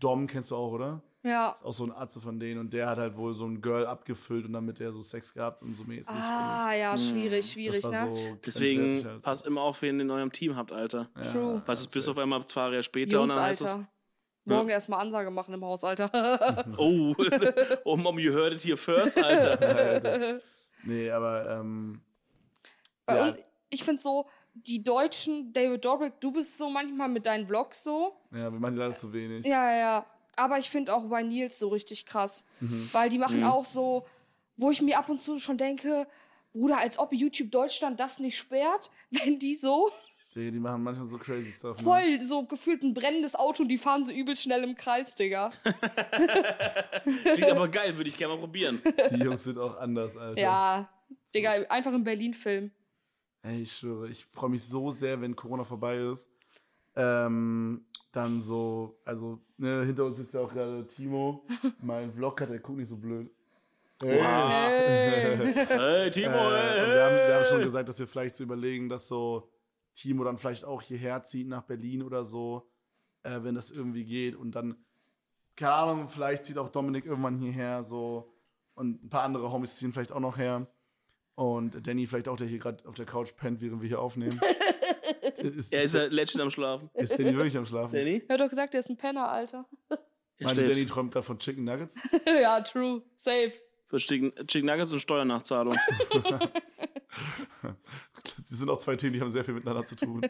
[SPEAKER 1] Dom, kennst du auch, oder?
[SPEAKER 3] Ja.
[SPEAKER 1] Ist auch so ein Atze von denen und der hat halt wohl so ein Girl abgefüllt und damit der so Sex gehabt und so mäßig.
[SPEAKER 3] Ah, ja,
[SPEAKER 2] Hm.
[SPEAKER 3] schwierig,
[SPEAKER 1] und
[SPEAKER 3] schwierig, ne?
[SPEAKER 1] Mhm. so grenzwertig
[SPEAKER 2] Deswegen
[SPEAKER 1] halt.
[SPEAKER 2] passt immer auf, wen ihr in eurem Team habt, Alter.
[SPEAKER 1] Ja,
[SPEAKER 3] True.
[SPEAKER 2] Was ist bis auf einmal zwei Jahre später und
[SPEAKER 3] Jungs,
[SPEAKER 2] dann heißt es,
[SPEAKER 3] Alter. Morgen erstmal Ansage machen im Haus, Alter.
[SPEAKER 2] oh, oh Mom, you heard it here first, Alter.
[SPEAKER 1] Alter. Nee, aber ähm,
[SPEAKER 3] Weil
[SPEAKER 1] Ja.
[SPEAKER 3] und ich finde so, die Deutschen, David Dobrik, du bist so manchmal mit deinen Vlogs so.
[SPEAKER 1] ja, wir machen leider zu wenig.
[SPEAKER 3] Ja, ja, ja. Aber ich finde auch bei Nils so richtig krass.
[SPEAKER 1] Mhm.
[SPEAKER 3] Weil die machen
[SPEAKER 2] Mhm.
[SPEAKER 3] auch so, wo ich mir ab und zu schon denke, Bruder, als ob YouTube Deutschland das nicht sperrt, wenn die so
[SPEAKER 1] Die, die machen manchmal so crazy stuff. Ne?
[SPEAKER 3] voll so gefühlt ein brennendes Auto und die fahren so übel schnell im Kreis, Digga.
[SPEAKER 2] Klingt aber geil, würde ich gerne mal probieren.
[SPEAKER 1] Die Jungs sind auch anders, Alter.
[SPEAKER 3] Ja, Digga, einfach im Berlin-Film.
[SPEAKER 1] Ey, ich schwöre, ich freue mich so sehr, wenn Corona vorbei ist. Ähm, dann so, also, ne, hinter uns sitzt ja auch gerade Timo. mein Vlog hat, der guckt nicht so blöd. Hey.
[SPEAKER 2] Wow.
[SPEAKER 3] Hey.
[SPEAKER 2] Hey,
[SPEAKER 1] Äh,
[SPEAKER 2] Timo,
[SPEAKER 1] und
[SPEAKER 2] hey,
[SPEAKER 1] wir, haben, wir haben schon
[SPEAKER 2] hey.
[SPEAKER 1] gesagt, dass wir vielleicht so überlegen, dass so Timo dann vielleicht auch hierher zieht nach Berlin oder so, äh, wenn das irgendwie geht. Und dann, keine Ahnung, vielleicht zieht auch Dominik irgendwann hierher so. Und ein paar andere Homies ziehen vielleicht auch noch her. Und Danny vielleicht auch, der hier gerade auf der Couch pennt, während wir hier aufnehmen. ist,
[SPEAKER 2] Er
[SPEAKER 1] ist,
[SPEAKER 2] ist ja legend am Schlafen.
[SPEAKER 1] ist Danny wirklich am Schlafen?
[SPEAKER 2] Danny?
[SPEAKER 3] Ich hab doch gesagt, der ist ein Penner, Alter.
[SPEAKER 1] Meinte, Danny träumt gerade von Chicken Nuggets.
[SPEAKER 3] ja, true. Safe.
[SPEAKER 2] Für Chicken Chicken Nuggets und Steuernachzahlung.
[SPEAKER 1] Das sind auch zwei Themen, die haben sehr viel miteinander zu tun.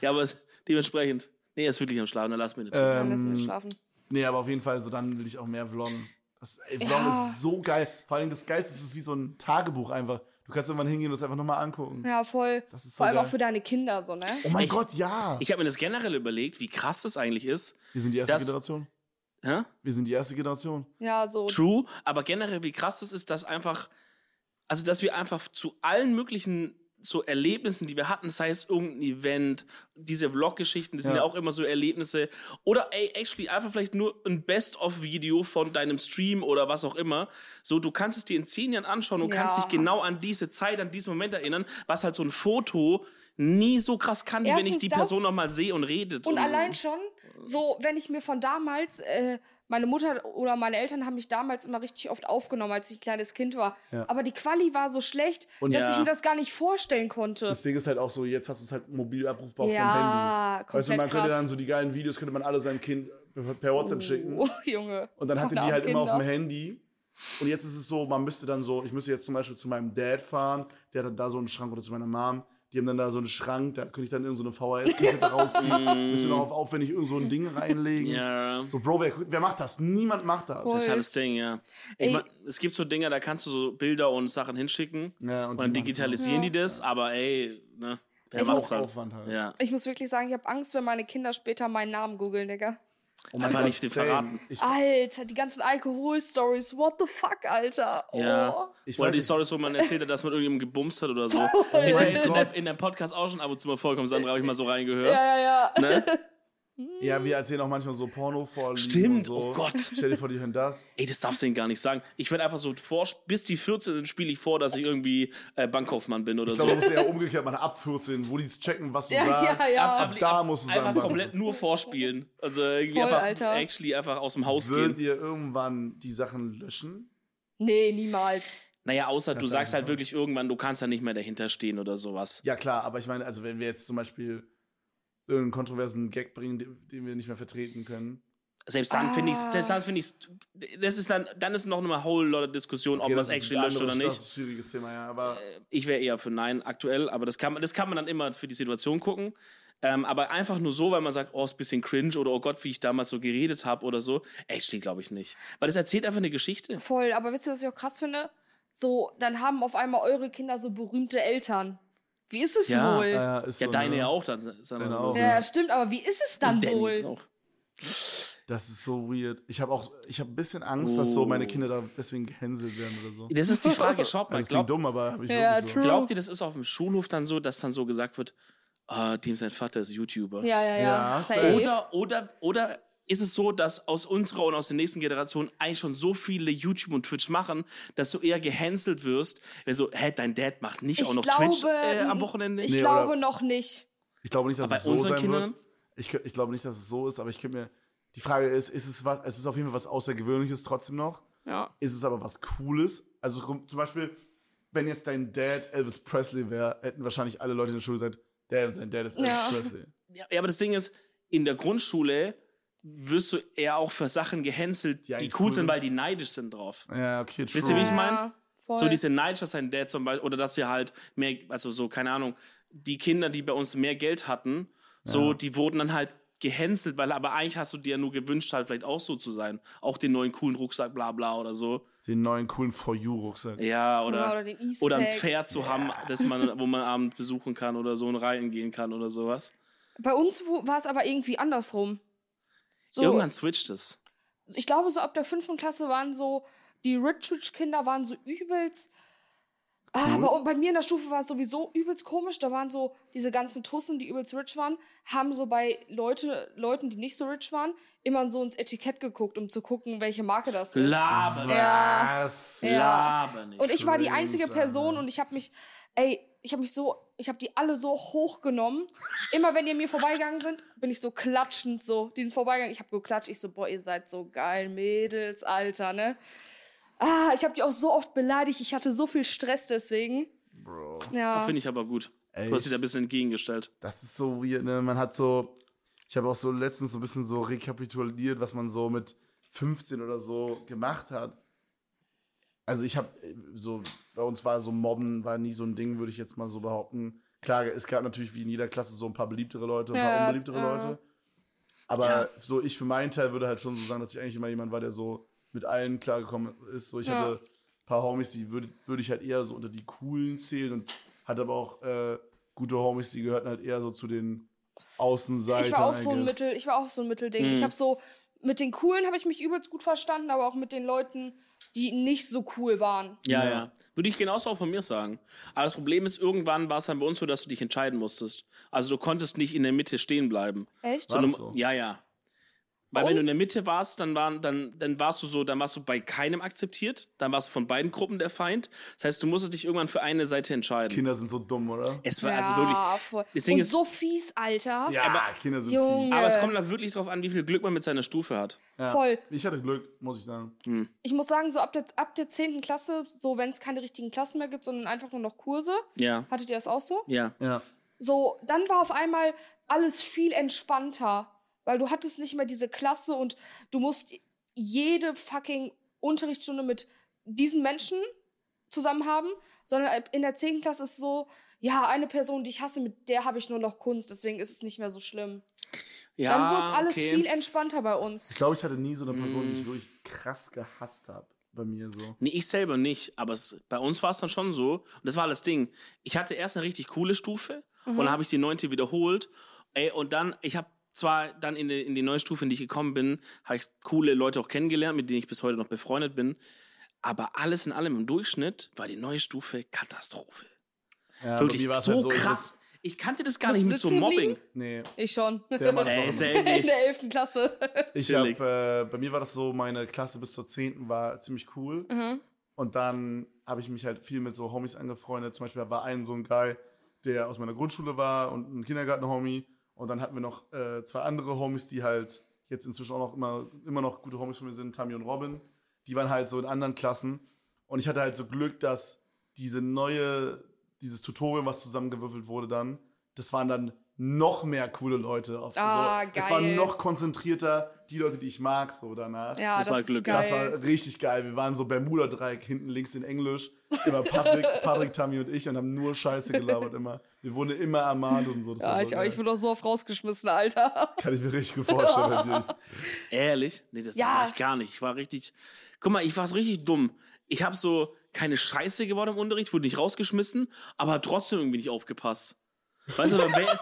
[SPEAKER 2] ja, aber es, dementsprechend. Nee, er ist wirklich am Schlafen, dann lass mich nicht.
[SPEAKER 3] Dann lassen wir
[SPEAKER 1] Ähm,
[SPEAKER 3] ihn schlafen.
[SPEAKER 1] Nee, aber auf jeden Fall, so dann will ich auch mehr vloggen. Das, ey, Vloggen
[SPEAKER 3] Ja.
[SPEAKER 1] ist so geil. Vor allem das Geilste ist, es ist wie so ein Tagebuch einfach. Du kannst irgendwann hingehen und es einfach nochmal angucken.
[SPEAKER 3] Ja, voll.
[SPEAKER 1] Das ist so
[SPEAKER 3] Vor allem
[SPEAKER 1] geil.
[SPEAKER 3] auch für deine Kinder so, ne?
[SPEAKER 1] oh mein
[SPEAKER 2] Ich-
[SPEAKER 1] Gott, ja.
[SPEAKER 2] Ich habe mir das generell überlegt, wie krass das eigentlich ist.
[SPEAKER 1] Wir sind die erste
[SPEAKER 2] das-
[SPEAKER 1] Generation.
[SPEAKER 2] Hä?
[SPEAKER 1] Wir sind die erste Generation.
[SPEAKER 3] Ja, so.
[SPEAKER 2] True, aber generell, wie krass das ist, dass einfach, also dass wir einfach zu allen möglichen so Erlebnissen, die wir hatten, sei es irgendein Event, diese Vlog-Geschichten, das sind
[SPEAKER 1] Ja.
[SPEAKER 2] ja auch immer so Erlebnisse. Oder ey, actually einfach vielleicht nur ein Best-of-Video von deinem Stream oder was auch immer. So, du kannst es dir in zehn Jahren anschauen und
[SPEAKER 3] Ja.
[SPEAKER 2] kannst dich genau an diese Zeit, an diesen Moment erinnern, was halt so ein Foto nie so krass kann, wie wenn ich
[SPEAKER 3] Erstens
[SPEAKER 2] die
[SPEAKER 3] das
[SPEAKER 2] Person nochmal sehe und redet.
[SPEAKER 3] Und allein schon, so, wenn ich mir von damals, äh, meine Mutter oder meine Eltern haben mich damals immer richtig oft aufgenommen, als ich ein kleines Kind war.
[SPEAKER 1] Ja.
[SPEAKER 3] Aber die Quali war so schlecht,
[SPEAKER 1] Und
[SPEAKER 3] dass
[SPEAKER 2] ja.
[SPEAKER 3] ich mir das gar nicht vorstellen konnte.
[SPEAKER 1] Das Ding ist halt auch so, jetzt hast du es halt mobil abrufbar auf deinem Handy.
[SPEAKER 3] Ja,
[SPEAKER 1] Weißt du,
[SPEAKER 3] komplett
[SPEAKER 1] man könnte dann
[SPEAKER 3] krass.
[SPEAKER 1] so die geilen Videos, könnte man alle seinem Kind per WhatsApp schicken.
[SPEAKER 3] Oh, Junge.
[SPEAKER 1] Und dann hatte die
[SPEAKER 3] Meine
[SPEAKER 1] halt
[SPEAKER 3] armen
[SPEAKER 1] immer auf
[SPEAKER 3] Kinder.
[SPEAKER 1] dem Handy. Und jetzt ist es so, man müsste dann so, ich müsste jetzt zum Beispiel zu meinem Dad fahren, der hat dann da so einen Schrank oder zu meiner Mom, die haben dann da so einen Schrank, da könnte ich dann irgendeine so VHS-Kassette rausziehen, müsste noch auf aufwendig irgend so ein Ding reinlegen.
[SPEAKER 2] Mm. Ja.
[SPEAKER 1] So, Bro, wer, wer macht das? Niemand macht das.
[SPEAKER 3] Voll.
[SPEAKER 2] Das ist halt das Ding, ja. Ich
[SPEAKER 3] Ey.
[SPEAKER 2] mein, es gibt so Dinger, da kannst du so Bilder und Sachen hinschicken
[SPEAKER 1] Ja,
[SPEAKER 2] und
[SPEAKER 1] und
[SPEAKER 2] dann
[SPEAKER 1] die machen's
[SPEAKER 2] digitalisieren
[SPEAKER 3] Ja.
[SPEAKER 2] die das, aber ey, ne?
[SPEAKER 1] Das
[SPEAKER 2] Wer
[SPEAKER 3] Also
[SPEAKER 1] ist
[SPEAKER 2] macht's
[SPEAKER 1] auch
[SPEAKER 2] halt?
[SPEAKER 1] Aufwand halt.
[SPEAKER 2] Ja.
[SPEAKER 3] Ich muss wirklich sagen, ich habe Angst, wenn meine Kinder später meinen Namen googeln, Digga.
[SPEAKER 1] Oh mein
[SPEAKER 2] Einfach
[SPEAKER 1] Gott,
[SPEAKER 2] nicht den
[SPEAKER 1] same.
[SPEAKER 2] verraten. Ah.
[SPEAKER 1] Ich,
[SPEAKER 3] Alter, die ganzen Alkohol-Stories. What the fuck, Alter? Oh.
[SPEAKER 2] Ja.
[SPEAKER 1] ich
[SPEAKER 2] oder
[SPEAKER 1] weiß
[SPEAKER 2] die
[SPEAKER 1] nicht,
[SPEAKER 2] Stories, wo man erzählt hat, dass man irgendjemandem gebumst hat oder so.
[SPEAKER 3] Voll.
[SPEAKER 2] Ist ja
[SPEAKER 1] mein
[SPEAKER 2] jetzt in, der,
[SPEAKER 1] Gott.
[SPEAKER 2] in dem Podcast auch schon ab und zu mal vorkommen, Sandra habe ich mal so reingehört.
[SPEAKER 3] Ja, ja, ja.
[SPEAKER 2] Ne?
[SPEAKER 1] ja, wir erzählen auch manchmal so porno vor
[SPEAKER 2] Stimmt,
[SPEAKER 1] so.
[SPEAKER 2] oh Gott.
[SPEAKER 1] Stell dir vor, die hören das.
[SPEAKER 2] Ey, das darfst du denen gar nicht sagen. Ich werde einfach so vor, bis die 14 sind, spiele ich vor, dass ich irgendwie äh, Bankkaufmann bin oder
[SPEAKER 1] Ich
[SPEAKER 2] so.
[SPEAKER 1] glaube, du musst eher umgekehrt machen, ab 14, wo die checken, was du
[SPEAKER 3] Ja,
[SPEAKER 1] sagst.
[SPEAKER 3] ja, ja.
[SPEAKER 1] Ab da musst du
[SPEAKER 2] einfach
[SPEAKER 1] sagen,
[SPEAKER 2] komplett nur vorspielen. Also irgendwie
[SPEAKER 3] Voll,
[SPEAKER 2] einfach
[SPEAKER 3] Alter.
[SPEAKER 2] actually einfach aus dem Haus
[SPEAKER 1] Würdet
[SPEAKER 2] gehen.
[SPEAKER 1] ihr irgendwann die Sachen löschen?
[SPEAKER 3] Nee, niemals.
[SPEAKER 2] Naja, außer du
[SPEAKER 1] Ganz
[SPEAKER 2] sagst halt
[SPEAKER 1] einfach.
[SPEAKER 2] wirklich irgendwann, du kannst da nicht mehr dahinter stehen oder sowas.
[SPEAKER 1] Ja, klar, aber ich meine, also wenn wir jetzt zum Beispiel irgendeinen kontroversen Gag bringen, den, den wir nicht mehr vertreten können.
[SPEAKER 2] Selbst dann finde ich
[SPEAKER 3] Ah.
[SPEAKER 2] selbst dann finde ich das ist dann, dann ist noch eine whole lot of Diskussion, ob
[SPEAKER 1] Okay,
[SPEAKER 2] man es
[SPEAKER 1] ist
[SPEAKER 2] actually
[SPEAKER 1] ein
[SPEAKER 2] löscht oder
[SPEAKER 1] anderes-
[SPEAKER 2] nicht.
[SPEAKER 1] Das ist ein schwieriges Thema, ja. Aber
[SPEAKER 3] Äh,
[SPEAKER 2] Ich wäre eher für Nein aktuell, aber das kann, man- das kann man dann immer für die Situation gucken. Ähm, aber einfach nur so, weil man sagt, oh, ist ein bisschen cringe oder oh Gott, wie ich damals so geredet habe oder so. Actually, glaube ich nicht. Weil das erzählt einfach eine Geschichte.
[SPEAKER 3] Voll, aber wisst ihr, was ich auch krass finde? So, dann haben auf einmal eure Kinder so berühmte Eltern. Wie ist es
[SPEAKER 2] Ja.
[SPEAKER 3] wohl? Ja,
[SPEAKER 1] ja, äh, ist
[SPEAKER 2] Ja,
[SPEAKER 1] so ne?
[SPEAKER 2] deine
[SPEAKER 1] eine,
[SPEAKER 2] ja auch dann. Sandra,
[SPEAKER 1] Deine
[SPEAKER 2] oder
[SPEAKER 1] auch.
[SPEAKER 2] so.
[SPEAKER 1] Ja.
[SPEAKER 3] stimmt, aber wie ist es dann
[SPEAKER 2] Und Dennis
[SPEAKER 3] wohl?
[SPEAKER 2] auch.
[SPEAKER 1] Das ist so weird. Ich habe auch, ich habe ein bisschen Angst, dass so meine
[SPEAKER 2] Oh.
[SPEAKER 1] Kinder da deswegen gehänselt werden oder so.
[SPEAKER 2] Das ist die Frage. Schaut mal,
[SPEAKER 1] Also, das
[SPEAKER 2] glaubt,
[SPEAKER 1] klingt dumm, aber habe ich
[SPEAKER 3] Ja,
[SPEAKER 1] wirklich so.
[SPEAKER 3] true.
[SPEAKER 2] glaubt ihr, das ist auf dem Schulhof dann so, dass dann so gesagt wird, ah, dem sein Vater ist YouTuber?
[SPEAKER 3] Ja, ja, ja.
[SPEAKER 1] Ja,
[SPEAKER 3] safe.
[SPEAKER 2] Oder, oder, oder ist es so, dass aus unserer und aus der nächsten Generation eigentlich schon so viele YouTube und Twitch machen, dass du eher gecancelt wirst, wenn so, hä, dein Dad macht nicht
[SPEAKER 3] Ich
[SPEAKER 2] auch noch
[SPEAKER 3] glaube,
[SPEAKER 2] Twitch äh, am Wochenende?
[SPEAKER 3] Ich
[SPEAKER 1] Nee,
[SPEAKER 3] glaube
[SPEAKER 1] oder-
[SPEAKER 3] noch nicht.
[SPEAKER 1] Ich glaube nicht, dass
[SPEAKER 2] Aber
[SPEAKER 1] es
[SPEAKER 2] bei
[SPEAKER 1] so
[SPEAKER 2] unseren
[SPEAKER 1] sein
[SPEAKER 2] Kindern?
[SPEAKER 1] wird. Ich, kö- ich glaube nicht, dass es so ist, aber ich könnte mir. Die Frage ist, ist es was, es ist auf jeden Fall was Außergewöhnliches trotzdem noch.
[SPEAKER 3] Ja.
[SPEAKER 1] Ist es aber was Cooles? Also rum- zum Beispiel, wenn jetzt dein Dad Elvis Presley wäre, hätten wahrscheinlich alle Leute in der Schule gesagt, damn, sein Dad ist Elvis
[SPEAKER 3] Ja.
[SPEAKER 1] Presley.
[SPEAKER 2] Ja, aber das Ding ist, in der Grundschule wirst du eher auch für Sachen gecancelt,
[SPEAKER 1] Die
[SPEAKER 2] die,
[SPEAKER 1] eigentlich
[SPEAKER 2] cool
[SPEAKER 1] cool
[SPEAKER 2] sind,
[SPEAKER 1] sind.
[SPEAKER 2] weil die neidisch sind drauf.
[SPEAKER 1] Ja, okay, true.
[SPEAKER 2] Wisst ihr, wie ich
[SPEAKER 3] ja,
[SPEAKER 2] mein-
[SPEAKER 3] Voll.
[SPEAKER 2] So diese Neid, dass sein Dad zum Beispiel, oder dass wir halt mehr, also so, keine Ahnung, die Kinder, die bei uns mehr Geld hatten, so,
[SPEAKER 1] Ja.
[SPEAKER 2] die wurden dann halt gehänselt, weil aber eigentlich hast du dir ja nur gewünscht, halt vielleicht auch so zu sein. Auch den neuen coolen Rucksack, bla bla oder so.
[SPEAKER 1] Den neuen coolen For You-Rucksack.
[SPEAKER 2] Ja, oder,
[SPEAKER 3] Ja,
[SPEAKER 2] oder,
[SPEAKER 3] oder den e
[SPEAKER 2] ein Pferd zu haben, das man, wo man abend besuchen kann oder so und reingehen kann oder sowas.
[SPEAKER 3] Bei uns wo- war es aber irgendwie andersrum. So,
[SPEAKER 2] Irgendwann switcht es.
[SPEAKER 3] Also ich glaube, so ab der fünften Klasse waren so, die Rich-Rich-Kinder waren so übelst. Ah,
[SPEAKER 1] Cool.
[SPEAKER 3] bei, bei mir in der Stufe war es sowieso übelst komisch. Da waren so diese ganzen Tussen, die übelst rich waren, haben so bei Leute, Leuten, die nicht so rich waren, immer so ins Etikett geguckt, um zu gucken, welche Marke das ist.
[SPEAKER 2] Laber nicht.
[SPEAKER 3] Ja.
[SPEAKER 1] Was?
[SPEAKER 3] Ja.
[SPEAKER 2] Laber nicht.
[SPEAKER 3] Und ich war die
[SPEAKER 1] Cringe,
[SPEAKER 3] einzige
[SPEAKER 1] Alter.
[SPEAKER 3] Person und ich habe mich, ey, ich habe mich so, ich habe die alle so hochgenommen. Immer wenn die an mir vorbeigegangen sind, bin ich so klatschend so, diesen Vorbeigang, ich habe geklatscht, ich so, boah, ihr seid so geil, Mädels, Alter, ne? Ah, ich habe die auch so oft beleidigt, ich hatte so viel Stress deswegen.
[SPEAKER 1] Bro.
[SPEAKER 3] Ja.
[SPEAKER 2] Finde ich aber gut.
[SPEAKER 1] Ey,
[SPEAKER 2] Du hast dich
[SPEAKER 1] ich-
[SPEAKER 2] da ein bisschen entgegengestellt.
[SPEAKER 1] Das ist so weird, ne? Man hat so, ich habe auch so letztens so ein bisschen so rekapituliert, was man so mit 15 oder so gemacht hat. Also ich habe so, bei uns war so Mobben, war nie so ein Ding, würde ich jetzt mal so behaupten. Klar, es gab natürlich wie in jeder Klasse so ein paar beliebtere Leute, ein paar
[SPEAKER 3] Ja,
[SPEAKER 1] unbeliebtere
[SPEAKER 3] ja.
[SPEAKER 1] Leute. Aber
[SPEAKER 2] Ja.
[SPEAKER 1] so ich für meinen Teil würde halt schon so sagen, dass ich eigentlich immer jemand war, der so mit allen klargekommen ist. So ich
[SPEAKER 3] Ja.
[SPEAKER 1] hatte ein paar Homies, die würde würd ich halt eher so unter die coolen zählen und hatte aber auch äh, gute Homies, die gehörten halt eher so zu den Außenseitern.
[SPEAKER 3] Ich war auch so
[SPEAKER 1] I
[SPEAKER 3] ein
[SPEAKER 1] guess.
[SPEAKER 3] Mittel, ich war auch so ein Mittelding.
[SPEAKER 2] Mhm.
[SPEAKER 3] Ich habe so mit den coolen habe ich mich übelst gut verstanden, aber auch mit den Leuten, die nicht so cool waren.
[SPEAKER 2] Ja, ja,
[SPEAKER 1] Ja.
[SPEAKER 2] Würde ich genauso auch von mir sagen. Aber das Problem ist, irgendwann war es dann bei uns so, dass du dich entscheiden musstest. Also du konntest nicht in der Mitte stehen bleiben.
[SPEAKER 3] Echt?
[SPEAKER 1] War das
[SPEAKER 2] du-
[SPEAKER 1] so?
[SPEAKER 2] Ja, ja. Weil wenn
[SPEAKER 3] Und-
[SPEAKER 2] du in der Mitte warst, dann, waren, dann, dann warst du so, dann warst du bei keinem akzeptiert, dann warst du von beiden Gruppen der Feind. Das heißt, du musstest dich irgendwann für eine Seite entscheiden.
[SPEAKER 1] Kinder sind so dumm, oder?
[SPEAKER 2] Es war also wirklich.
[SPEAKER 3] voll.
[SPEAKER 2] Deswegen
[SPEAKER 3] Und
[SPEAKER 2] ist-
[SPEAKER 3] so fies, Alter.
[SPEAKER 1] Ja,
[SPEAKER 2] aber-
[SPEAKER 1] Kinder sind
[SPEAKER 3] Junge.
[SPEAKER 1] fies.
[SPEAKER 2] Aber es kommt dann wirklich drauf an, wie viel Glück man mit seiner Stufe hat. Hm.
[SPEAKER 1] Ja.
[SPEAKER 3] Voll.
[SPEAKER 1] Ich hatte Glück, muss ich sagen.
[SPEAKER 3] Ich muss sagen, so ab der, ab der 10. Klasse, so wenn es keine richtigen Klassen mehr gibt, sondern einfach nur noch Kurse,
[SPEAKER 2] Ja.
[SPEAKER 3] hattet ihr das auch so?
[SPEAKER 2] Ja.
[SPEAKER 1] Ja.
[SPEAKER 3] So, dann war auf einmal alles viel entspannter, weil du hattest nicht mehr diese Klasse und du musst jede fucking Unterrichtsstunde mit diesen Menschen zusammen haben, sondern ab- in der 10. Klasse ist so, ja, eine Person, die ich hasse, mit der habe ich nur noch Kunst, deswegen ist es nicht mehr so schlimm.
[SPEAKER 2] ja
[SPEAKER 3] dann wurde es alles
[SPEAKER 2] okay.
[SPEAKER 3] viel entspannter bei uns.
[SPEAKER 1] Ich glaube, ich hatte nie so eine Person, die
[SPEAKER 2] Mm.
[SPEAKER 1] ich wirklich krass gehasst habe. Bei mir so.
[SPEAKER 2] Nee, ich selber nicht, aber es, bei uns war es dann schon so. Und das war das Ding. Ich hatte erst eine richtig coole Stufe
[SPEAKER 3] Mhm.
[SPEAKER 2] und dann habe ich die neunte wiederholt. Ey, und dann, ich habe zwar dann in die, in die neue Stufe, in die ich gekommen bin, habe ich coole Leute auch kennengelernt, mit denen ich bis heute noch befreundet bin. Aber alles in allem im Durchschnitt war die neue Stufe Katastrophe.
[SPEAKER 1] Ja, bei
[SPEAKER 2] Wirklich
[SPEAKER 1] mir war's
[SPEAKER 2] so
[SPEAKER 1] halt ich
[SPEAKER 2] krass. Ich kannte das gar
[SPEAKER 3] Bist
[SPEAKER 2] nicht
[SPEAKER 3] du
[SPEAKER 2] mit so
[SPEAKER 3] sitzen
[SPEAKER 2] Mobbing.
[SPEAKER 1] wus- nee,
[SPEAKER 3] Ich schon.
[SPEAKER 1] der Mann
[SPEAKER 2] Ey,
[SPEAKER 1] ist auch immer-
[SPEAKER 2] selbe.
[SPEAKER 3] In der 11. Klasse.
[SPEAKER 1] Ich hab,
[SPEAKER 2] Chillig.
[SPEAKER 1] äh, bei mir war das so, meine Klasse bis zur 10. war ziemlich cool.
[SPEAKER 3] Mhm.
[SPEAKER 1] Und dann habe ich mich halt viel mit so Homies angefreundet. Zum Beispiel war ein so ein Guy, der aus meiner Grundschule war und ein Kindergarten-Homie. Und dann hatten wir noch äh, zwei andere Homies, die halt jetzt inzwischen auch noch immer, immer noch gute Homies von mir sind, Tammy und Robin. Die waren halt so in anderen Klassen. Und ich hatte halt so Glück, dass diese neue, dieses Tutorial, was zusammengewürfelt wurde dann, das waren dann noch mehr coole Leute. Auf,
[SPEAKER 3] Ah,
[SPEAKER 1] so, Es war
[SPEAKER 3] geil.
[SPEAKER 1] noch konzentrierter, die Leute, die ich mag, so danach.
[SPEAKER 3] Ja,
[SPEAKER 2] Das
[SPEAKER 3] das,
[SPEAKER 2] war
[SPEAKER 3] ist
[SPEAKER 2] Glück.
[SPEAKER 3] geil.
[SPEAKER 1] Das war richtig geil. Wir waren so Bermuda-Dreieck hinten links in Englisch. Immer Patrick, Patrick, Tami und ich und haben nur Scheiße gelabert immer. Wir wurden immer ermahnt und so. Das
[SPEAKER 3] ja,
[SPEAKER 1] war
[SPEAKER 3] ich,
[SPEAKER 1] so
[SPEAKER 3] aber ich
[SPEAKER 1] geil.
[SPEAKER 3] wurde auch so oft rausgeschmissen, Alter.
[SPEAKER 1] Kann ich mir richtig gut vorstellen. wenn die ist.
[SPEAKER 2] Ehrlich? Nee, das
[SPEAKER 3] Ja.
[SPEAKER 2] war ich gar nicht. Ich war richtig. Guck mal, ich war richtig dumm. Ich habe so keine Scheiße geworden im Unterricht, wurde nicht rausgeschmissen, aber hab trotzdem irgendwie nicht aufgepasst. Weißt du, dann, wenn,
[SPEAKER 1] ja,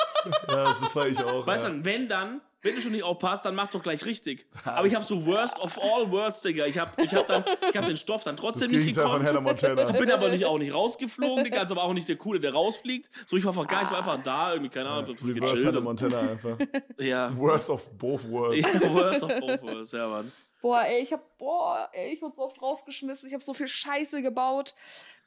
[SPEAKER 1] das, das war ich auch.
[SPEAKER 2] weißt du,
[SPEAKER 1] ja.
[SPEAKER 2] dann, wenn dann, wenn du schon nicht aufpasst, dann mach doch gleich richtig. Aber ich habe so worst of all words, Digga. Ich habe ich hab dann- ich hab den Stoff dann
[SPEAKER 1] das
[SPEAKER 2] trotzdem nicht
[SPEAKER 1] Gegenteil von
[SPEAKER 2] gekonnt.
[SPEAKER 1] Hannah Montana.
[SPEAKER 2] Bin aber nicht auch nicht rausgeflogen, Digga, also war auch nicht der Coole, der rausfliegt. So, ich war einfach gar nicht, ich war einfach da, irgendwie, keine Ahnung, ja,
[SPEAKER 1] Reverse Hannah
[SPEAKER 2] gechillt.
[SPEAKER 1] Montana einfach.
[SPEAKER 2] Ja.
[SPEAKER 1] Worst of both worlds.
[SPEAKER 2] ja, worst of both worlds, ja, Mann.
[SPEAKER 3] Boah, ey, ich hab, boah, ey, ich wurde so oft rausgeschmissen. Ich habe so viel Scheiße gebaut.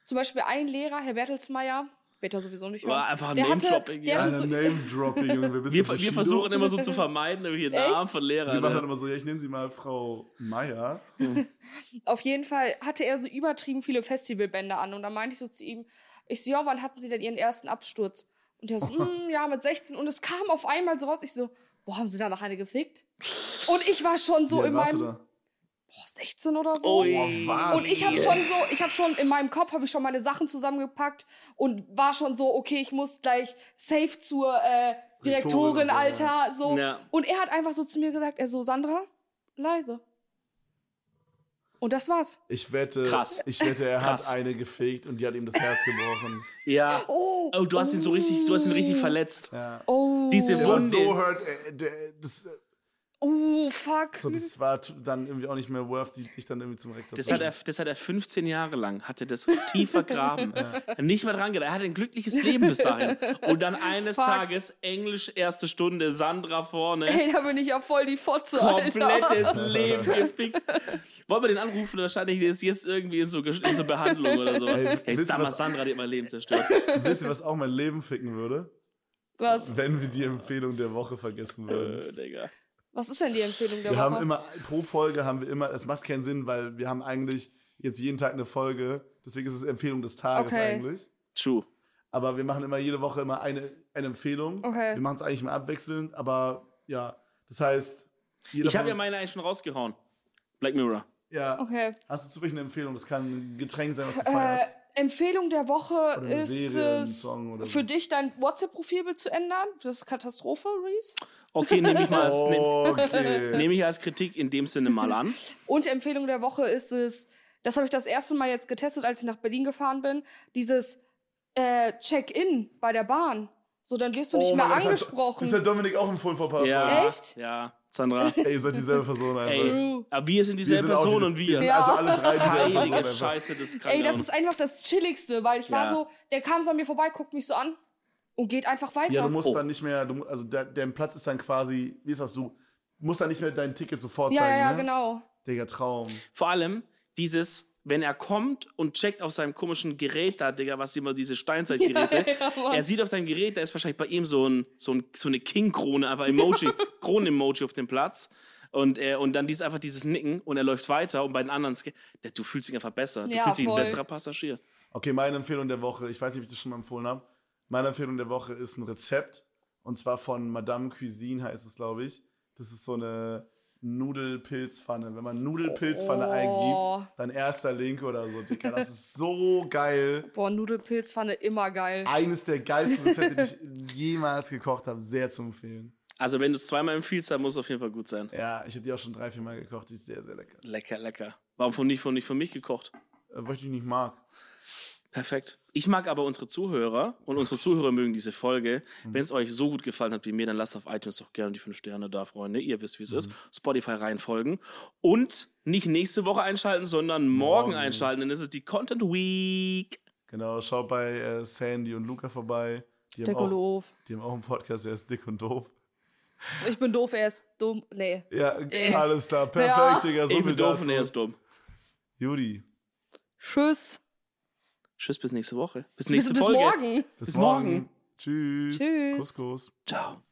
[SPEAKER 3] Zum Beispiel ein Lehrer, Herr Bertelsmeier, wird er sowieso nicht hören.
[SPEAKER 2] War einfach ein
[SPEAKER 3] Der hatte-
[SPEAKER 2] Name-Dropping,
[SPEAKER 3] der
[SPEAKER 2] ja.
[SPEAKER 1] Ja,
[SPEAKER 3] hatte so-
[SPEAKER 1] Name-Dropping, Junge. Wir, wissen
[SPEAKER 2] Wir,
[SPEAKER 1] von
[SPEAKER 2] wir
[SPEAKER 1] Shido.
[SPEAKER 2] versuchen immer so zu vermeiden, irgendwie den
[SPEAKER 3] Echt?
[SPEAKER 2] Namen von
[SPEAKER 1] Wir
[SPEAKER 2] Lehrern.
[SPEAKER 1] machen dann
[SPEAKER 2] Ne?
[SPEAKER 1] immer so, ja, ich nenne sie mal Frau Meier.
[SPEAKER 3] Auf jeden Fall hatte er so übertrieben viele Festivalbänder an. Und dann meinte ich so zu ihm, ich so, ja, wann hatten Sie denn Ihren ersten Absturz? Und er so, "Mm, ja, mit 16. Und es kam auf einmal so raus. Ich so, boah, haben Sie da noch eine gefickt? Und ich war schon so
[SPEAKER 1] Wie alt
[SPEAKER 3] in
[SPEAKER 1] warst
[SPEAKER 3] meinem,
[SPEAKER 1] du
[SPEAKER 3] boah,
[SPEAKER 1] da?
[SPEAKER 3] 16 oder so.
[SPEAKER 2] Ui.
[SPEAKER 1] Boah, oh, was?
[SPEAKER 3] Und ich habe schon so, ich habe schon in meinem Kopf habe ich schon meine Sachen zusammengepackt und war schon so, okay, ich muss gleich safe zur äh,
[SPEAKER 1] Direktorin,
[SPEAKER 3] Direktorin,
[SPEAKER 1] ja.
[SPEAKER 3] Alter, so.
[SPEAKER 2] Ja.
[SPEAKER 3] Und er hat einfach so zu mir gesagt, er so Sandra, leise. Und das war's.
[SPEAKER 1] Ich wette,
[SPEAKER 2] Krass.
[SPEAKER 1] ich wette, er
[SPEAKER 2] Krass.
[SPEAKER 1] hat eine gefegt und die hat ihm das Herz gebrochen.
[SPEAKER 2] ja.
[SPEAKER 3] Oh,
[SPEAKER 2] Oh, du hast ihn so richtig, du hast ihn richtig
[SPEAKER 3] oh,
[SPEAKER 2] verletzt.
[SPEAKER 1] Ja.
[SPEAKER 3] Oh,
[SPEAKER 2] Diese
[SPEAKER 1] Der
[SPEAKER 2] Wut-
[SPEAKER 1] war
[SPEAKER 2] Wunde.
[SPEAKER 1] so hurt, äh, der, das,
[SPEAKER 3] Oh, fuck.
[SPEAKER 1] so, das war t- dann irgendwie auch nicht mehr worth, die dich dann irgendwie zum Rektor
[SPEAKER 2] Das
[SPEAKER 1] zu
[SPEAKER 2] hat, er,
[SPEAKER 1] bringen.
[SPEAKER 2] das hat er 15 Jahre lang, hat er das tief vergraben. Nicht mehr dran gedacht. Er hatte ein glückliches Leben bis dahin. Und dann eines
[SPEAKER 3] Fuck.
[SPEAKER 2] Tages, Englisch, erste Stunde, Sandra vorne.
[SPEAKER 3] Ey, da bin ich ja voll die Fotze, Alter.
[SPEAKER 2] Komplettes Leben gefickt. Wollen wir den anrufen? Wahrscheinlich ist jetzt irgendwie in so, Gesch- in so Behandlung oder sowas.
[SPEAKER 1] Ey,
[SPEAKER 2] Hey,
[SPEAKER 1] wisst
[SPEAKER 2] ist
[SPEAKER 1] ihr,
[SPEAKER 2] damals
[SPEAKER 1] was-
[SPEAKER 2] Sandra, die hat mein Leben zerstört.
[SPEAKER 1] Wisst ihr, was auch mein Leben ficken würde?
[SPEAKER 3] Was,
[SPEAKER 1] Wenn wir die Empfehlung der Woche vergessen würden.
[SPEAKER 2] Äh, Digga.
[SPEAKER 3] was ist denn die Empfehlung der
[SPEAKER 1] Wir
[SPEAKER 3] Woche?
[SPEAKER 1] haben immer, pro Folge haben wir immer, es macht keinen Sinn, weil wir haben eigentlich jetzt jeden Tag eine Folge. Deswegen ist es Empfehlung des Tages
[SPEAKER 3] Okay.
[SPEAKER 1] eigentlich.
[SPEAKER 2] True.
[SPEAKER 1] Aber wir machen immer jede Woche immer eine, eine Empfehlung.
[SPEAKER 3] Okay.
[SPEAKER 1] Wir machen es eigentlich immer abwechselnd, aber ja, das heißt, jeder
[SPEAKER 2] Ich habe
[SPEAKER 1] von
[SPEAKER 2] ja
[SPEAKER 1] uns-
[SPEAKER 2] meine eigentlich schon rausgehauen. Black Mirror.
[SPEAKER 1] Ja,
[SPEAKER 3] okay.
[SPEAKER 1] hast du zufällig eine Empfehlung? Das kann ein Getränk sein, was du
[SPEAKER 3] Äh,
[SPEAKER 1] feierst.
[SPEAKER 3] Empfehlung der Woche
[SPEAKER 1] Oder eine
[SPEAKER 3] ist
[SPEAKER 1] Serie, einen
[SPEAKER 3] es,
[SPEAKER 1] Song oder so.
[SPEAKER 3] für dich dein WhatsApp-Profilbild zu ändern. Das ist Katastrophe, Reese.
[SPEAKER 2] Okay, nehme ich mal als,
[SPEAKER 1] Oh.
[SPEAKER 2] nehm,
[SPEAKER 1] Okay.
[SPEAKER 2] nehm ich als Kritik in dem Sinne mal an.
[SPEAKER 3] Und Empfehlung der Woche ist es, das habe ich das erste Mal jetzt getestet, als ich nach Berlin gefahren bin, dieses äh, Check-in bei der Bahn. So, dann wirst du nicht
[SPEAKER 1] Oh
[SPEAKER 3] mehr
[SPEAKER 1] mein Gott,
[SPEAKER 3] angesprochen.
[SPEAKER 1] Das hat Dominik auch im Full Vorpaar.
[SPEAKER 2] Ja.
[SPEAKER 3] Echt?
[SPEAKER 2] Ja, Sandra.
[SPEAKER 1] Ey, ihr seid dieselbe Person einfach.
[SPEAKER 2] Ey,
[SPEAKER 3] True.
[SPEAKER 2] aber wir sind dieselbe
[SPEAKER 1] auch
[SPEAKER 2] Person
[SPEAKER 1] diese-
[SPEAKER 2] und
[SPEAKER 1] Wir
[SPEAKER 2] wir.
[SPEAKER 1] sind
[SPEAKER 3] Ja.
[SPEAKER 1] also alle drei dieselbe Person
[SPEAKER 2] Heilige
[SPEAKER 1] einfach.
[SPEAKER 2] Scheiße, das kann
[SPEAKER 3] Ey,
[SPEAKER 2] ja
[SPEAKER 3] das
[SPEAKER 2] auch-
[SPEAKER 3] ist einfach das Chilligste, weil ich war
[SPEAKER 2] Ja.
[SPEAKER 3] so, der kam so an mir vorbei, guckt mich so an und geht einfach weiter.
[SPEAKER 1] Ja, du musst
[SPEAKER 2] Oh.
[SPEAKER 1] dann nicht mehr, du, mu- also der, dein Platz ist dann quasi, wie ist das, du musst dann nicht mehr dein Ticket sofort
[SPEAKER 3] ja,
[SPEAKER 1] zeigen,
[SPEAKER 3] ja, ja,
[SPEAKER 1] ne?
[SPEAKER 3] genau.
[SPEAKER 1] Digga, Traum.
[SPEAKER 2] Vor allem dieses, wenn er kommt und checkt auf seinem komischen Gerät da, Digga, was immer diese Steinzeitgeräte.
[SPEAKER 3] Ja, Mann.
[SPEAKER 2] Er sieht auf deinem Gerät, da ist wahrscheinlich bei ihm so, ein, so, ein, so eine King-Krone, einfach Emoji, Kronen-Emoji auf dem Platz. Und, äh, und dann dies einfach dieses Nicken und er läuft weiter und bei den anderen, sk- Der- du fühlst dich einfach besser. Du
[SPEAKER 3] Ja,
[SPEAKER 2] fühlst dich ein
[SPEAKER 3] voll.
[SPEAKER 2] besserer Passagier.
[SPEAKER 1] Okay, meine Empfehlung der Woche, ich weiß nicht, ob ich das schon mal empfohlen habe. Meine Empfehlung der Woche ist ein Rezept. Und zwar von Madame Cuisine heißt es, glaube ich. Das ist so eine Nudelpilzpfanne. Wenn man Nudelpilzpfanne
[SPEAKER 3] Oh.
[SPEAKER 1] eingibt, dann erster Link oder so, Dicker. Das ist so geil.
[SPEAKER 3] Boah, Nudelpilzpfanne immer geil.
[SPEAKER 1] Eines der geilsten Rezepte, die ich jemals gekocht habe. Sehr zu empfehlen.
[SPEAKER 2] Also, wenn du es zweimal empfiehlst, dann muss es auf jeden Fall gut sein.
[SPEAKER 1] Ja, ich habe die auch schon drei, vier Mal gekocht. Die ist sehr, sehr lecker.
[SPEAKER 2] Lecker, lecker. Warum von nicht von nicht von mich gekocht?
[SPEAKER 1] Äh, Weil ich die nicht mag.
[SPEAKER 2] Perfekt. Ich mag aber unsere Zuhörer und unsere Zuhörer mögen diese Folge. Wenn es euch so gut gefallen hat wie mir, dann lasst auf iTunes doch gerne die 5 Sterne da, Freunde. Ihr wisst, wie es ist. Spotify reinfolgen. Und nicht nächste Woche einschalten, sondern morgen,
[SPEAKER 1] Morgen.
[SPEAKER 2] einschalten, denn es ist die Content Week.
[SPEAKER 1] Genau, schaut bei äh, Sandy und Luca vorbei. Die haben,
[SPEAKER 3] Dick und
[SPEAKER 1] auch,
[SPEAKER 3] doof.
[SPEAKER 1] die haben auch einen Podcast, der ist dick und doof.
[SPEAKER 3] Ich bin doof, er ist dumm. Nee.
[SPEAKER 1] Ja, alles klar. Perfekt,
[SPEAKER 3] Äh, Ja.
[SPEAKER 1] Digga. So
[SPEAKER 2] ich
[SPEAKER 1] viel
[SPEAKER 2] bin doof und er
[SPEAKER 1] dazu.
[SPEAKER 2] ist dumm.
[SPEAKER 1] Juri,
[SPEAKER 3] Tschüss.
[SPEAKER 2] Tschüss, bis nächste Woche. Bis nächste
[SPEAKER 3] bis, bis
[SPEAKER 2] Folge.
[SPEAKER 3] morgen.
[SPEAKER 1] bis,
[SPEAKER 2] Bis morgen.
[SPEAKER 1] morgen. Tschüss.
[SPEAKER 3] Tschüss.
[SPEAKER 1] Kuss, Kuss.
[SPEAKER 2] Ciao.